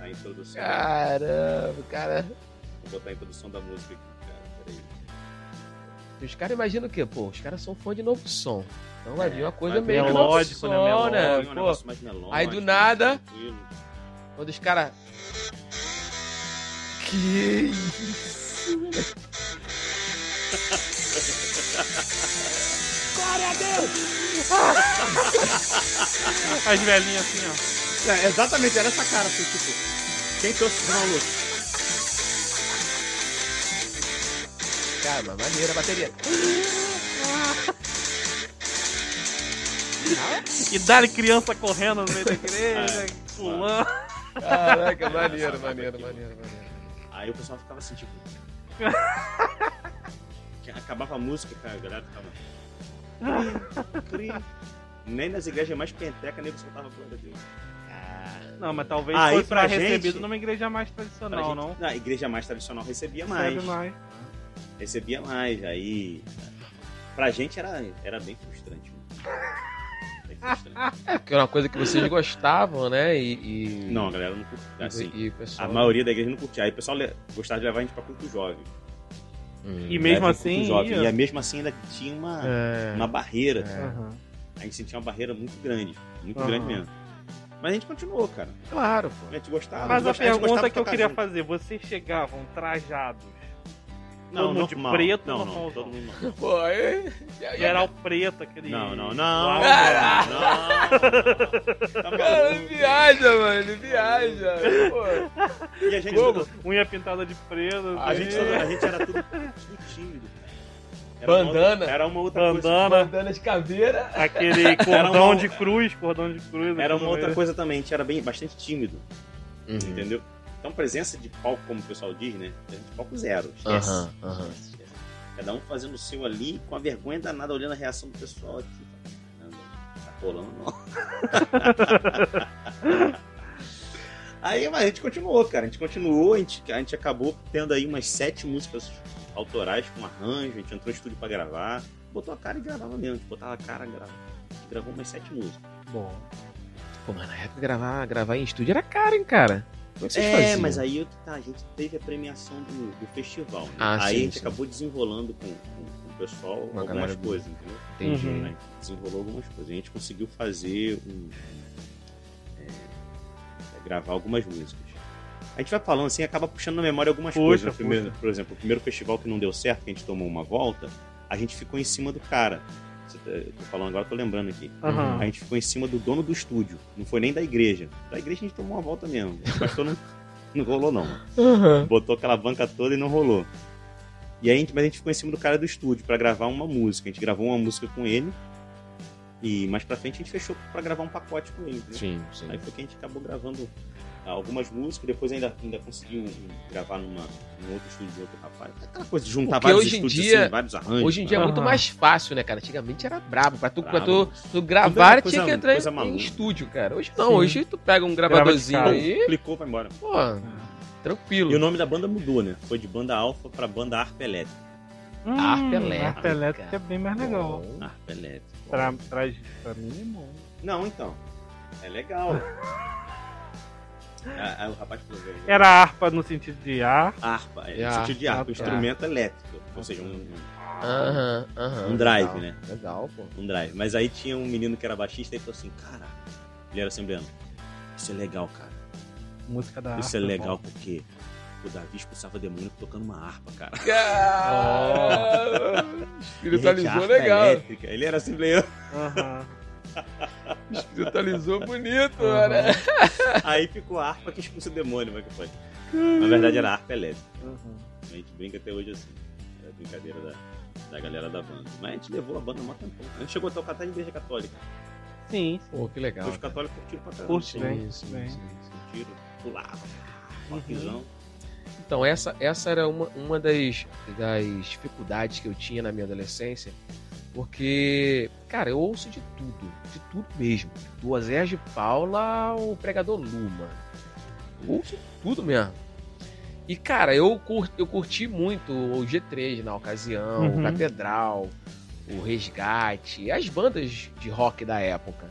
[SPEAKER 3] a, a introdução.
[SPEAKER 1] Ah. Caramba, cara.
[SPEAKER 3] Vou botar a introdução da música aqui, cara. Peraí.
[SPEAKER 1] Os caras imaginam o quê? Pô, os caras são fã de novo som. Então vai vir uma coisa
[SPEAKER 3] Vai vir
[SPEAKER 1] meio
[SPEAKER 3] um
[SPEAKER 1] que
[SPEAKER 2] melódico,
[SPEAKER 1] novo
[SPEAKER 2] né?
[SPEAKER 1] som,
[SPEAKER 3] Melônio,
[SPEAKER 1] né?
[SPEAKER 3] um
[SPEAKER 1] Pô,
[SPEAKER 3] negócio mais melônico,
[SPEAKER 1] Aí do
[SPEAKER 3] mais
[SPEAKER 1] nada-
[SPEAKER 3] tranquilo.
[SPEAKER 1] Quando os caras. Que isso?
[SPEAKER 2] As velhinhas assim,
[SPEAKER 3] É, exatamente, era essa cara, assim, tipo. Quem trouxe o Raul?
[SPEAKER 1] Cara, mas maneira a bateria.
[SPEAKER 2] ó. E dá criança correndo no meio
[SPEAKER 3] (laughs)
[SPEAKER 2] da igreja,
[SPEAKER 3] É.
[SPEAKER 2] pulando.
[SPEAKER 1] Caraca, maneiro, maneiro, maneiro, maneiro.
[SPEAKER 3] Aí o pessoal ficava assim,
[SPEAKER 2] (laughs)
[SPEAKER 3] tipo. Que Acabava a música, cara, a galera ficava. Cri, cri. Nem nas igrejas mais penteca, nego soltava glória a Deus.
[SPEAKER 2] Não, mas talvez
[SPEAKER 3] Aí
[SPEAKER 2] fosse
[SPEAKER 3] pra
[SPEAKER 2] pra
[SPEAKER 3] gente-
[SPEAKER 2] recebido numa igreja mais
[SPEAKER 3] Pra
[SPEAKER 2] tradicional,
[SPEAKER 3] gente-
[SPEAKER 2] não?
[SPEAKER 3] Na igreja mais tradicional recebia mais.
[SPEAKER 2] Sabe mais.
[SPEAKER 3] Recebia mais. Aí. Pra gente era, era bem frustrante. mano. Bem frustrante.
[SPEAKER 1] É, porque era uma coisa que vocês gostavam, né? E. e-
[SPEAKER 3] Não, a galera não curtia. Assim,
[SPEAKER 1] e, e o
[SPEAKER 3] a
[SPEAKER 1] pessoal...
[SPEAKER 3] maioria da igreja não curtia. Aí o pessoal le- gostava de levar a gente pra culto jovem.
[SPEAKER 1] Hum.
[SPEAKER 2] E mesmo
[SPEAKER 3] Leva em culto
[SPEAKER 2] assim,
[SPEAKER 3] jovem.
[SPEAKER 2] ia-
[SPEAKER 3] E aí, mesmo assim ainda tinha uma,
[SPEAKER 1] É.
[SPEAKER 3] uma barreira.
[SPEAKER 2] Aham.
[SPEAKER 3] A gente sentia uma barreira muito grande, muito
[SPEAKER 2] Aham.
[SPEAKER 3] grande mesmo. Mas a gente continuou, cara.
[SPEAKER 1] Claro,
[SPEAKER 3] A
[SPEAKER 1] pô.
[SPEAKER 3] gente gostava.
[SPEAKER 2] Mas
[SPEAKER 3] a gente gostava-
[SPEAKER 2] a
[SPEAKER 3] a gente gostava
[SPEAKER 2] pergunta
[SPEAKER 3] de
[SPEAKER 2] que eu
[SPEAKER 3] tocar
[SPEAKER 2] queria
[SPEAKER 3] junto.
[SPEAKER 2] fazer, vocês chegavam trajados,
[SPEAKER 3] Não,
[SPEAKER 2] todo mundo de
[SPEAKER 3] normal.
[SPEAKER 2] preto,
[SPEAKER 3] não, não,
[SPEAKER 2] normal,
[SPEAKER 3] todo
[SPEAKER 2] não.
[SPEAKER 3] mundo normal.
[SPEAKER 1] Pô, aí. e aí-
[SPEAKER 2] geral preto, aquele... né?
[SPEAKER 3] Não, não, não.
[SPEAKER 2] Uau,
[SPEAKER 3] Não, É,
[SPEAKER 1] Cara!
[SPEAKER 3] não. Tá
[SPEAKER 1] Cara, ele
[SPEAKER 3] maluco.
[SPEAKER 1] viaja, mano, ele viaja. Pô.
[SPEAKER 3] E a gente,
[SPEAKER 1] Como?
[SPEAKER 2] Unha pintada de preto,
[SPEAKER 3] a gente,
[SPEAKER 2] assim,
[SPEAKER 3] a gente era tudo, tudo tímido, cara. Era Uma
[SPEAKER 1] Bandana.
[SPEAKER 3] outra, era uma outra coisa.
[SPEAKER 2] bandana,
[SPEAKER 1] Bandana de caveira.
[SPEAKER 2] aquele
[SPEAKER 3] (laughs) Era
[SPEAKER 2] cordão
[SPEAKER 3] uma-
[SPEAKER 2] de cruz, cordão de cruz. assim,
[SPEAKER 3] Era
[SPEAKER 2] aqui
[SPEAKER 3] uma
[SPEAKER 2] no
[SPEAKER 3] outra
[SPEAKER 2] meio.
[SPEAKER 3] coisa também. A gente era bem, bastante tímido,
[SPEAKER 1] Uhum.
[SPEAKER 3] entendeu? Então, presença de palco, como o pessoal diz, né? Presença de palco zero. Esquece.
[SPEAKER 1] Aham, aham.
[SPEAKER 3] Esquece. Cada um fazendo o seu ali, com a vergonha danada, olhando a reação do pessoal aqui. Caramba, tá colando, não. (laughs) Aí mas a gente continuou, cara. A gente continuou, a gente, a gente acabou tendo aí umas sete músicas autorais com arranjo, a gente entrou no estúdio pra gravar, botou a cara e gravava mesmo. A gente botava a cara e gravava. Gravou umas sete músicas.
[SPEAKER 1] Bom. Pô, mas na época gravar, gravar em estúdio era caro, hein, cara? Como é que vocês
[SPEAKER 3] é,
[SPEAKER 1] faziam?
[SPEAKER 3] mas aí tá, a gente teve a premiação do, do festival. né?
[SPEAKER 1] Ah,
[SPEAKER 3] aí
[SPEAKER 1] sim,
[SPEAKER 3] a gente
[SPEAKER 1] sim.
[SPEAKER 3] acabou desenrolando com, com- com o pessoal
[SPEAKER 1] Com a galera
[SPEAKER 3] algumas
[SPEAKER 1] do-
[SPEAKER 3] coisas, entendeu?
[SPEAKER 1] Entendi.
[SPEAKER 2] Uhum.
[SPEAKER 3] A gente né, desenrolou algumas coisas. A gente conseguiu fazer um. é, gravar algumas músicas. A gente vai falando assim, acaba puxando na memória algumas
[SPEAKER 2] Puxa,
[SPEAKER 3] coisas. No
[SPEAKER 2] puxa.
[SPEAKER 3] primeiro- por exemplo, o primeiro festival que não deu certo, que a gente tomou uma volta, a gente ficou em cima do cara. Você tá- eu Tô falando agora, tô lembrando aqui.
[SPEAKER 2] Aham.
[SPEAKER 3] A gente ficou em cima do dono do estúdio. Não foi nem da igreja. Da igreja a gente tomou uma volta mesmo. Mas não, não rolou, não. Botou aquela banca toda e não rolou. E aí, a gente- mas a gente ficou em cima do cara do estúdio pra gravar uma música. A gente gravou uma música com ele. E mais pra frente a gente fechou pra gravar um pacote com ele. entendeu?
[SPEAKER 1] Sim, sim.
[SPEAKER 3] Aí foi que a gente acabou gravando ah, algumas músicas. Depois ainda, ainda conseguiu um, gravar numa, num outro estúdio de outro rapaz. Aquela coisa de juntar
[SPEAKER 1] Porque
[SPEAKER 3] vários
[SPEAKER 1] hoje em
[SPEAKER 3] estúdios,
[SPEAKER 1] dia-
[SPEAKER 3] assim, vários arranjos.
[SPEAKER 1] Hoje em dia é
[SPEAKER 2] Aham.
[SPEAKER 1] muito mais fácil, né, cara? Antigamente era brabo. Pra tu, pra tu,
[SPEAKER 3] Brabo.
[SPEAKER 1] tu gravar,
[SPEAKER 3] Tudo é
[SPEAKER 1] tinha que
[SPEAKER 3] coisa-
[SPEAKER 1] entrar
[SPEAKER 3] coisa
[SPEAKER 1] em, em
[SPEAKER 3] maluca.
[SPEAKER 1] estúdio, cara. Hoje não,
[SPEAKER 2] Sim.
[SPEAKER 1] hoje tu pega um gravadorzinho
[SPEAKER 2] Grava de
[SPEAKER 1] aí,
[SPEAKER 3] Clicou, vai embora.
[SPEAKER 1] pô, tranquilo.
[SPEAKER 3] né? E o nome da banda mudou, né? Foi de banda alfa pra banda Arpa Elétrica.
[SPEAKER 2] Hum,
[SPEAKER 1] Harpa elétrica.
[SPEAKER 2] harpa elétrica é bem mais legal.
[SPEAKER 1] Bom.
[SPEAKER 3] Arpa Elétrica.
[SPEAKER 2] Pra, pra, pra mim é bom.
[SPEAKER 3] Não, então.
[SPEAKER 1] (laughs)
[SPEAKER 3] É legal. Ah, ah, o rapaz falou. velho,
[SPEAKER 2] Era harpa no sentido de ar.
[SPEAKER 3] Harpa, é,
[SPEAKER 1] É
[SPEAKER 3] no sentido de
[SPEAKER 2] harpa,
[SPEAKER 3] harpa, um
[SPEAKER 2] tá.
[SPEAKER 3] instrumento elétrico. Ou seja, um, um-
[SPEAKER 1] Aham, aham.
[SPEAKER 3] Um drive,
[SPEAKER 1] É, legal.
[SPEAKER 3] né?
[SPEAKER 1] Legal, pô.
[SPEAKER 3] um drive. Mas aí tinha um menino que era baixista e falou assim: cara, ele era assembleano. Isso é legal, cara.
[SPEAKER 2] Música
[SPEAKER 1] Ah,
[SPEAKER 2] da
[SPEAKER 3] Isso é
[SPEAKER 2] harpa
[SPEAKER 3] legal
[SPEAKER 2] bom.
[SPEAKER 3] porque o Davi expulsava demônio tocando uma harpa, cara.
[SPEAKER 1] Cara,
[SPEAKER 3] Gente,
[SPEAKER 1] Espiritualizou
[SPEAKER 3] harpa
[SPEAKER 1] legal.
[SPEAKER 3] elétrica. Ele era assembleano.
[SPEAKER 2] Aham.
[SPEAKER 1] Espiritualizou bonito,
[SPEAKER 2] Aham.
[SPEAKER 1] né?
[SPEAKER 3] (laughs) aí ficou a harpa que expulsa o demônio, mas que foi? Na verdade era harpa elétrica.
[SPEAKER 2] aham.
[SPEAKER 3] A gente brinca até hoje assim. Era a brincadeira da, da galera da banda. Mas a gente levou a banda mó tempão. A gente chegou a tocar até em igreja católica.
[SPEAKER 2] Sim,
[SPEAKER 1] Pô, que legal.
[SPEAKER 3] Os católicos curtiram pra caramba.
[SPEAKER 2] Curte, né?
[SPEAKER 1] Sim, sim,
[SPEAKER 2] bem.
[SPEAKER 1] sim, sim.
[SPEAKER 3] Curtiram, pulavam,
[SPEAKER 1] Uhum.
[SPEAKER 3] rockzão.
[SPEAKER 1] Então, essa, essa era uma, uma das, das dificuldades que eu tinha na minha adolescência, porque, cara, eu ouço de tudo, de tudo mesmo. Do Azé de Paula ao Pregador Luma. Eu ouço tudo mesmo. E, cara, eu, cur, eu curti muito o G3 na ocasião, o
[SPEAKER 2] Uhum.
[SPEAKER 1] Catedral, o Resgate, as bandas de rock da época.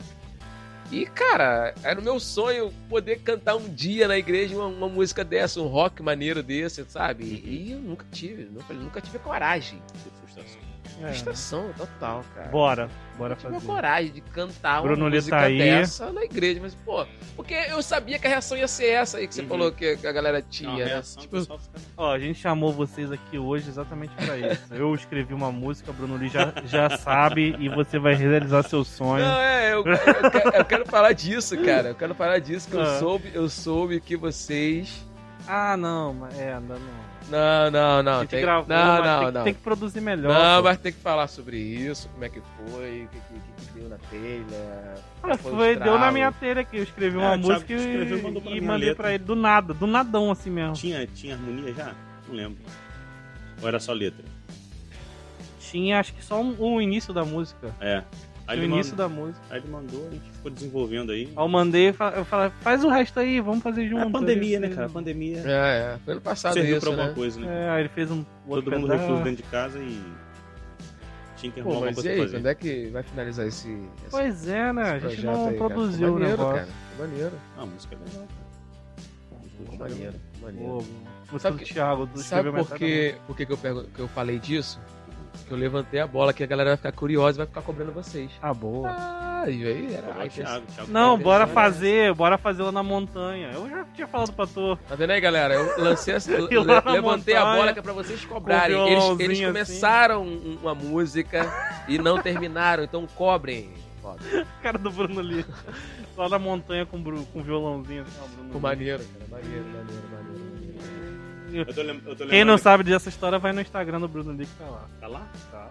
[SPEAKER 1] E, cara, era o meu sonho poder cantar um dia na igreja uma, uma música dessa, um rock maneiro desse, sabe?
[SPEAKER 2] Uhum.
[SPEAKER 1] E eu nunca tive, nunca, nunca tive coragem.
[SPEAKER 3] Que frustração.
[SPEAKER 2] é.
[SPEAKER 1] Frustração total, cara.
[SPEAKER 2] Bora, bora
[SPEAKER 1] Eu tive
[SPEAKER 2] fazer.
[SPEAKER 1] coragem de cantar
[SPEAKER 2] Bruno
[SPEAKER 1] uma
[SPEAKER 2] Lê
[SPEAKER 1] música
[SPEAKER 2] tá aí.
[SPEAKER 1] dessa na igreja, mas, pô, porque eu sabia que a reação ia ser essa aí que você
[SPEAKER 3] Uhum.
[SPEAKER 1] falou que, que a galera
[SPEAKER 3] É uma
[SPEAKER 1] tinha, né?
[SPEAKER 3] reação que o
[SPEAKER 1] Tipo,
[SPEAKER 3] pessoal fica.
[SPEAKER 2] Ó, a gente chamou vocês aqui hoje exatamente pra isso. Eu escrevi uma música, Bruno Lee já, já sabe e você vai realizar seu sonho.
[SPEAKER 1] não, é,
[SPEAKER 2] (laughs)
[SPEAKER 1] eu, eu, quero- eu quero falar disso, cara. Eu quero falar disso, que eu
[SPEAKER 2] Ah.
[SPEAKER 1] soube, eu soube que vocês.
[SPEAKER 2] Ah, não, mas- é, ainda não.
[SPEAKER 1] Não, não, não.
[SPEAKER 2] a gente
[SPEAKER 1] tem-
[SPEAKER 2] gravou,
[SPEAKER 1] não,
[SPEAKER 2] mas
[SPEAKER 1] não,
[SPEAKER 2] tem, que-
[SPEAKER 1] não.
[SPEAKER 2] tem que produzir melhor.
[SPEAKER 1] Não,
[SPEAKER 2] pô.
[SPEAKER 1] mas tem que falar sobre isso, como é que foi, o que, que, que deu na telha.
[SPEAKER 2] Cara,
[SPEAKER 1] foi
[SPEAKER 2] foi,
[SPEAKER 1] o
[SPEAKER 2] deu
[SPEAKER 1] estralo.
[SPEAKER 2] na minha telha aqui. Eu escrevi
[SPEAKER 3] É, o
[SPEAKER 2] uma
[SPEAKER 3] Thiago
[SPEAKER 2] música
[SPEAKER 3] escreveu e
[SPEAKER 2] e,
[SPEAKER 3] mandou pra
[SPEAKER 2] e
[SPEAKER 3] minha
[SPEAKER 2] mandei
[SPEAKER 3] letra.
[SPEAKER 2] pra ele do nada, do nadão assim mesmo.
[SPEAKER 3] Tinha, tinha harmonia já? Não lembro. Ou era só letra?
[SPEAKER 2] Tinha acho que só um- o início da música.
[SPEAKER 3] É. Aí
[SPEAKER 2] Tinha o
[SPEAKER 3] ele,
[SPEAKER 2] início
[SPEAKER 3] mandou,
[SPEAKER 2] da música.
[SPEAKER 3] aí ele mandou, a gente ficou desenvolvendo aí.
[SPEAKER 2] Aí eu mandei, fa- eu falei, faz o resto aí, vamos fazer junto.
[SPEAKER 3] É a pandemia,
[SPEAKER 2] Aí
[SPEAKER 3] né,
[SPEAKER 2] ele
[SPEAKER 3] cara? A
[SPEAKER 2] fez- um
[SPEAKER 3] pandemia
[SPEAKER 1] É, é. Foi ano passado
[SPEAKER 3] serviu pra
[SPEAKER 1] isso,
[SPEAKER 3] alguma
[SPEAKER 1] né?
[SPEAKER 3] coisa, né?
[SPEAKER 2] É, aí ele fez um
[SPEAKER 3] Todo
[SPEAKER 2] outro
[SPEAKER 3] mundo
[SPEAKER 2] pedaço.
[SPEAKER 3] recluso dentro de casa e tinha que arrumar
[SPEAKER 1] Pô,
[SPEAKER 3] alguma
[SPEAKER 1] mas e
[SPEAKER 3] coisa
[SPEAKER 1] aí,
[SPEAKER 3] pra fazer.
[SPEAKER 1] quando é que vai finalizar esse. esse-
[SPEAKER 2] Pois é, né? A
[SPEAKER 1] esse
[SPEAKER 2] gente
[SPEAKER 1] projeto
[SPEAKER 2] não
[SPEAKER 1] aí, cara?
[SPEAKER 2] produziu
[SPEAKER 1] Ficou maneiro,
[SPEAKER 2] o negócio.
[SPEAKER 1] Cara. Ficou Maneiro,
[SPEAKER 3] Ah, a música é legal.
[SPEAKER 1] ficou maneiro, ficou maneiro.
[SPEAKER 2] Pô, música
[SPEAKER 1] Sabe
[SPEAKER 2] do
[SPEAKER 1] que-
[SPEAKER 2] Thiago, do tá
[SPEAKER 1] Sabe
[SPEAKER 2] escreveu
[SPEAKER 1] por
[SPEAKER 2] metade da
[SPEAKER 1] que, por que, que, eu pergun- que eu falei disso? Que eu levantei a bola, que a galera vai ficar curiosa e vai ficar cobrando vocês.
[SPEAKER 2] música. Ah, boa.
[SPEAKER 1] Ah, e aí era. assim.
[SPEAKER 3] Agora
[SPEAKER 1] aí
[SPEAKER 3] o Thiago, o Thiago
[SPEAKER 2] Não,
[SPEAKER 3] tá
[SPEAKER 2] bora
[SPEAKER 3] interessado.
[SPEAKER 2] fazer, bora fazer lá na montanha. Eu já tinha falado pra tu.
[SPEAKER 1] Tá vendo aí, galera? Eu lancei essa-
[SPEAKER 2] (laughs)
[SPEAKER 1] le-
[SPEAKER 2] E lá na
[SPEAKER 1] levantei a
[SPEAKER 2] montanha,
[SPEAKER 1] bola que é pra vocês cobrarem.
[SPEAKER 2] com o
[SPEAKER 1] Eles,
[SPEAKER 2] violãozinho
[SPEAKER 1] eles
[SPEAKER 2] assim.
[SPEAKER 1] começaram um- uma música e não terminaram, então cobrem. Cobrem.
[SPEAKER 2] cara do Bruno (laughs) Lee. Lá na montanha com, o Bru- com o violãozinho. assim, ó, o Bruno
[SPEAKER 1] Ficou
[SPEAKER 2] Lee.
[SPEAKER 1] maneiro, cara. Maneiro, maneiro, maneiro.
[SPEAKER 3] Eu tô lem- eu tô
[SPEAKER 2] Quem não
[SPEAKER 3] lembrando-
[SPEAKER 2] sabe dessa história vai no Instagram do Bruno Lee que tá lá.
[SPEAKER 3] Tá lá?
[SPEAKER 2] Tá,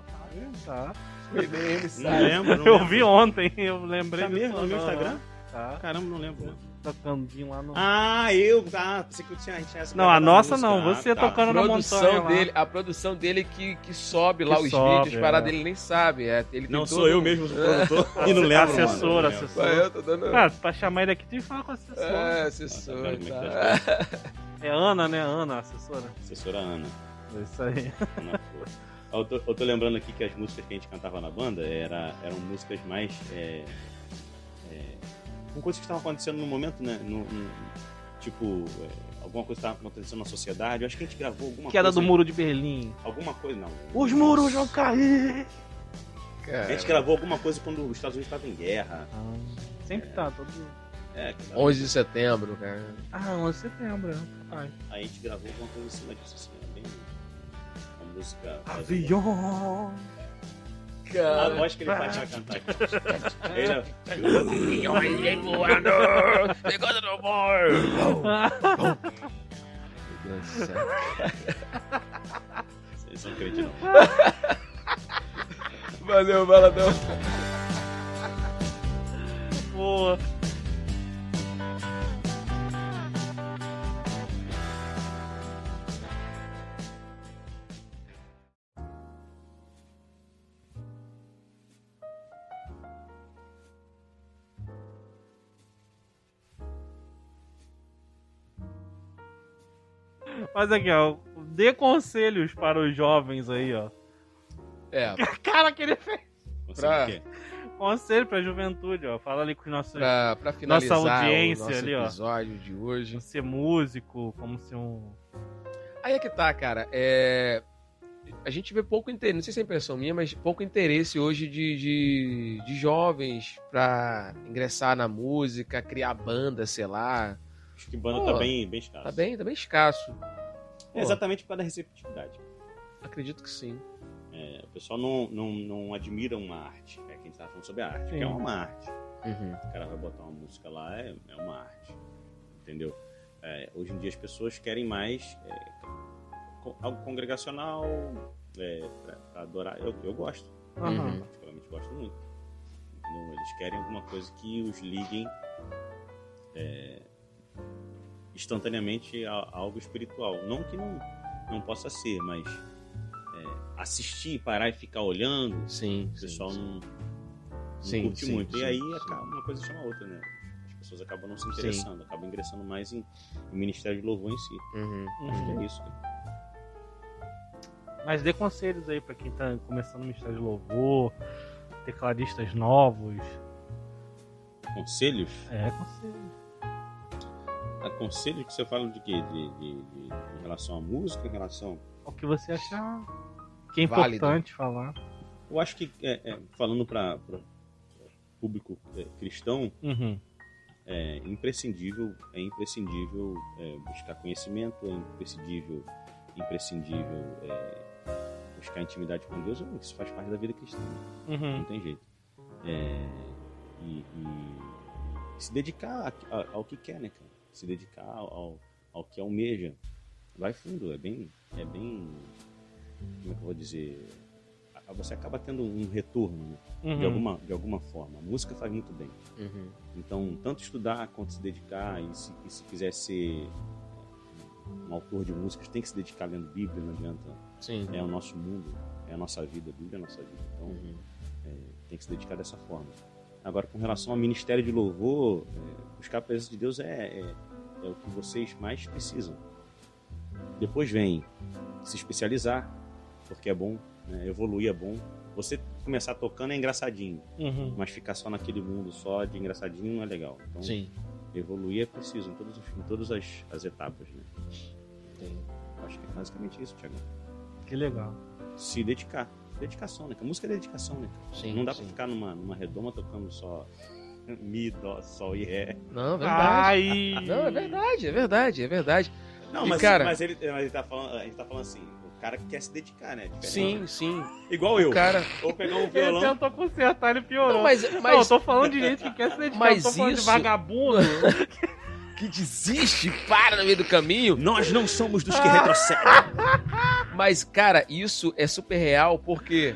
[SPEAKER 2] tá, tá.
[SPEAKER 3] Não lembro. não
[SPEAKER 2] Eu
[SPEAKER 3] lembro.
[SPEAKER 2] vi ontem, eu lembrei
[SPEAKER 3] Tá mesmo
[SPEAKER 2] disso
[SPEAKER 3] no meu
[SPEAKER 2] agora.
[SPEAKER 3] Instagram?
[SPEAKER 2] Tá.
[SPEAKER 3] Caramba, não lembro. mano.
[SPEAKER 2] tocando lá no.
[SPEAKER 3] Ah, eu. Ah, pensei que eu tinha, a gente tinha essa
[SPEAKER 2] não, a
[SPEAKER 3] parada
[SPEAKER 2] nossa
[SPEAKER 3] música.
[SPEAKER 2] não,
[SPEAKER 3] Ah,
[SPEAKER 2] você
[SPEAKER 3] tá.
[SPEAKER 1] A
[SPEAKER 2] tocando na montanha.
[SPEAKER 1] produção
[SPEAKER 2] lá.
[SPEAKER 1] dele, a produção dele que, que sobe lá
[SPEAKER 2] Que
[SPEAKER 1] os
[SPEAKER 2] sobe,
[SPEAKER 1] vídeos, parada
[SPEAKER 2] é.
[SPEAKER 1] ele nem sabe. É, ele tem
[SPEAKER 3] Não
[SPEAKER 1] todo
[SPEAKER 3] sou eu
[SPEAKER 1] um-
[SPEAKER 3] mesmo, sou
[SPEAKER 2] (laughs)
[SPEAKER 3] produtor. e não
[SPEAKER 2] Asse-
[SPEAKER 3] lembro. mano,
[SPEAKER 2] Assessor,
[SPEAKER 3] não lembro.
[SPEAKER 2] assessor.
[SPEAKER 1] Ah, eu tô dando.
[SPEAKER 2] Cara, pra chamar ele aqui, tem que falar com a assessora.
[SPEAKER 1] É,
[SPEAKER 3] Ah,
[SPEAKER 1] assessor.
[SPEAKER 3] tá vendo como é que tá as
[SPEAKER 1] tá.
[SPEAKER 2] É, Ana, né? Ana, a assessora.
[SPEAKER 3] Assessora Ana.
[SPEAKER 2] É isso aí.
[SPEAKER 3] Ana Flor. Eu tô, eu tô lembrando aqui que as músicas que a gente cantava na banda era, eram músicas mais. É, é, com coisas que estavam acontecendo no momento, né? No, no- tipo, é, alguma coisa estava acontecendo na sociedade. Eu acho que a gente gravou
[SPEAKER 2] (laughs)
[SPEAKER 3] alguma
[SPEAKER 2] Queda
[SPEAKER 3] coisa.
[SPEAKER 2] do muro de Berlim.
[SPEAKER 3] Alguma coisa, não.
[SPEAKER 2] Os muros vão cair!
[SPEAKER 3] A
[SPEAKER 1] Cara,
[SPEAKER 3] gente gravou alguma coisa quando os Estados Unidos estavam em guerra.
[SPEAKER 2] Sempre tá, todo.
[SPEAKER 3] É, que-
[SPEAKER 1] 11 de setembro, cara.
[SPEAKER 2] Ah, 11 de setembro. é. Ai.
[SPEAKER 3] Aí a gente gravou alguma coisa em cima disso, assim, era bem. Uma música.
[SPEAKER 2] Avião!
[SPEAKER 3] A
[SPEAKER 1] Cara.
[SPEAKER 3] voz que ele faz pra cantar.
[SPEAKER 2] (laughs)
[SPEAKER 3] Ele é-
[SPEAKER 1] Meu Deus do céu.
[SPEAKER 3] Vocês não acreditam.
[SPEAKER 1] Valeu, Baladão.
[SPEAKER 2] Boa! Mas aqui, ó, dê conselhos para os jovens aí, ó.
[SPEAKER 1] É,
[SPEAKER 2] Cara, que ele fez
[SPEAKER 1] Pra-
[SPEAKER 3] Pra...
[SPEAKER 2] conselho pra juventude, ó. Fala ali com os nossos
[SPEAKER 1] pra, pra finalizar
[SPEAKER 2] audiência
[SPEAKER 1] o nosso
[SPEAKER 2] ali, ó.
[SPEAKER 1] episódio de hoje.
[SPEAKER 2] como ser músico, como ser um.
[SPEAKER 1] Aí é que tá, cara. É... A gente vê pouco interesse, não sei se é impressão minha, mas pouco interesse hoje de, de, de jovens pra ingressar na música, criar banda, sei lá.
[SPEAKER 3] Acho que banda
[SPEAKER 1] Pô,
[SPEAKER 3] tá bem, bem escassa.
[SPEAKER 1] Tá bem, tá bem escasso.
[SPEAKER 3] É exatamente por causa da receptividade.
[SPEAKER 1] Acredito que sim.
[SPEAKER 3] É, o pessoal não, não, não admira uma arte. Né? Que a gente tava falando sobre a arte,
[SPEAKER 2] Sim.
[SPEAKER 3] que é uma arte. O cara vai botar uma música lá, é, é uma arte. Entendeu? É, hoje em dia as pessoas querem mais é, co- algo congregacional, é, pra, pra adorar. Eu, eu gosto.
[SPEAKER 1] Uhum.
[SPEAKER 2] um,
[SPEAKER 3] Eu particularmente gosto muito. Entendeu? Eles querem alguma coisa que os liguem é, instantaneamente a, a algo espiritual. Não que não, não possa ser, mas é, assistir, parar e ficar olhando,
[SPEAKER 1] Sim.
[SPEAKER 3] o pessoal
[SPEAKER 1] sim,
[SPEAKER 3] não, não
[SPEAKER 1] Sim,
[SPEAKER 3] curte
[SPEAKER 1] sim,
[SPEAKER 3] muito.
[SPEAKER 1] sim,
[SPEAKER 3] e aí
[SPEAKER 1] sim.
[SPEAKER 3] acaba uma coisa chama a outra, né? As pessoas acabam não se interessando, acabam ingressando mais em, em Ministério de Louvor em si.
[SPEAKER 1] Uhum.
[SPEAKER 3] Acho que é isso, cara.
[SPEAKER 2] Mas dê conselhos aí pra quem tá começando o Ministério de Louvor, tecladistas novos.
[SPEAKER 3] Conselhos?
[SPEAKER 2] É, conselho.
[SPEAKER 3] Aconselho que você fala de quê? De, de- de- em relação à música, em relação.
[SPEAKER 2] O que você achar que é
[SPEAKER 1] Válido.
[SPEAKER 2] importante falar.
[SPEAKER 3] Eu acho que, é, é, falando para público é, cristão,
[SPEAKER 2] Uhum.
[SPEAKER 3] é imprescindível, é imprescindível é, buscar conhecimento, é imprescindível, imprescindível é, buscar intimidade com Deus. Isso faz parte da vida cristã, né? não
[SPEAKER 2] Uhum.
[SPEAKER 3] tem jeito. É, e, e se dedicar a- a- ao que quer, né, cara? Se dedicar ao, ao- ao que almeja. Vai fundo, é bem, é bem, como é que eu vou dizer? A- Você acaba tendo um retorno né?
[SPEAKER 2] Uhum.
[SPEAKER 3] de, alguma, de alguma forma. A música faz muito bem.
[SPEAKER 1] Uhum.
[SPEAKER 3] Então, tanto estudar quanto se dedicar, e se, e se quiser ser um autor de músicas, tem que se dedicar lendo Bíblia, não adianta.
[SPEAKER 1] Sim.
[SPEAKER 3] É o nosso mundo, é a nossa vida, a Bíblia é a nossa vida. Então,
[SPEAKER 1] Uhum.
[SPEAKER 3] tem que se dedicar dessa forma. Agora, com relação ao ministério de louvor, é, buscar a presença de Deus é, é, é o que vocês mais precisam. Depois vem se especializar, porque é bom, né? evoluir é bom. Você começar tocando é engraçadinho,
[SPEAKER 2] Uhum.
[SPEAKER 3] mas ficar só naquele mundo só de engraçadinho não é legal. Então,
[SPEAKER 1] Sim.
[SPEAKER 3] evoluir é preciso em, todos os- em todas as, as etapas. Né?
[SPEAKER 1] Sim.
[SPEAKER 3] Acho que é basicamente isso, Thiago.
[SPEAKER 2] Que legal.
[SPEAKER 3] Se dedicar. Dedicação, né? cara? Música é dedicação, né? cara?
[SPEAKER 1] Sim,
[SPEAKER 3] Não dá
[SPEAKER 1] sim.
[SPEAKER 3] pra ficar numa, numa redoma tocando só (laughs) mi, dó, sol e ré.
[SPEAKER 1] Não, é verdade.
[SPEAKER 2] Ai!
[SPEAKER 1] Não, é verdade, é verdade, é verdade.
[SPEAKER 3] Não,
[SPEAKER 1] E,
[SPEAKER 3] mas,
[SPEAKER 1] cara-
[SPEAKER 3] mas ele, mas ele tá falando, a gente tá falando assim, o cara que quer se dedicar, né? Diferente.
[SPEAKER 1] Sim, sim.
[SPEAKER 3] Igual eu.
[SPEAKER 1] O cara.
[SPEAKER 3] Ou pegar
[SPEAKER 1] (laughs)
[SPEAKER 3] um
[SPEAKER 2] Ele
[SPEAKER 3] violão.
[SPEAKER 2] tentou consertar, ele piorou.
[SPEAKER 1] Não, mas,
[SPEAKER 2] Não, eu
[SPEAKER 1] mas
[SPEAKER 2] tô falando de gente que quer se dedicar,
[SPEAKER 1] Mas
[SPEAKER 2] eu tô falando de
[SPEAKER 1] isso- (laughs)
[SPEAKER 2] vagabundo.
[SPEAKER 1] que desiste, para no meio do caminho.
[SPEAKER 3] Nós não
[SPEAKER 1] Ah.
[SPEAKER 3] somos dos que retrocedem.
[SPEAKER 1] Mas, cara, isso é super real porque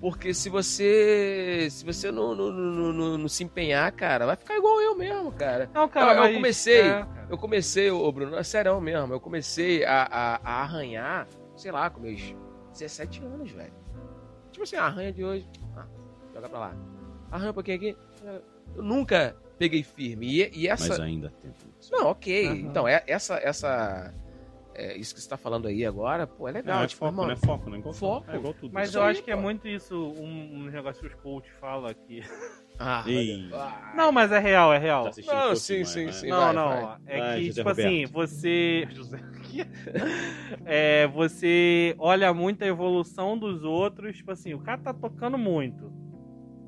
[SPEAKER 1] Porque se você. Se você não, não, não, não- não se empenhar, cara, vai ficar igual eu mesmo, cara.
[SPEAKER 2] Não, cara,
[SPEAKER 1] Eu- eu
[SPEAKER 2] mas-
[SPEAKER 1] comecei.
[SPEAKER 2] é, cara.
[SPEAKER 1] Eu comecei, ô Bruno, é sério mesmo, eu comecei a, a- a arranhar, sei lá, com meus 17 anos, velho. Tipo assim, ah, arranha de hoje, ah, joga pra lá. Arranha um pouquinho aqui. joga- Eu nunca peguei firme. E, e essa.
[SPEAKER 3] Mas é. ainda tem.
[SPEAKER 1] Não, ok.
[SPEAKER 2] Aham.
[SPEAKER 1] Então, é, essa. essa é, isso que você tá falando aí agora, pô, é legal.
[SPEAKER 3] Não, é
[SPEAKER 1] tipo,
[SPEAKER 3] foco,
[SPEAKER 1] irmão,
[SPEAKER 3] não é foco, não é igual
[SPEAKER 1] Foco.
[SPEAKER 3] É igual tudo.
[SPEAKER 2] Mas
[SPEAKER 1] Isso
[SPEAKER 2] eu
[SPEAKER 1] aí,
[SPEAKER 2] acho que é
[SPEAKER 1] pô.
[SPEAKER 2] muito isso, um, um negócio que os coaches falam aqui.
[SPEAKER 1] ah,
[SPEAKER 3] Ei.
[SPEAKER 1] ah,
[SPEAKER 2] Não, mas é real, é real.
[SPEAKER 3] Tá assistindo
[SPEAKER 1] Não,
[SPEAKER 3] um pouco
[SPEAKER 1] sim,
[SPEAKER 3] mais,
[SPEAKER 1] sim,
[SPEAKER 3] né?
[SPEAKER 1] sim.
[SPEAKER 2] Não,
[SPEAKER 1] vai,
[SPEAKER 2] não. É
[SPEAKER 3] Vai,
[SPEAKER 2] que,
[SPEAKER 3] José
[SPEAKER 2] tipo assim,
[SPEAKER 1] (laughs)
[SPEAKER 2] você. José. é, você olha muito a evolução dos outros. Tipo assim, o cara tá tocando muito.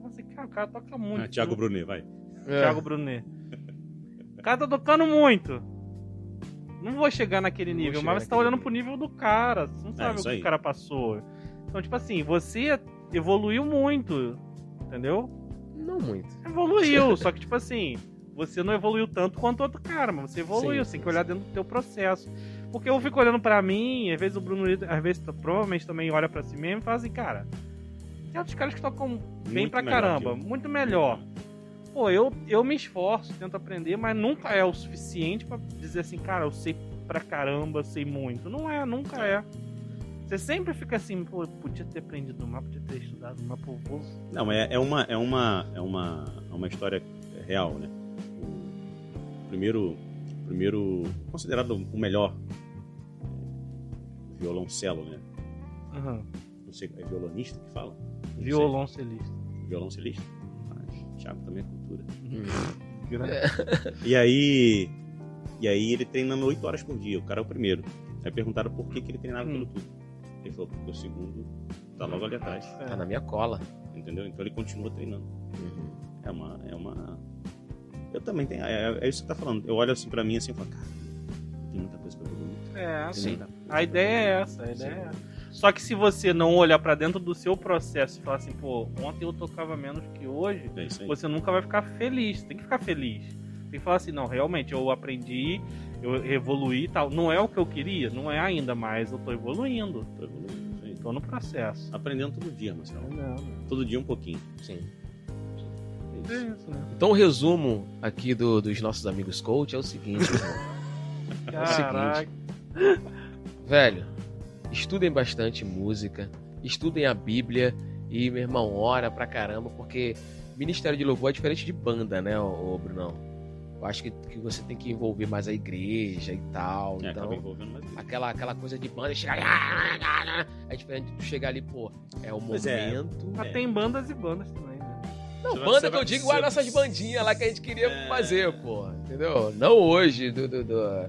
[SPEAKER 2] Nossa, cara, o cara toca muito.
[SPEAKER 3] Ah, Thiago Brunet, vai.
[SPEAKER 1] é.
[SPEAKER 2] Thiago Brunet. O cara tá tocando muito. Não vou chegar naquele
[SPEAKER 1] Não vou
[SPEAKER 2] nível,
[SPEAKER 1] chegar
[SPEAKER 2] mas você tá
[SPEAKER 1] naquele
[SPEAKER 2] olhando pro nível do cara. Você não sabe o
[SPEAKER 3] É, isso
[SPEAKER 2] que
[SPEAKER 3] aí.
[SPEAKER 2] o cara passou. Então, tipo assim, você evoluiu muito. Entendeu?
[SPEAKER 1] Não muito.
[SPEAKER 2] Evoluiu, só que tipo assim, você não evoluiu tanto quanto outro cara, mas você
[SPEAKER 1] Sim,
[SPEAKER 2] evoluiu, você tem
[SPEAKER 1] sim,
[SPEAKER 2] que olhar dentro do teu processo. Porque eu fico olhando pra mim, às vezes o Bruno, Lito- às vezes provavelmente também olha pra si mesmo e fala assim, cara, tem outros caras que tocam bem
[SPEAKER 3] Muito
[SPEAKER 2] pra
[SPEAKER 3] melhor
[SPEAKER 2] caramba,
[SPEAKER 3] que eu.
[SPEAKER 2] muito melhor. Pô, eu, eu me esforço, tento aprender, mas nunca é o suficiente pra dizer assim, cara, eu sei pra caramba, eu sei muito. Não é, nunca é. Você sempre fica assim, pô, eu podia ter aprendido mais, podia ter estudado mais, pô, vou
[SPEAKER 3] Não, é, é uma é uma é uma é uma história real, né? O primeiro primeiro considerado o melhor violoncelo, né?
[SPEAKER 2] Aham.
[SPEAKER 3] Não sei, é violonista que fala? Não
[SPEAKER 2] Violoncelista.
[SPEAKER 3] sei. Violoncelista? Ah, Thiago também é cultura.
[SPEAKER 2] É.
[SPEAKER 3] E aí e aí ele treinando 8 horas por dia, o cara é o primeiro. Aí perguntaram por que, que ele treinava
[SPEAKER 2] Hum.
[SPEAKER 3] aquilo tudo. Ele falou, porque o segundo tá logo ali atrás,
[SPEAKER 1] Tá na minha cola.
[SPEAKER 3] entendeu? Então ele continua treinando. É uma. É uma... Eu também tenho. É, é isso que você tá falando. Eu olho assim pra mim assim e falo, cara, tem muita coisa pra evoluir.
[SPEAKER 2] É,
[SPEAKER 1] Sim.
[SPEAKER 2] sim. A ideia é essa, a ideia é essa. Só que se você não olhar pra dentro do seu processo e falar assim, pô, ontem eu tocava menos que hoje,
[SPEAKER 3] É isso aí.
[SPEAKER 2] você nunca vai ficar feliz. Tem que ficar feliz. Tem que falar assim, não, realmente, eu aprendi, eu evoluí e tal. Não é o que eu queria, não é ainda, mas eu tô evoluindo.
[SPEAKER 3] Tô evoluindo, é isso aí.
[SPEAKER 2] Tô no processo.
[SPEAKER 3] Aprendendo todo dia, Marcelo.
[SPEAKER 2] É
[SPEAKER 3] Todo dia um pouquinho.
[SPEAKER 1] Sim.
[SPEAKER 3] É isso.
[SPEAKER 2] isso, né?
[SPEAKER 1] Então o resumo aqui do- dos nossos amigos coach é o seguinte, irmão.
[SPEAKER 2] Caraca.
[SPEAKER 1] velho, estudem bastante música, estudem a Bíblia e, meu irmão, ora pra caramba, porque Ministério de Louvor é diferente de banda, né, ô, ô Brunão? Eu acho que, que você tem que envolver mais a igreja e tal.
[SPEAKER 3] É, acaba
[SPEAKER 1] então,
[SPEAKER 3] envolvendo mais isso.
[SPEAKER 1] aquela, aquela coisa de banda e chegar. (laughs) É diferente de tu chegar ali, pô, é o
[SPEAKER 3] Pois é.
[SPEAKER 1] momento.
[SPEAKER 2] Mas tem bandas e bandas também, né?
[SPEAKER 1] Não,
[SPEAKER 3] Você vai-
[SPEAKER 1] banda
[SPEAKER 3] você
[SPEAKER 1] que eu
[SPEAKER 3] vai-
[SPEAKER 1] digo,
[SPEAKER 3] você-
[SPEAKER 1] as nossas bandinhas lá que a gente queria
[SPEAKER 3] É.
[SPEAKER 1] fazer, pô. Entendeu? Não hoje, do, do- do-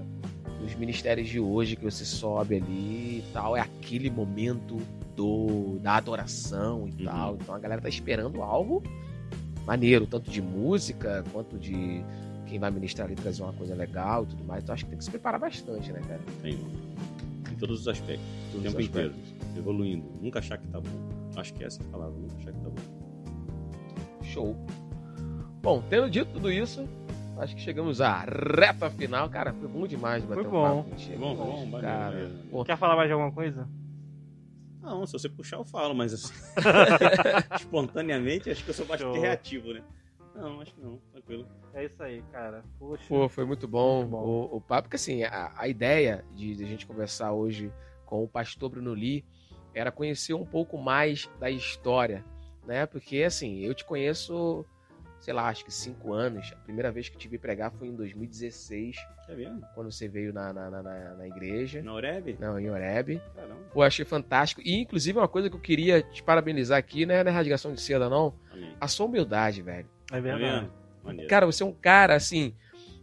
[SPEAKER 1] dos ministérios de hoje que você sobe ali e tal. É aquele momento do, da adoração e
[SPEAKER 3] Uhum.
[SPEAKER 1] tal. Então a galera tá esperando algo maneiro, tanto de música quanto de quem vai ministrar ali trazer uma coisa legal e tudo mais. Então acho que tem que se preparar bastante, né, cara?
[SPEAKER 3] Tem, mano. Em todos os aspectos. O
[SPEAKER 1] Todos
[SPEAKER 3] tempo
[SPEAKER 1] os
[SPEAKER 3] inteiro.
[SPEAKER 1] aspectos.
[SPEAKER 3] Evoluindo. Nunca achar que tá bom. Acho que essa é a palavra. Nunca achar que tá bom.
[SPEAKER 1] Show. Bom, tendo dito tudo isso, acho que chegamos à reta final. Cara, foi bom demais bater
[SPEAKER 2] Foi
[SPEAKER 1] um
[SPEAKER 2] bom.
[SPEAKER 1] papo
[SPEAKER 3] Tá
[SPEAKER 1] contigo.
[SPEAKER 3] bom, bom, valeu,
[SPEAKER 1] cara,
[SPEAKER 3] valeu.
[SPEAKER 1] pô.
[SPEAKER 2] Quer falar mais de alguma coisa?
[SPEAKER 3] Não, se você puxar eu falo, mas assim, espontaneamente acho que eu sou bastante
[SPEAKER 2] Show.
[SPEAKER 3] reativo, né? Não, acho que não. Tranquilo.
[SPEAKER 2] É isso aí, cara. Poxa. É
[SPEAKER 1] Pô, foi muito bom,
[SPEAKER 2] Muito bom.
[SPEAKER 1] O, o papo, porque assim, a, a ideia de, de a gente conversar hoje com o pastor Bruno Lee era conhecer um pouco mais da história, né? Porque assim, eu te conheço, sei lá, acho que cinco anos. A primeira vez que eu te vi pregar foi em 2016,
[SPEAKER 3] Tá vendo?
[SPEAKER 1] quando você veio na, na, na, na- na igreja,
[SPEAKER 3] Na Oreb?
[SPEAKER 1] não, em Oreb.
[SPEAKER 3] Caramba.
[SPEAKER 1] Pô, achei fantástico. E inclusive uma coisa que eu queria te parabenizar aqui, né? Na rasgação de seda, não.
[SPEAKER 3] Amém.
[SPEAKER 1] A sua humildade, velho.
[SPEAKER 2] É
[SPEAKER 3] Tá
[SPEAKER 2] verdade.
[SPEAKER 3] vendo? Maneiro.
[SPEAKER 1] Cara, você é um cara assim.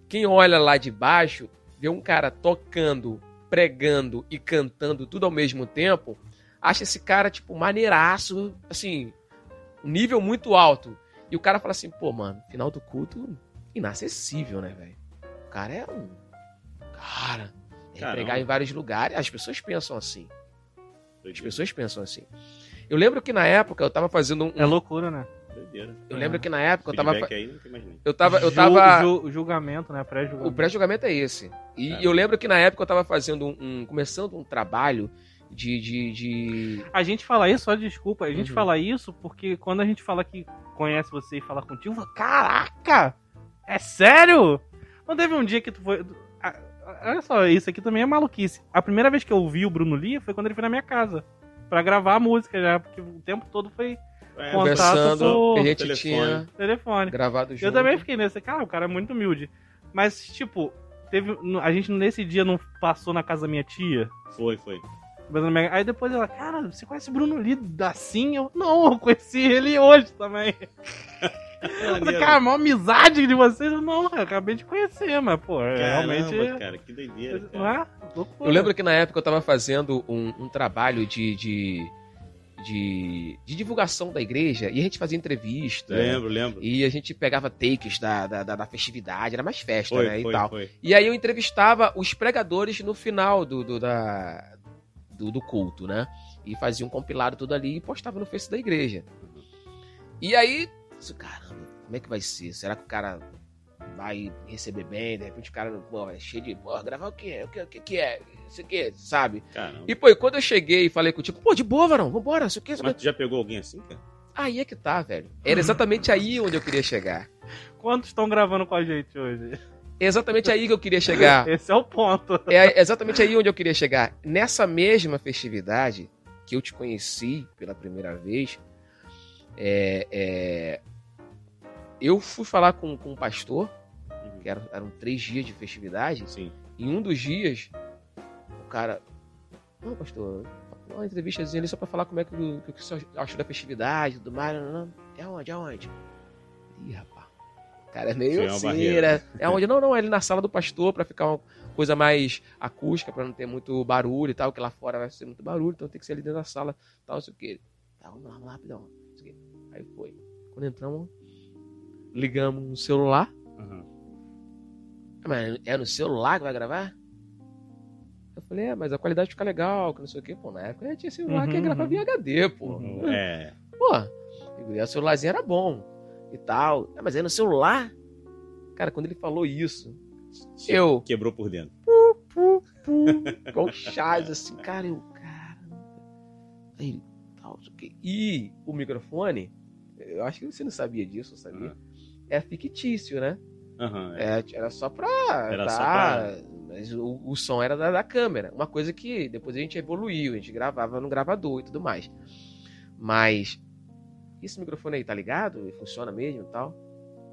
[SPEAKER 1] Quem olha lá de baixo, vê um cara tocando, pregando e cantando tudo ao mesmo tempo, acha esse cara, tipo, maneiraço, assim, um nível muito alto. E o cara fala assim, pô, mano, final do culto, inacessível, né, velho? O cara é um. Cara, tem que
[SPEAKER 3] Caramba.
[SPEAKER 1] pregar em vários lugares. As pessoas pensam assim. As
[SPEAKER 3] Doideira.
[SPEAKER 1] pessoas pensam assim. Eu lembro que na época eu tava fazendo um.
[SPEAKER 2] É loucura, né?
[SPEAKER 3] Doideira.
[SPEAKER 1] Eu lembro que na época eu tava.
[SPEAKER 3] Feedback
[SPEAKER 1] fa-
[SPEAKER 3] aí, nunca imaginei.
[SPEAKER 1] Eu tava. Eu
[SPEAKER 2] Ah, Ju-
[SPEAKER 1] tava...
[SPEAKER 2] ju- julgamento, né? Pré-julgamento.
[SPEAKER 1] O pré-julgamento é esse. E
[SPEAKER 3] Cara.
[SPEAKER 1] eu lembro que na época eu tava fazendo um, um- começando um trabalho de. de, de...
[SPEAKER 2] A gente fala isso, só desculpa, a gente
[SPEAKER 1] Uhum.
[SPEAKER 2] fala isso porque quando a gente fala que conhece você e fala contigo, fala, caraca! É sério? Não teve um dia que tu foi. Ah, ah, Olha só, isso aqui também é maluquice. A primeira vez que eu vi o Bruno Lia foi quando ele foi na minha casa. Pra gravar a música já, porque o tempo todo foi
[SPEAKER 3] É,
[SPEAKER 2] Contato
[SPEAKER 1] Conversando,
[SPEAKER 2] por
[SPEAKER 1] que a gente
[SPEAKER 3] telefone.
[SPEAKER 1] tinha
[SPEAKER 2] telefone.
[SPEAKER 1] gravado junto.
[SPEAKER 2] Eu também fiquei nesse, cara, o cara é muito humilde. Mas, tipo, teve. A gente nesse dia não passou na casa da minha tia.
[SPEAKER 3] Foi,
[SPEAKER 1] (laughs)
[SPEAKER 3] foi.
[SPEAKER 2] Mas na minha- Aí depois ela, cara, você conhece o Bruno Lido assim? Eu, não, eu conheci ele hoje também. Falei, cara, a maior amizade de vocês? Eu, não, eu acabei de conhecer, mas, pô, é
[SPEAKER 3] Caramba,
[SPEAKER 2] realmente.
[SPEAKER 3] cara, que doideira, cara.
[SPEAKER 2] Não é? Loucura.
[SPEAKER 1] Eu lembro que na época eu tava fazendo um, um trabalho de, de, de, de divulgação da igreja e a gente fazia entrevista.
[SPEAKER 3] é. Lembro, lembro.
[SPEAKER 1] E a gente pegava takes da, da, da- da festividade, era mais festa,
[SPEAKER 3] Foi,
[SPEAKER 1] né?
[SPEAKER 3] foi,
[SPEAKER 1] e tal.
[SPEAKER 3] foi.
[SPEAKER 1] E aí eu entrevistava os pregadores no final do, do, da, do, do culto, né? E fazia um compilado tudo ali e postava no Face da igreja. E aí, isso, caramba, como é que vai ser? Será que o cara vai receber bem? De repente o cara, pô, é cheio de. Pô, gravar o quê? O que, o que, que é? Isso aqui, sabe?
[SPEAKER 3] Caramba.
[SPEAKER 1] E pô, e quando eu cheguei e falei com o tipo, pô, de boa, varão, vambora, isso aqui. Isso
[SPEAKER 3] Mas
[SPEAKER 1] aqui.
[SPEAKER 3] tu já pegou alguém assim, cara?
[SPEAKER 1] Aí é que tá, velho. Era exatamente aí onde eu queria chegar.
[SPEAKER 2] Quantos estão gravando com a gente hoje?
[SPEAKER 1] Exatamente aí que eu queria chegar.
[SPEAKER 2] Esse é o ponto.
[SPEAKER 1] É exatamente aí onde eu queria chegar. Nessa mesma festividade que eu te conheci pela primeira vez, é, é, eu fui falar com, com um pastor,
[SPEAKER 3] Uhum.
[SPEAKER 1] que era- eram três dias de festividade,
[SPEAKER 3] Sim.
[SPEAKER 1] e um dos dias, o cara. Não, pastor, uma entrevistazinha ali só pra falar como é que, o que o senhor achou da festividade, do mar. Não, não. É aonde? É aonde? Ih, rapaz. O Cara, é meio
[SPEAKER 3] Sim, é uma
[SPEAKER 1] assim,
[SPEAKER 3] barreira.
[SPEAKER 1] né? É onde? Não, não, é ali na sala do pastor pra ficar uma coisa mais acústica, pra não ter muito barulho e tal, que lá fora vai ser muito barulho, então tem que ser ali dentro da sala, tal, não sei o que. Tá, vamos lá, vamos lá, rapidão. não sei o quê. Aí foi. Quando entramos, ligamos um celular.
[SPEAKER 3] Uhum.
[SPEAKER 1] Mas é no celular que vai gravar? Eu falei, é, mas a qualidade fica legal, que não sei o quê. Pô, na época já tinha celular que ia
[SPEAKER 2] Uhum,
[SPEAKER 1] gravar
[SPEAKER 2] uhum.
[SPEAKER 1] via HD, pô.
[SPEAKER 2] Uhum.
[SPEAKER 3] É.
[SPEAKER 1] Pô, e o celularzinho era bom e tal. Ah, mas é no celular? Cara, quando ele falou isso, eu,
[SPEAKER 3] Quebrou por dentro.
[SPEAKER 1] igual o Chaves, assim, cara, eu, caramba. Aí ele, tal, não sei o quê. E o microfone, eu acho que você não sabia disso, sabia?
[SPEAKER 3] Aham.
[SPEAKER 1] É fictício, né?
[SPEAKER 3] Aham, Ah. é.
[SPEAKER 1] É, era só pra.
[SPEAKER 3] Era
[SPEAKER 1] tá,
[SPEAKER 3] só pra-
[SPEAKER 1] Mas o, o som era da, da câmera. Uma coisa que depois a gente evoluiu, a gente gravava no gravador e tudo mais. Mas. Esse microfone aí tá ligado? E funciona mesmo e tal?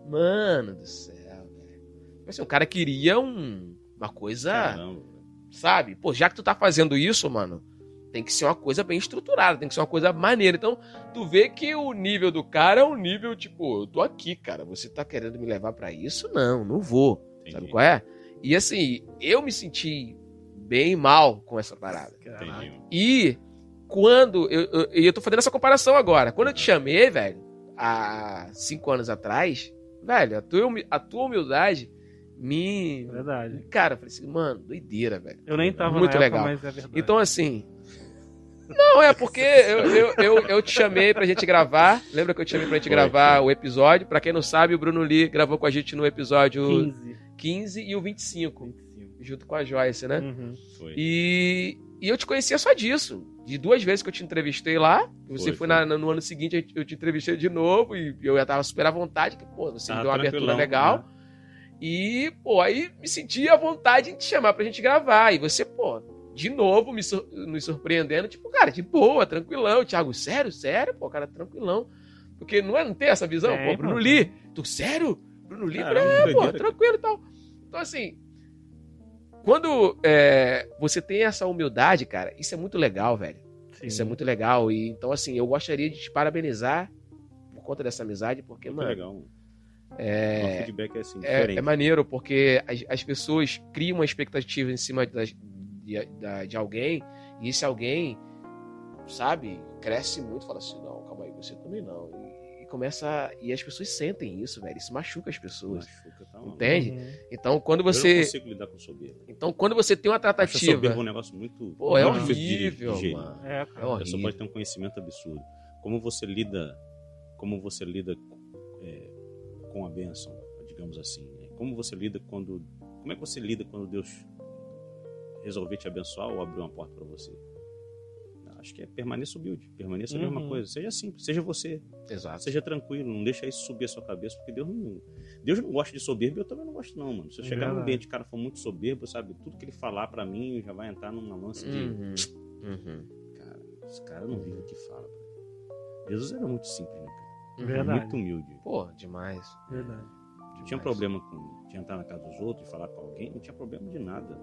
[SPEAKER 1] Mano do céu, velho. Tipo Assim, o cara queria um, uma coisa.
[SPEAKER 3] Caramba.
[SPEAKER 1] Sabe? Pô, já que tu tá fazendo isso, mano, tem que ser uma coisa bem estruturada, tem que ser uma coisa maneira. Então, tu vê que o nível do cara é um nível, tipo, eu tô aqui, cara, você tá querendo me levar pra isso? Não, não vou. Sabe
[SPEAKER 3] Entendi.
[SPEAKER 1] qual é? E assim, eu me senti bem mal com essa parada.
[SPEAKER 3] Entendi.
[SPEAKER 1] E quando. Eu, eu, e eu tô fazendo essa comparação agora. Quando eu te chamei, velho, há cinco anos atrás, velho, a tua, humi- a tua humildade me.
[SPEAKER 2] É Verdade.
[SPEAKER 1] Cara, eu falei assim, mano, doideira, velho.
[SPEAKER 2] Eu nem tava
[SPEAKER 1] Muito
[SPEAKER 2] na época,
[SPEAKER 1] legal.
[SPEAKER 2] mas é verdade.
[SPEAKER 1] Então, assim. Não, é porque eu, eu, eu, eu te chamei pra gente gravar. Lembra que eu te chamei pra gente
[SPEAKER 3] Foi,
[SPEAKER 1] gravar o episódio? Pra quem não sabe, o Bruno Lee gravou com a gente no episódio
[SPEAKER 2] 15.
[SPEAKER 1] 15 e o 25,
[SPEAKER 2] 25.
[SPEAKER 1] junto com a Joyce,
[SPEAKER 3] Hum.
[SPEAKER 1] né?
[SPEAKER 2] Uhum.
[SPEAKER 3] Foi.
[SPEAKER 1] E, e eu te conhecia só disso. De duas vezes que eu te entrevistei lá, você
[SPEAKER 3] Foi,
[SPEAKER 1] foi, na- na- no ano seguinte, eu te entrevistei de novo e eu já tava super à vontade, que, pô, você me
[SPEAKER 3] Tava
[SPEAKER 1] deu uma abertura
[SPEAKER 3] Ah, tranquilão,
[SPEAKER 1] legal.
[SPEAKER 3] né?
[SPEAKER 1] E, pô, aí me senti à vontade em te chamar pra gente gravar. E você, pô, de novo me sur- nos surpreendendo, tipo, cara, de boa, tranquilão. Thiago, sério, sério, pô, cara, tranquilão. Porque não, é, não tem essa visão?
[SPEAKER 2] Tem,
[SPEAKER 1] pô, Bruno
[SPEAKER 2] pô.
[SPEAKER 1] Li, tu sério? Bruno Li,
[SPEAKER 3] Caramba,
[SPEAKER 1] é,
[SPEAKER 3] que
[SPEAKER 1] pô,
[SPEAKER 3] doideira,
[SPEAKER 1] tranquilo e tal. Então, assim, quando é, você tem essa humildade, cara, isso é muito legal, velho.
[SPEAKER 2] Sim.
[SPEAKER 1] Isso é muito legal. E, então, assim, eu gostaria de te parabenizar por conta dessa amizade, porque,
[SPEAKER 3] Muito
[SPEAKER 1] mano,
[SPEAKER 3] legal. É... O feedback é assim,
[SPEAKER 1] é,
[SPEAKER 3] diferente.
[SPEAKER 1] é maneiro, porque as, as pessoas criam uma expectativa em cima das- de, da- de alguém, e esse alguém, sabe, cresce muito, fala assim, não, calma aí, você também não. E, e começa. a- E as pessoas sentem isso, velho. Isso machuca as pessoas.
[SPEAKER 3] Machuca, tá,
[SPEAKER 1] Não
[SPEAKER 3] mano.
[SPEAKER 1] tem? Entende?
[SPEAKER 2] Uhum.
[SPEAKER 1] Então, quando
[SPEAKER 3] Eu não
[SPEAKER 1] você.
[SPEAKER 3] consigo lidar com soberba.
[SPEAKER 1] Então, quando você tem uma
[SPEAKER 3] Acho soberba
[SPEAKER 1] tratativa.
[SPEAKER 3] um negócio muito...
[SPEAKER 1] Pô, é
[SPEAKER 2] Não,
[SPEAKER 3] muito difícil tipo de- de
[SPEAKER 1] horrível,
[SPEAKER 3] gerir.
[SPEAKER 1] mano.
[SPEAKER 2] É,
[SPEAKER 1] É
[SPEAKER 3] A
[SPEAKER 2] cara.
[SPEAKER 3] pessoa
[SPEAKER 1] horrível.
[SPEAKER 3] pode ter um conhecimento absurdo. Como você lida, como você lida é, com a bênção, digamos assim. né? Como você lida quando, como é que você lida quando Deus resolver te abençoar ou abrir uma porta para você? Acho que é permaneça humilde, permaneça a mesma
[SPEAKER 2] Uhum.
[SPEAKER 3] coisa. Seja simples, seja você,
[SPEAKER 1] Exato.
[SPEAKER 3] seja tranquilo, não deixa isso subir a sua cabeça, porque Deus não. Deus não gosta de soberbo, eu também não gosto, não, mano. Se eu
[SPEAKER 2] É
[SPEAKER 3] chegar num
[SPEAKER 2] verdade.
[SPEAKER 3] ambiente que o cara for muito soberbo, sabe? Tudo que ele falar pra mim já vai entrar numa lance de.
[SPEAKER 1] Uhum. Uhum.
[SPEAKER 3] Cara, esse cara não vive o que fala. cara. Jesus era muito simples, né, cara?
[SPEAKER 2] Verdade.
[SPEAKER 3] Muito humilde.
[SPEAKER 1] Uhum. Pô, demais.
[SPEAKER 2] Verdade.
[SPEAKER 3] Não tinha um problema com de entrar na casa dos outros e falar com alguém, não tinha problema de nada.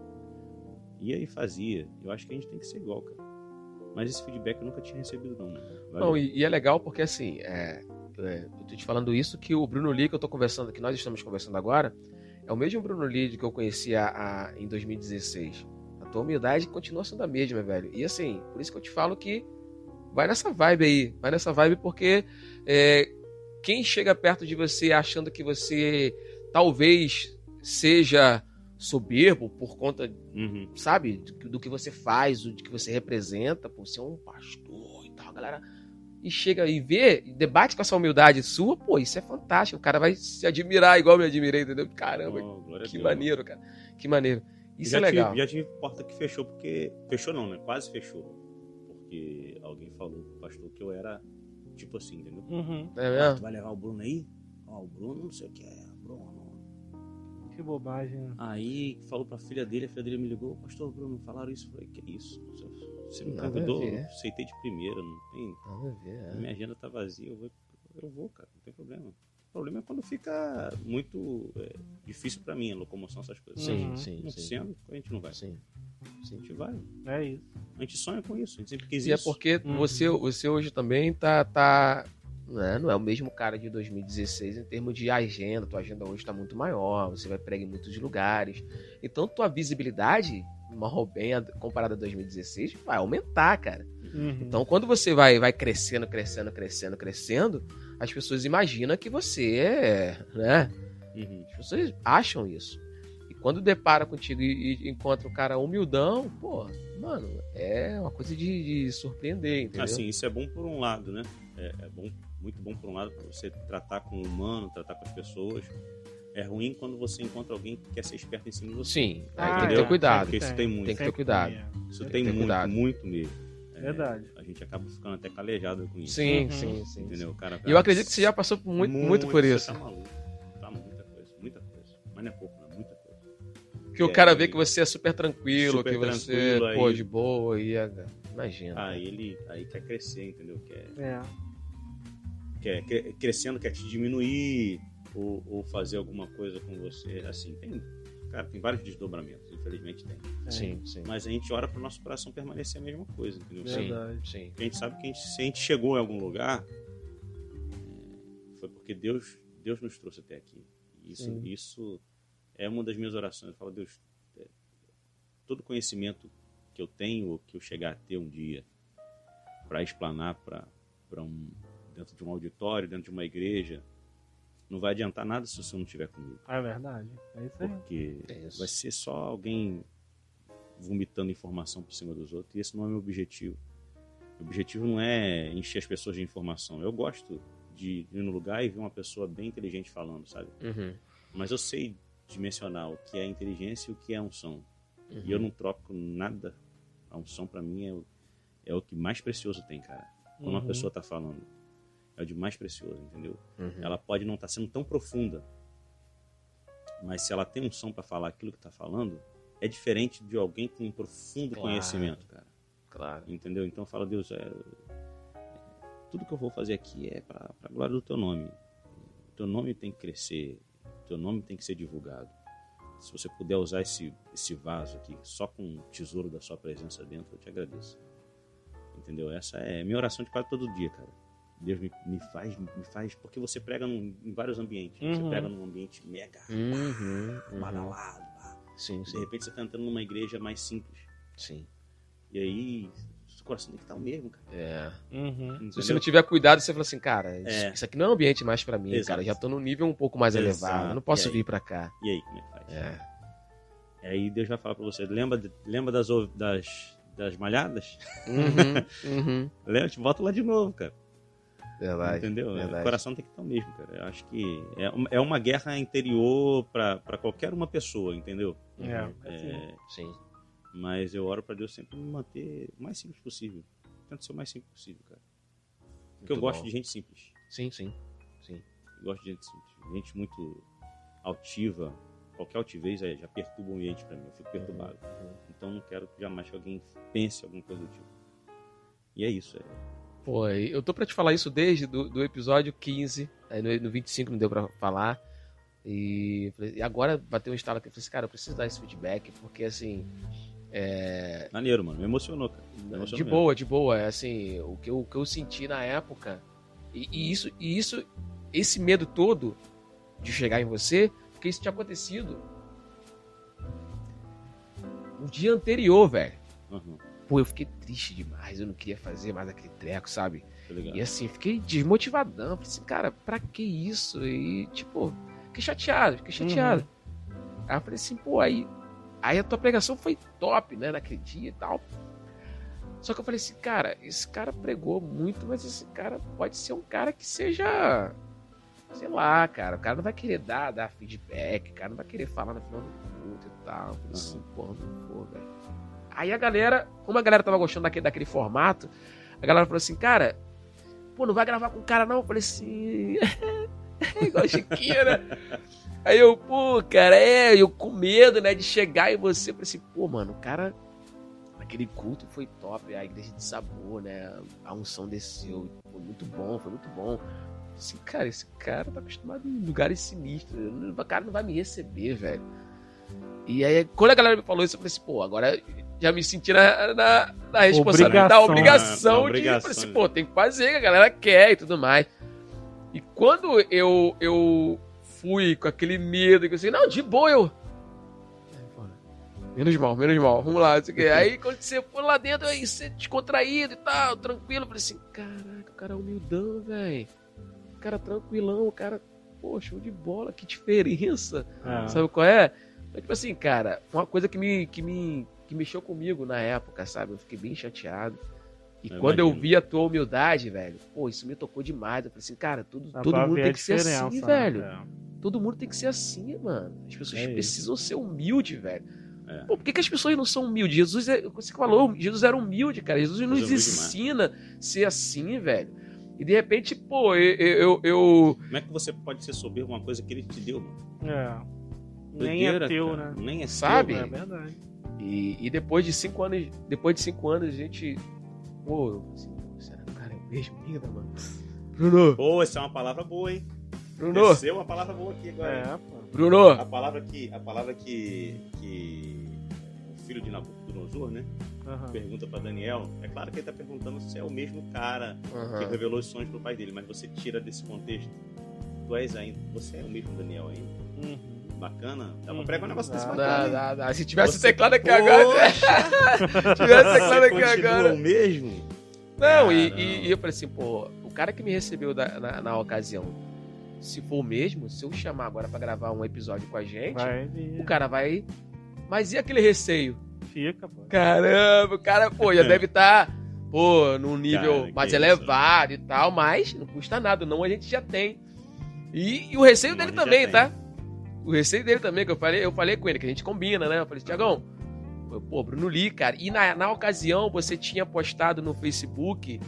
[SPEAKER 3] Ia e fazia. Eu acho que a gente tem que ser igual, cara. Mas esse feedback eu nunca tinha recebido, não, mano. Valeu.
[SPEAKER 1] Não, e, e é legal porque assim, é, é, eu tô te falando isso que o Bruno Lee que eu tô conversando, que nós estamos conversando agora, é o mesmo Bruno Lee que eu conheci a, a- em 2016. A tua humildade continua sendo a mesma, velho. E assim, por isso que eu te falo que vai nessa vibe aí, vai nessa vibe porque é, quem chega perto de você achando que você talvez seja soberbo por conta
[SPEAKER 3] Uhum.
[SPEAKER 1] sabe, do, do que você faz, do que você representa, pô, você é um pastor e tal, a galera. E chega e vê, e debate com essa humildade sua, pô, isso é fantástico. O cara vai se admirar igual eu me admirei, entendeu? Caramba,
[SPEAKER 3] Oh, glória a
[SPEAKER 1] que
[SPEAKER 3] Deus.
[SPEAKER 1] maneiro, cara. Que maneiro. Isso
[SPEAKER 3] já
[SPEAKER 1] é legal.
[SPEAKER 3] Tive, já tive porta que fechou porque. Fechou não, né? Quase fechou. Porque alguém falou pro pastor que eu era tipo assim, entendeu?
[SPEAKER 2] Uhum.
[SPEAKER 1] É
[SPEAKER 3] Ah, tu
[SPEAKER 1] mesmo?
[SPEAKER 3] vai levar o Bruno aí? Ó, o Bruno não sei o que é, Bruno.
[SPEAKER 2] Que bobagem, né?
[SPEAKER 3] Aí falou pra filha dele, a filha dele me ligou, pastor Bruno, falaram isso. Eu falei, que isso? Você me
[SPEAKER 1] Nada a
[SPEAKER 3] convidou,
[SPEAKER 1] ver.
[SPEAKER 3] eu aceitei de primeira, não tem.
[SPEAKER 1] Ah, Vamos ver, é.
[SPEAKER 3] Minha agenda tá vazia, eu vou, eu vou, cara, não tem problema. O problema é quando fica muito é, difícil pra mim, a locomoção, essas
[SPEAKER 1] é.
[SPEAKER 3] coisas.
[SPEAKER 1] Sim,
[SPEAKER 2] Uhum.
[SPEAKER 1] sim,
[SPEAKER 3] Não
[SPEAKER 1] sim.
[SPEAKER 3] sendo, a gente não vai.
[SPEAKER 1] Sim.
[SPEAKER 3] A gente vai.
[SPEAKER 2] É isso.
[SPEAKER 3] A gente sonha com isso, a gente sempre quis
[SPEAKER 1] E é
[SPEAKER 3] isso.
[SPEAKER 1] porque
[SPEAKER 2] Uhum.
[SPEAKER 1] você, você hoje também tá. tá né, não é o mesmo cara de 2016 em termos de agenda. Tua agenda hoje está muito maior, você vai pregar em muitos lugares. Então tua visibilidade, mal ou bem, a- comparada a 2016, vai aumentar, cara.
[SPEAKER 2] Uhum.
[SPEAKER 1] Então quando você vai, vai crescendo, crescendo, crescendo, crescendo, as pessoas imaginam que você é. Né,
[SPEAKER 3] Uhum.
[SPEAKER 1] as pessoas acham isso. E quando depara contigo e, e encontra o cara humildão, pô, mano, é uma coisa de, de surpreender, entendeu?
[SPEAKER 3] Assim, isso é bom por um lado, né? É, é bom, muito bom por um lado, pra você tratar com o humano, tratar com as pessoas. É ruim quando você encontra alguém que quer ser esperto em cima de você.
[SPEAKER 1] Sim, aí
[SPEAKER 2] Ah,
[SPEAKER 1] tem que
[SPEAKER 2] é.
[SPEAKER 1] ter cuidado.
[SPEAKER 3] Porque isso tem muito.
[SPEAKER 1] Tem que ter
[SPEAKER 2] Sempre
[SPEAKER 1] cuidado.
[SPEAKER 2] tem.
[SPEAKER 3] Isso
[SPEAKER 1] Tem que
[SPEAKER 3] tem
[SPEAKER 1] ter
[SPEAKER 3] muito,
[SPEAKER 1] cuidado.
[SPEAKER 3] muito mesmo. É,
[SPEAKER 2] Verdade.
[SPEAKER 3] A gente acaba ficando até calejado com isso.
[SPEAKER 1] Sim,
[SPEAKER 2] Uhum.
[SPEAKER 1] sim, sim. sim.
[SPEAKER 3] Entendeu? Cara,
[SPEAKER 1] E eu acredito que você já passou por muito, muito, por
[SPEAKER 3] você
[SPEAKER 1] isso.
[SPEAKER 3] Tá maluco. Tá muita coisa, muita coisa. Mas não é pouco, não é muita coisa.
[SPEAKER 1] Que o
[SPEAKER 3] É,
[SPEAKER 1] cara vê
[SPEAKER 3] aí-
[SPEAKER 1] que você é super tranquilo,
[SPEAKER 3] Super
[SPEAKER 1] que você,
[SPEAKER 3] tranquilo, aí-
[SPEAKER 1] pô, de boa, e é- imagina.
[SPEAKER 3] Aí ele aí quer crescer, entendeu? Quer,
[SPEAKER 2] É.
[SPEAKER 3] quer, quer- crescendo, quer te diminuir ou, ou fazer alguma coisa com você. Assim, tem. Cara, tem vários desdobramentos, infelizmente tem.
[SPEAKER 2] é.
[SPEAKER 1] sim, sim.
[SPEAKER 3] Mas a gente ora pro nosso coração permanecer a mesma coisa, entendeu?
[SPEAKER 1] Sim,
[SPEAKER 2] Verdade.
[SPEAKER 1] sim.
[SPEAKER 3] A gente sabe que a gente- se a gente chegou em algum lugar, é, foi porque Deus, Deus nos trouxe até aqui. Isso,
[SPEAKER 2] Sim.
[SPEAKER 3] isso é uma das minhas orações. Eu falo, Deus, é, todo conhecimento que eu tenho, ou que eu chegar a ter um dia, para explanar pra, pra um, dentro de um auditório, dentro de uma igreja, não vai adiantar nada se você não estiver comigo.
[SPEAKER 2] É verdade. É isso aí.
[SPEAKER 3] Porque
[SPEAKER 1] É isso.
[SPEAKER 3] vai ser só alguém vomitando informação por cima dos outros. E esse não é meu objetivo. Meu objetivo não é encher as pessoas de informação. Eu gosto de ir no lugar e ver uma pessoa bem inteligente falando, sabe?
[SPEAKER 1] Uhum,
[SPEAKER 3] Mas eu sei dimensionar o que é inteligência e o que é unção.
[SPEAKER 1] uhum.
[SPEAKER 3] E eu não troco nada. A unção, pra mim, é o, é o que mais precioso tem, cara. Quando uma
[SPEAKER 2] Uhum.
[SPEAKER 3] pessoa tá falando, é o de mais precioso, entendeu?
[SPEAKER 1] Uhum.
[SPEAKER 3] Ela pode não estar sendo tão profunda, mas se ela tem um som para falar aquilo que está falando, é diferente de alguém com um profundo
[SPEAKER 1] Claro.
[SPEAKER 3] conhecimento, cara.
[SPEAKER 1] Claro.
[SPEAKER 3] Entendeu? Então fala, Deus, é, é, tudo que eu vou fazer aqui é para a glória do teu nome. O teu nome tem que crescer, o teu nome tem que ser divulgado. Se você puder usar esse, esse vaso aqui só com o tesouro da sua presença dentro, eu te agradeço. Entendeu? Essa é a minha oração de quase todo dia, cara. Deus me, me faz, me faz, porque você prega num- em vários ambientes. né?
[SPEAKER 2] Uhum.
[SPEAKER 3] Você prega num ambiente mega,
[SPEAKER 1] Uhum, uhum.
[SPEAKER 3] badalado. bah.
[SPEAKER 1] Sim,
[SPEAKER 3] De
[SPEAKER 1] sim,
[SPEAKER 3] repente você tá entrando numa igreja mais simples.
[SPEAKER 1] sim.
[SPEAKER 3] E aí, o coração tem que estar o mesmo, cara.
[SPEAKER 1] É.
[SPEAKER 2] Uhum.
[SPEAKER 1] Se você não tiver cuidado, você fala assim, cara, isso,
[SPEAKER 3] É.
[SPEAKER 1] isso aqui não é um ambiente mais pra mim,
[SPEAKER 3] Exato.
[SPEAKER 1] cara. Eu Já tô num nível um pouco mais
[SPEAKER 3] Exato.
[SPEAKER 1] elevado. Eu não
[SPEAKER 3] E
[SPEAKER 1] posso
[SPEAKER 3] aí?
[SPEAKER 1] vir pra cá.
[SPEAKER 3] E aí, como é que faz?
[SPEAKER 1] É.
[SPEAKER 3] E Aí Deus vai falar pra você, lembra, de- lembra das, ov- das, das malhadas? (laughs)
[SPEAKER 1] Uhum, uhum.
[SPEAKER 3] Lembra, te bota lá de novo, cara.
[SPEAKER 1] Verdade.
[SPEAKER 3] Entendeu? É,
[SPEAKER 1] verdade.
[SPEAKER 3] O coração tem que estar o mesmo, cara. Eu acho que é uma, é uma guerra interior pra pra qualquer uma pessoa, entendeu?
[SPEAKER 2] É.
[SPEAKER 1] Uhum.
[SPEAKER 2] assim.
[SPEAKER 1] Sim.
[SPEAKER 3] Mas eu oro pra Deus sempre me manter o mais simples possível. tento ser o mais simples possível, cara. Porque eu gosto de gente simples.
[SPEAKER 1] Sim, sim.
[SPEAKER 3] Eu gosto de gente simples. Gente muito altiva. Qualquer altivez aí já perturba o ambiente pra mim. Eu fico perturbado. Então não quero que jamais que alguém pense alguma coisa do tipo. E é isso. É.
[SPEAKER 1] Pô, eu tô pra te falar isso desde do, do episódio 15. Aí no, no 25 não deu pra falar. E, eu falei- e agora bateu um estalo aqui. Eu falei assim, cara, eu preciso dar esse feedback, porque assim. É,
[SPEAKER 3] Maneiro, mano. Me emocionou, cara. Me emocionou
[SPEAKER 1] de
[SPEAKER 3] mesmo.
[SPEAKER 1] boa, de boa. É assim, o que eu, o que eu senti na época. E, e isso, e isso, esse medo todo de chegar em você, porque isso tinha acontecido no dia anterior, velho.
[SPEAKER 3] Aham,
[SPEAKER 1] Pô, eu fiquei triste demais, eu não queria fazer mais aquele treco, sabe?
[SPEAKER 3] tá ligado.
[SPEAKER 1] E assim, fiquei desmotivadão. Falei assim, cara, pra que isso? E, tipo, fiquei chateado, fiquei chateado. Aí eu falei assim, pô, aí, aí a tua pregação foi top, né, naquele dia e tal. Só que eu falei assim, cara, esse cara pregou muito, mas esse cara pode ser um cara que seja. Sei lá, cara, o cara não vai querer dar, dar feedback, o cara não vai querer falar no final do culto e tal. Eu falei assim, porra, não vou, velho. Aí a galera, como a galera tava gostando daquele, daquele formato, a galera falou assim, cara, pô, não vai gravar com o cara não? Eu falei assim, "É, igual a Chiquinha, né? Aí eu, pô, cara, é, eu com medo, né, de chegar em você, eu falei assim, pô, mano, o cara, aquele culto foi top, a igreja de sabor, né, a unção desceu, foi muito bom, foi muito bom. Assim, cara, esse cara tá acostumado em lugares sinistros, não- o cara não vai me receber, velho. E aí, quando a galera me falou isso, eu falei assim, pô, agora já me senti na, na, na responsabilidade, da
[SPEAKER 2] Obrigação, né?
[SPEAKER 1] obrigação,
[SPEAKER 3] Na
[SPEAKER 1] de, eu
[SPEAKER 3] obrigação,
[SPEAKER 1] falei assim,
[SPEAKER 3] né?
[SPEAKER 1] pô, tem que fazer, que a galera quer e tudo mais. E quando eu, eu fui com aquele medo, que eu sei, não, de boa, eu. Menos mal, menos mal, vamos lá, não sei o quê. Aí quando você for lá dentro, aí você é descontraído e tal, tranquilo. Eu falei assim, caraca, o cara é humildão, velho. O cara é tranquilão, o cara, pô, show de bola, que diferença.
[SPEAKER 2] Ah,
[SPEAKER 1] Sabe qual é? Então, tipo assim, cara, foi uma coisa que me, que me que mexeu comigo na época, sabe? Eu fiquei bem chateado. E
[SPEAKER 3] Eu
[SPEAKER 1] quando eu
[SPEAKER 3] imagino.
[SPEAKER 1] vi a tua humildade, velho, pô, isso me tocou demais. Eu falei assim, cara, tudo,
[SPEAKER 2] dá
[SPEAKER 1] todo
[SPEAKER 2] pra
[SPEAKER 1] mundo
[SPEAKER 2] ver a
[SPEAKER 1] tem que ser assim,
[SPEAKER 2] diferença, né?
[SPEAKER 1] velho.
[SPEAKER 2] É.
[SPEAKER 1] Todo mundo tem que ser assim, mano. As pessoas
[SPEAKER 3] É isso.
[SPEAKER 1] precisam ser humildes, velho.
[SPEAKER 3] É.
[SPEAKER 1] Pô, por que, que as pessoas não são humildes? Jesus, é, você que falou, Jesus era humilde, cara. Jesus nos
[SPEAKER 3] é humilde demais.
[SPEAKER 1] ensina a ser assim, velho. E de repente, pô, eu- eu- eu, eu
[SPEAKER 3] Como é que você pode ser soberbo uma coisa que ele te deu, mano?
[SPEAKER 2] É. Nem
[SPEAKER 3] Doideira,
[SPEAKER 2] é teu,
[SPEAKER 3] cara.
[SPEAKER 2] né?
[SPEAKER 3] Nem é teu,
[SPEAKER 1] Sabe?
[SPEAKER 2] É
[SPEAKER 3] velho.
[SPEAKER 2] verdade.
[SPEAKER 1] E, e depois de cinco anos, depois de cinco anos, a gente. Pô, eu falei assim, "Pô, será que o cara é o mesmo ainda, mano? Bruno,
[SPEAKER 3] Pô, essa é uma palavra boa, hein?
[SPEAKER 1] Bruno,
[SPEAKER 3] Desceu uma palavra boa aqui agora. hein?
[SPEAKER 2] É, pô.
[SPEAKER 1] Bruno.
[SPEAKER 3] A palavra que. A palavra que. que o filho de Nabucodonosor, né?
[SPEAKER 2] Aham.
[SPEAKER 3] Pergunta pra Daniel. É claro que ele tá perguntando se é o mesmo cara que
[SPEAKER 1] Aham.
[SPEAKER 3] revelou os sonhos pro pai dele, mas você tira desse contexto. Tu és ainda. Você é o mesmo Daniel ainda.
[SPEAKER 2] Uhum.
[SPEAKER 3] Bacana? Dá pra
[SPEAKER 2] Uhum.
[SPEAKER 3] pregar um negócio desse
[SPEAKER 2] Dá,
[SPEAKER 1] Dá,
[SPEAKER 3] bacana. hein?
[SPEAKER 1] dá, dá. Se tivesse
[SPEAKER 3] Você-
[SPEAKER 1] teclado aqui (laughs) agora.
[SPEAKER 3] Poxa,
[SPEAKER 1] Se tivesse teclado
[SPEAKER 3] você
[SPEAKER 1] aqui
[SPEAKER 3] continua
[SPEAKER 1] agora.
[SPEAKER 3] o mesmo?
[SPEAKER 1] Não, e,
[SPEAKER 3] Caramba.
[SPEAKER 1] e- e eu falei assim, pô, o cara que me recebeu da- na, na ocasião, se for o mesmo, se eu chamar agora pra gravar um episódio com a gente,
[SPEAKER 2] Vai de...
[SPEAKER 1] o cara vai. Mas e aquele receio?
[SPEAKER 2] Fica, pô.
[SPEAKER 1] Caramba, o cara, pô, já deve estar, pô, num nível
[SPEAKER 3] É. Cara, que
[SPEAKER 1] mais
[SPEAKER 3] isso. né?
[SPEAKER 1] elevado e tal, mas não custa nada, não a gente já tem. E, e o receio
[SPEAKER 3] Não,
[SPEAKER 1] dele
[SPEAKER 3] a gente
[SPEAKER 1] também,
[SPEAKER 3] já
[SPEAKER 1] tá? O receio dele também, que eu falei, eu falei com ele, que a gente combina, né? Eu falei, Tiagão, pô, Bruno Lee, cara, e na, na ocasião você tinha postado no Facebook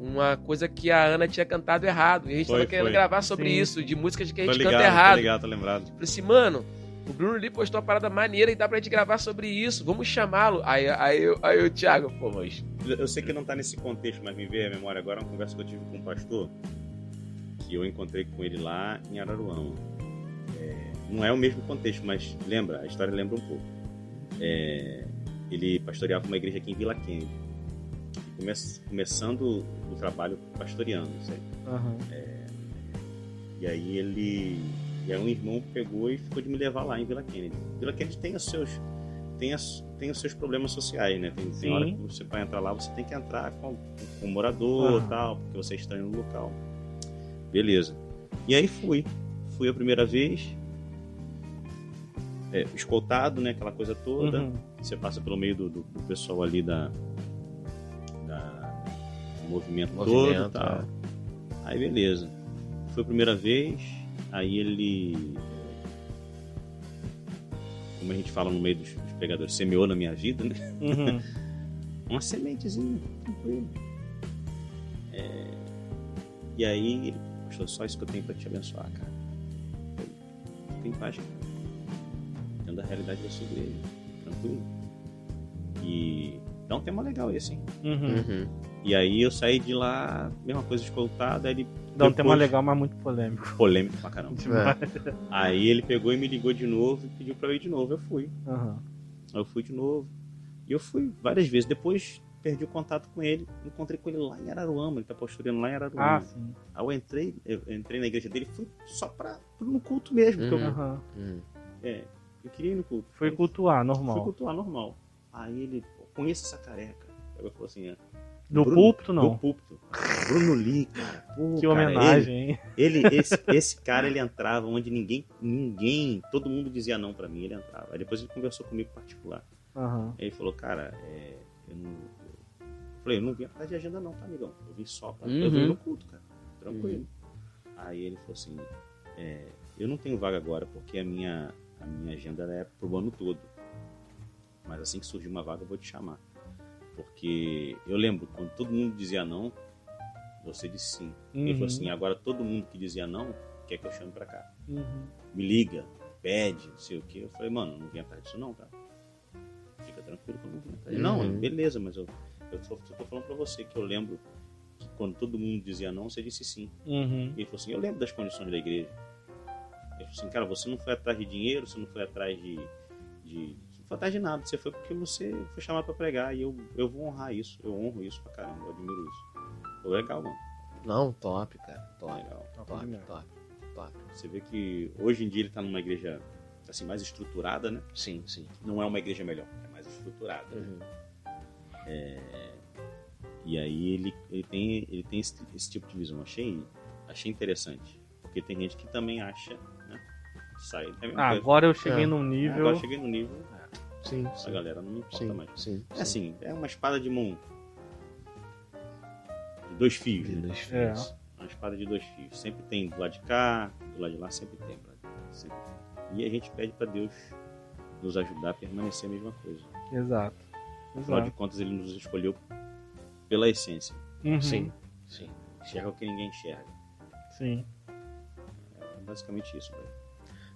[SPEAKER 1] uma coisa que a Ana tinha cantado errado. E a gente
[SPEAKER 3] Foi,
[SPEAKER 1] tava querendo
[SPEAKER 3] foi.
[SPEAKER 1] gravar sobre
[SPEAKER 2] Sim.
[SPEAKER 1] isso, de músicas que a
[SPEAKER 3] Tô
[SPEAKER 1] gente
[SPEAKER 3] ligado,
[SPEAKER 1] canta errado.
[SPEAKER 3] tô ligado, tô lembrado.
[SPEAKER 1] Falei assim, mano, o Bruno Lee postou uma parada maneira e dá pra gente gravar sobre isso. Vamos chamá-lo. Aí, aí, eu- aí, o Thiago, pô, mas.
[SPEAKER 3] Eu eu sei que não tá nesse contexto, mas me veio à memória agora uma conversa que eu tive com um pastor, que eu encontrei com ele lá em Araruama. É, não é o mesmo contexto, mas lembra, a história lembra um pouco. É, ele pastoreava uma igreja aqui em Vila Kennedy. E come- começando o trabalho pastoreando, certo?
[SPEAKER 2] Aham.
[SPEAKER 3] E aí ele. E aí um irmão pegou e ficou de me levar lá em Vila Kennedy. Vila Kennedy tem os seus. Tem, as, tem os seus problemas sociais, né? Tem,
[SPEAKER 2] Sim.
[SPEAKER 3] tem hora que você vai entrar lá, você tem que entrar com, com o morador
[SPEAKER 2] Aham.
[SPEAKER 3] tal, porque você está no local. Beleza. E aí fui. Fui a primeira vez. É, escoltado, né? Aquela coisa toda.
[SPEAKER 2] Uhum.
[SPEAKER 3] Você passa pelo meio do, do- do pessoal ali da, da- do movimento, todo
[SPEAKER 1] Movimento,
[SPEAKER 3] e tal.
[SPEAKER 1] é.
[SPEAKER 3] Aí beleza. Foi a primeira vez, aí ele. Como a gente fala no meio dos, dos pregadores, semeou na minha vida, né?
[SPEAKER 2] Uhum.
[SPEAKER 3] Uma sementezinha, tranquilo. É, E aí ele, pastor, só isso que eu tenho pra te abençoar, cara. Eu, fica em paz, cara. Dentro da realidade da sua igreja. Tranquilo. E dá um tema legal esse, hein?
[SPEAKER 2] Uhum.
[SPEAKER 1] Uhum.
[SPEAKER 3] E aí eu saí de lá, mesma coisa escoltada, aí ele.
[SPEAKER 2] Dá um
[SPEAKER 3] depois-
[SPEAKER 2] tema legal, mas muito polêmico.
[SPEAKER 3] Polêmico pra caramba.
[SPEAKER 2] Demais.
[SPEAKER 3] Aí ele pegou e me ligou de novo e pediu pra eu ir de novo. Eu fui.
[SPEAKER 2] Aham.
[SPEAKER 3] Aí eu fui de novo. E eu fui várias vezes. Depois perdi o contato com ele. Encontrei com ele lá em Araruama. Ele tá posturando lá em Araruama.
[SPEAKER 2] Ah, sim.
[SPEAKER 3] Aí eu entrei, eu entrei na igreja dele, fui só pra, no culto mesmo. porque eu-
[SPEAKER 2] Aham.
[SPEAKER 1] Uhum.
[SPEAKER 3] é, eu queria ir no culto.
[SPEAKER 2] Uhum. Foi
[SPEAKER 3] Aí
[SPEAKER 2] cultuar,
[SPEAKER 3] Fui
[SPEAKER 2] normal.
[SPEAKER 3] cultuar normal. Aí ele, pô, conheço essa careca. Aí eu falei assim, é,
[SPEAKER 2] No
[SPEAKER 3] Bruno,
[SPEAKER 2] púlpito,
[SPEAKER 3] do
[SPEAKER 2] não.
[SPEAKER 3] púlpito. Bruno Lee, cara. Pô,
[SPEAKER 2] Que
[SPEAKER 3] cara,
[SPEAKER 2] homenagem, hein?
[SPEAKER 3] Ele, ele- esse, esse cara, ele entrava onde ninguém, ninguém, todo mundo dizia não pra mim, ele entrava. Aí depois ele conversou comigo particular.
[SPEAKER 2] Aham.
[SPEAKER 3] Aí ele falou, cara, é, eu não... Eu falei, eu não vim atrás de agenda não, tá, amigão? Eu vim só pra... Eu vim
[SPEAKER 1] Uhum.
[SPEAKER 3] no culto, cara. Tranquilo. Aí ele falou assim, é, eu não tenho vaga agora, porque a minha, a minha agenda ela é pro ano todo. Mas assim que surgir uma vaga, eu vou te chamar. Porque eu lembro, quando todo mundo dizia não, você disse sim. Ele falou assim: agora todo mundo que dizia não quer que eu chame pra cá.
[SPEAKER 2] Uhum.
[SPEAKER 3] Me liga, pede, não sei o quê. Eu falei, mano, não vem atrás disso não, cara. Fica tranquilo que eu não vim atrás. disso.
[SPEAKER 1] Uhum.
[SPEAKER 3] Não, beleza, mas eu, eu só, só tô falando pra você que eu lembro que quando todo mundo dizia não, você disse sim.
[SPEAKER 2] Uhum.
[SPEAKER 3] E ele falou assim: eu lembro das condições da igreja. Ele falou assim: cara, você não foi atrás de dinheiro, você não foi atrás de. de você não foi atrás de nada, você foi porque você foi chamado pra pregar. E eu, eu vou honrar isso, eu honro isso pra caramba, eu admiro isso. Foi legal, mano.
[SPEAKER 1] Não, top, cara. Top,
[SPEAKER 3] Legal.
[SPEAKER 1] top,
[SPEAKER 3] Uhum. né?
[SPEAKER 2] demais.
[SPEAKER 1] top, top.
[SPEAKER 3] Você vê que hoje em dia ele está numa igreja assim mais estruturada, né?
[SPEAKER 1] Sim, sim.
[SPEAKER 3] Não é uma igreja melhor, é mais estruturada. né?
[SPEAKER 1] Uhum.
[SPEAKER 3] E aí ele, ele tem ele tem esse, esse tipo de visão. Achei achei interessante, porque tem gente que também acha, né? Sai. É a mesma
[SPEAKER 2] Ah,
[SPEAKER 3] coisa.
[SPEAKER 2] agora eu cheguei
[SPEAKER 1] É.
[SPEAKER 2] num nível.
[SPEAKER 3] Agora eu cheguei no nível,
[SPEAKER 1] Ah, Sim,
[SPEAKER 3] a
[SPEAKER 1] sim.
[SPEAKER 3] galera não importa
[SPEAKER 1] Sim,
[SPEAKER 3] mais.
[SPEAKER 1] sim.
[SPEAKER 3] É assim, é uma espada de mão de dois fios, né?
[SPEAKER 1] Lindas
[SPEAKER 2] É.
[SPEAKER 1] filhas.
[SPEAKER 3] uma espada de dois fios. Sempre tem do lado de cá, do lado de lá, sempre tem. brother. Sempre tem. E a gente pede para Deus nos ajudar a permanecer a mesma coisa.
[SPEAKER 2] Exato.
[SPEAKER 3] Afinal de
[SPEAKER 2] Exato.
[SPEAKER 3] contas, ele nos escolheu pela essência.
[SPEAKER 2] Uhum.
[SPEAKER 1] Sim, sim.
[SPEAKER 3] Enxerga o que ninguém enxerga.
[SPEAKER 2] Sim.
[SPEAKER 3] É basicamente isso. brother.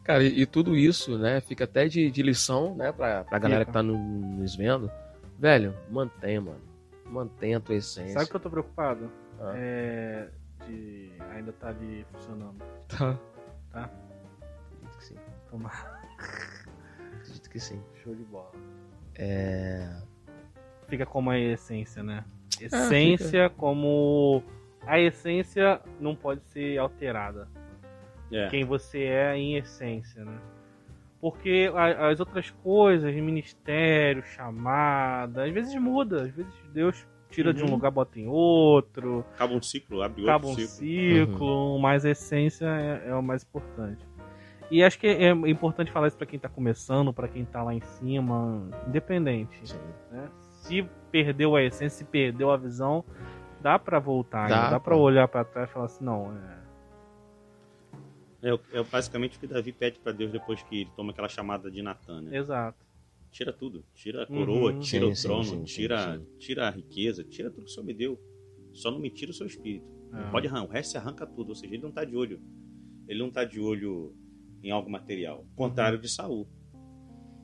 [SPEAKER 1] Cara, e, e tudo isso, né, fica até de, de lição, né, pra, pra galera
[SPEAKER 2] Fica.
[SPEAKER 1] que tá no- nos vendo. Velho, mantenha, mano. Mantenha a tua essência.
[SPEAKER 2] Sabe o que eu tô preocupado?
[SPEAKER 1] É Ah.
[SPEAKER 2] É. De. Ainda tá ali funcionando.
[SPEAKER 1] Tá.
[SPEAKER 2] Tá.
[SPEAKER 1] Acredito que sim.
[SPEAKER 2] Tomara.
[SPEAKER 1] Acredito que sim.
[SPEAKER 2] Show de bola.
[SPEAKER 1] É. Ah,
[SPEAKER 2] Fica como a essência, né? Essência como. A essência não pode ser alterada.
[SPEAKER 3] É.
[SPEAKER 2] quem você é em essência, né? Porque a- as outras coisas, ministério, chamada, às vezes muda, às vezes Deus tira de um
[SPEAKER 3] Uhum.
[SPEAKER 2] lugar, bota em outro,
[SPEAKER 3] Acaba um ciclo, abre outro
[SPEAKER 2] acaba um
[SPEAKER 3] ciclo.
[SPEAKER 2] ciclo, mas a essência é, é o mais importante. E acho que é importante falar isso pra quem tá começando, pra quem tá lá em cima, independente.
[SPEAKER 1] Sim.
[SPEAKER 2] né? Se perdeu a essência, se perdeu a visão, dá pra voltar,
[SPEAKER 1] Dá,
[SPEAKER 2] dá, dá para
[SPEAKER 1] pô.
[SPEAKER 2] olhar pra trás e falar assim, não, é,
[SPEAKER 3] É, o- é basicamente o que Davi pede para Deus depois que ele toma aquela chamada de Natan, né?
[SPEAKER 2] exato.
[SPEAKER 3] Tira tudo. Tira a
[SPEAKER 2] Uhum.
[SPEAKER 3] coroa, tira
[SPEAKER 1] Sim,
[SPEAKER 3] o
[SPEAKER 1] sim,
[SPEAKER 3] trono,
[SPEAKER 1] sim, sim,
[SPEAKER 3] tira,
[SPEAKER 1] sim.
[SPEAKER 3] tira a riqueza, tira tudo que o Senhor me deu. Só não me tira o seu espírito.
[SPEAKER 2] É.
[SPEAKER 3] Pode arrancar, o resto você arranca tudo. Ou seja, ele não tá de olho. Ele não tá de olho em algo material. Ao Contrário de Saul.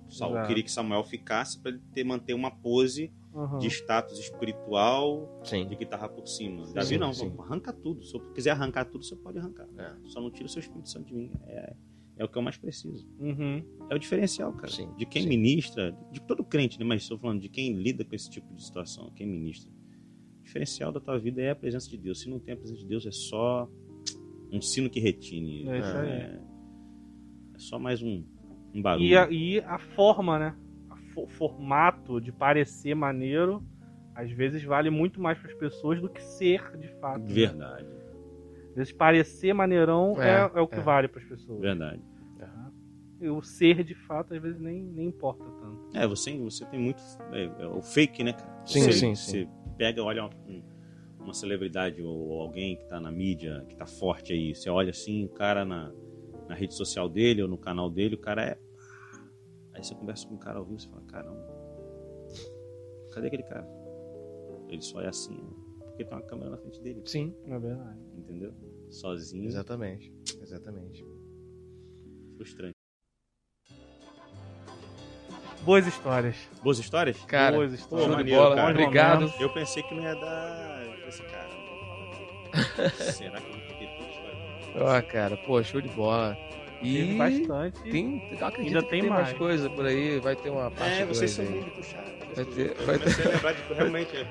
[SPEAKER 3] Saul
[SPEAKER 2] Exato.
[SPEAKER 3] queria que Samuel ficasse para ele ter, manter uma pose
[SPEAKER 2] Aham.
[SPEAKER 3] de status espiritual de
[SPEAKER 1] Sim.
[SPEAKER 3] que tava por cima.
[SPEAKER 2] Sim,
[SPEAKER 3] Davi não,
[SPEAKER 1] sim.
[SPEAKER 3] pô, arranca tudo. Se eu quiser arrancar tudo, você pode arrancar.
[SPEAKER 1] É.
[SPEAKER 3] Só não tira o seu Espírito Santo de mim. É, é o que eu mais preciso.
[SPEAKER 2] Uhum.
[SPEAKER 3] É o diferencial, cara.
[SPEAKER 1] Sim,
[SPEAKER 3] de quem
[SPEAKER 1] sim.
[SPEAKER 3] ministra, de todo crente, né? Mas estou falando de quem lida com esse tipo de situação, quem ministra. O diferencial da tua vida é a presença de Deus. Se não tem a presença de Deus, é só um sino que retine.
[SPEAKER 2] É isso aí.
[SPEAKER 3] é só mais um, um barulho.
[SPEAKER 2] E a, e a forma, né? A fo- formato de parecer maneiro, às vezes vale muito mais para as pessoas do que ser de fato. né?
[SPEAKER 3] Verdade,
[SPEAKER 2] Às vezes parecer maneirão
[SPEAKER 1] É,
[SPEAKER 2] é, é o que
[SPEAKER 1] é.
[SPEAKER 2] vale para as pessoas.
[SPEAKER 3] verdade.
[SPEAKER 2] E o ser de fato, às vezes, nem, nem importa tanto.
[SPEAKER 3] É, você, você tem muito. É, é o fake, né, cara?
[SPEAKER 1] Sim,
[SPEAKER 3] você,
[SPEAKER 1] sim,
[SPEAKER 3] Você pega, olha um- uma celebridade ou alguém que tá na mídia, que tá forte aí. Você olha assim, o cara na, na rede social dele ou no canal dele, o cara é. Aí você conversa com o cara ao vivo, você fala: caramba, cadê aquele cara? Ele só é assim. né? porque tem uma câmera na frente dele,
[SPEAKER 1] Sim,
[SPEAKER 2] É verdade.
[SPEAKER 3] entendeu? Sozinho,
[SPEAKER 1] exatamente. Exatamente.
[SPEAKER 3] frustrante.
[SPEAKER 2] Boas histórias.
[SPEAKER 3] Boas histórias?
[SPEAKER 1] Cara,
[SPEAKER 2] Boas
[SPEAKER 1] show
[SPEAKER 2] histórias.
[SPEAKER 3] Pô,
[SPEAKER 1] de
[SPEAKER 3] maneiro,
[SPEAKER 1] bola.
[SPEAKER 3] cara.
[SPEAKER 1] Obrigado.
[SPEAKER 3] Eu pensei que não ia dar. Eu pensei,
[SPEAKER 1] (laughs)
[SPEAKER 3] cara, não vou falar dele. será que eu vou ter tudo história?
[SPEAKER 1] Ó, Ah, cara, pô, show de bola.
[SPEAKER 2] Teve
[SPEAKER 1] E
[SPEAKER 2] bastante.
[SPEAKER 1] tem, eu acredito
[SPEAKER 2] Ainda
[SPEAKER 1] que
[SPEAKER 2] tem
[SPEAKER 1] tem mais,
[SPEAKER 2] mais.
[SPEAKER 1] coisa por aí, vai ter uma parte
[SPEAKER 3] É, vocês
[SPEAKER 1] dois
[SPEAKER 3] são
[SPEAKER 1] aí.
[SPEAKER 3] muito puxados.
[SPEAKER 1] Vai ter-
[SPEAKER 3] Eu
[SPEAKER 1] vai
[SPEAKER 3] comecei a lembrar de que realmente. é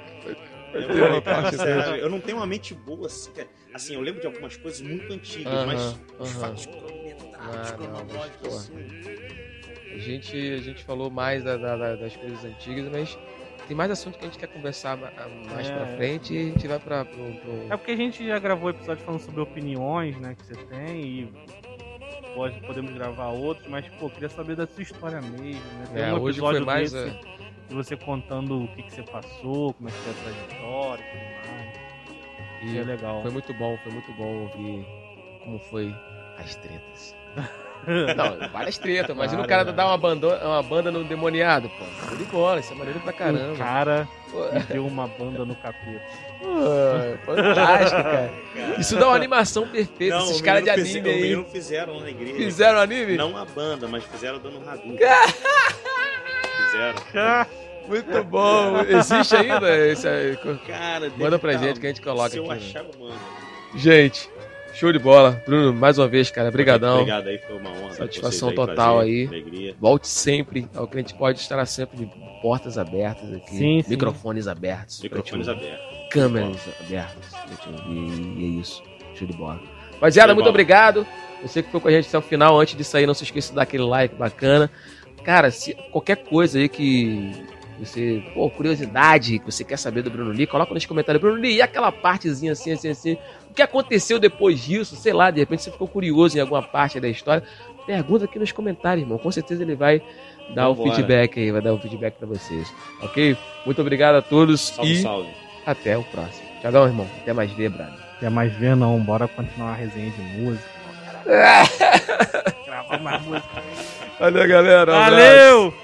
[SPEAKER 3] Eu,
[SPEAKER 1] ter uma
[SPEAKER 3] eu-
[SPEAKER 1] parte
[SPEAKER 3] sério,
[SPEAKER 1] dois.
[SPEAKER 3] eu não tenho uma mente boa assim, cara. Assim, eu lembro de algumas coisas muito antigas,
[SPEAKER 1] Aham,
[SPEAKER 3] mas os
[SPEAKER 1] aham.
[SPEAKER 3] fatos cronometrados,
[SPEAKER 1] Ah, não, mas,
[SPEAKER 3] cronológicos,
[SPEAKER 1] porra.
[SPEAKER 3] assim.
[SPEAKER 1] A gente, a gente falou mais da- da- da- das coisas antigas, mas tem mais assunto que a gente quer conversar ma- a- mais
[SPEAKER 2] É.
[SPEAKER 1] pra frente e a gente vai pra. Pro, pro-
[SPEAKER 2] É porque a gente já gravou episódio falando sobre opiniões, né, que você tem e pode, podemos gravar outros, mas pô, queria saber da sua história mesmo, né? Tem
[SPEAKER 1] É,
[SPEAKER 2] um
[SPEAKER 1] hoje
[SPEAKER 2] episódio
[SPEAKER 1] foi mais
[SPEAKER 2] desse
[SPEAKER 1] a-
[SPEAKER 2] de você contando o que, que você passou, como é que foi a trajetória, e tudo mais. Isso é
[SPEAKER 1] e
[SPEAKER 3] né?
[SPEAKER 2] legal.
[SPEAKER 1] foi muito bom, foi muito bom ouvir como foi as tretas. (laughs) Não, várias tretas. Imagina o cara
[SPEAKER 2] Claro, né?
[SPEAKER 1] dar uma, bando- uma banda no demoniado, pô. Show de bola, isso é maneiro pra
[SPEAKER 2] O
[SPEAKER 1] caramba.
[SPEAKER 2] cara
[SPEAKER 1] Pô.
[SPEAKER 2] me deu uma banda no capeta.
[SPEAKER 1] Pô, Fantástico, cara. Isso dá uma animação perfeita.
[SPEAKER 3] Não,
[SPEAKER 1] Esses
[SPEAKER 3] o
[SPEAKER 1] caras de
[SPEAKER 3] menino fize-
[SPEAKER 1] anime
[SPEAKER 3] o
[SPEAKER 1] aí.
[SPEAKER 3] menino fizeram na igreja.
[SPEAKER 1] Fizeram anime?
[SPEAKER 3] Não a banda, mas fizeram dando um radu. fizeram.
[SPEAKER 2] Ah,
[SPEAKER 1] Muito bom. Existe ainda? esse-
[SPEAKER 3] Cara,
[SPEAKER 1] Manda pra
[SPEAKER 3] deve
[SPEAKER 1] gente
[SPEAKER 3] tá-
[SPEAKER 1] que a gente coloca
[SPEAKER 3] Se eu
[SPEAKER 1] aqui. né?
[SPEAKER 3] achar, eu mando.
[SPEAKER 1] Gente, show de bola. Bruno, mais uma vez, cara. Obrigadão.
[SPEAKER 3] Obrigado aí, foi uma honra.
[SPEAKER 1] Satisfação
[SPEAKER 3] vocês aí
[SPEAKER 1] total
[SPEAKER 3] fazer,
[SPEAKER 1] aí.
[SPEAKER 3] Alegria.
[SPEAKER 1] Volte sempre ao que a gente pode estar sempre de portas abertas aqui.
[SPEAKER 2] Sim, sim.
[SPEAKER 1] Microfones abertos. pra te
[SPEAKER 3] Microfones
[SPEAKER 1] ouvir,
[SPEAKER 3] abertos.
[SPEAKER 1] Câmeras abertas. pra te ouvir, E é isso. Show de bola. Rapaziada,
[SPEAKER 3] Show de
[SPEAKER 1] muito
[SPEAKER 3] bola.
[SPEAKER 1] obrigado. Você que ficou com a gente até o final. Antes de sair, não se esqueça de dar aquele like bacana. Cara, se qualquer coisa aí que você, pô, curiosidade que você quer saber do Bruno Lee, coloca nos comentários. Bruno Lee, e aquela partezinha assim, assim, assim? O que aconteceu depois disso? Sei lá, de repente você ficou curioso em alguma parte da história. Pergunta aqui nos comentários, irmão. Com certeza ele vai dar o
[SPEAKER 3] Vambora.
[SPEAKER 1] feedback aí, vai dar o feedback pra vocês. Ok? Muito obrigado a todos
[SPEAKER 3] Salve,
[SPEAKER 1] e
[SPEAKER 3] salve.
[SPEAKER 1] até o próximo. Tchau, irmão. Até mais ver, brother.
[SPEAKER 2] Quer mais ver não? Bora continuar a resenha de
[SPEAKER 1] (laughs)
[SPEAKER 2] música. Gravar mais música.
[SPEAKER 3] um
[SPEAKER 1] Valeu, galera.
[SPEAKER 2] Valeu!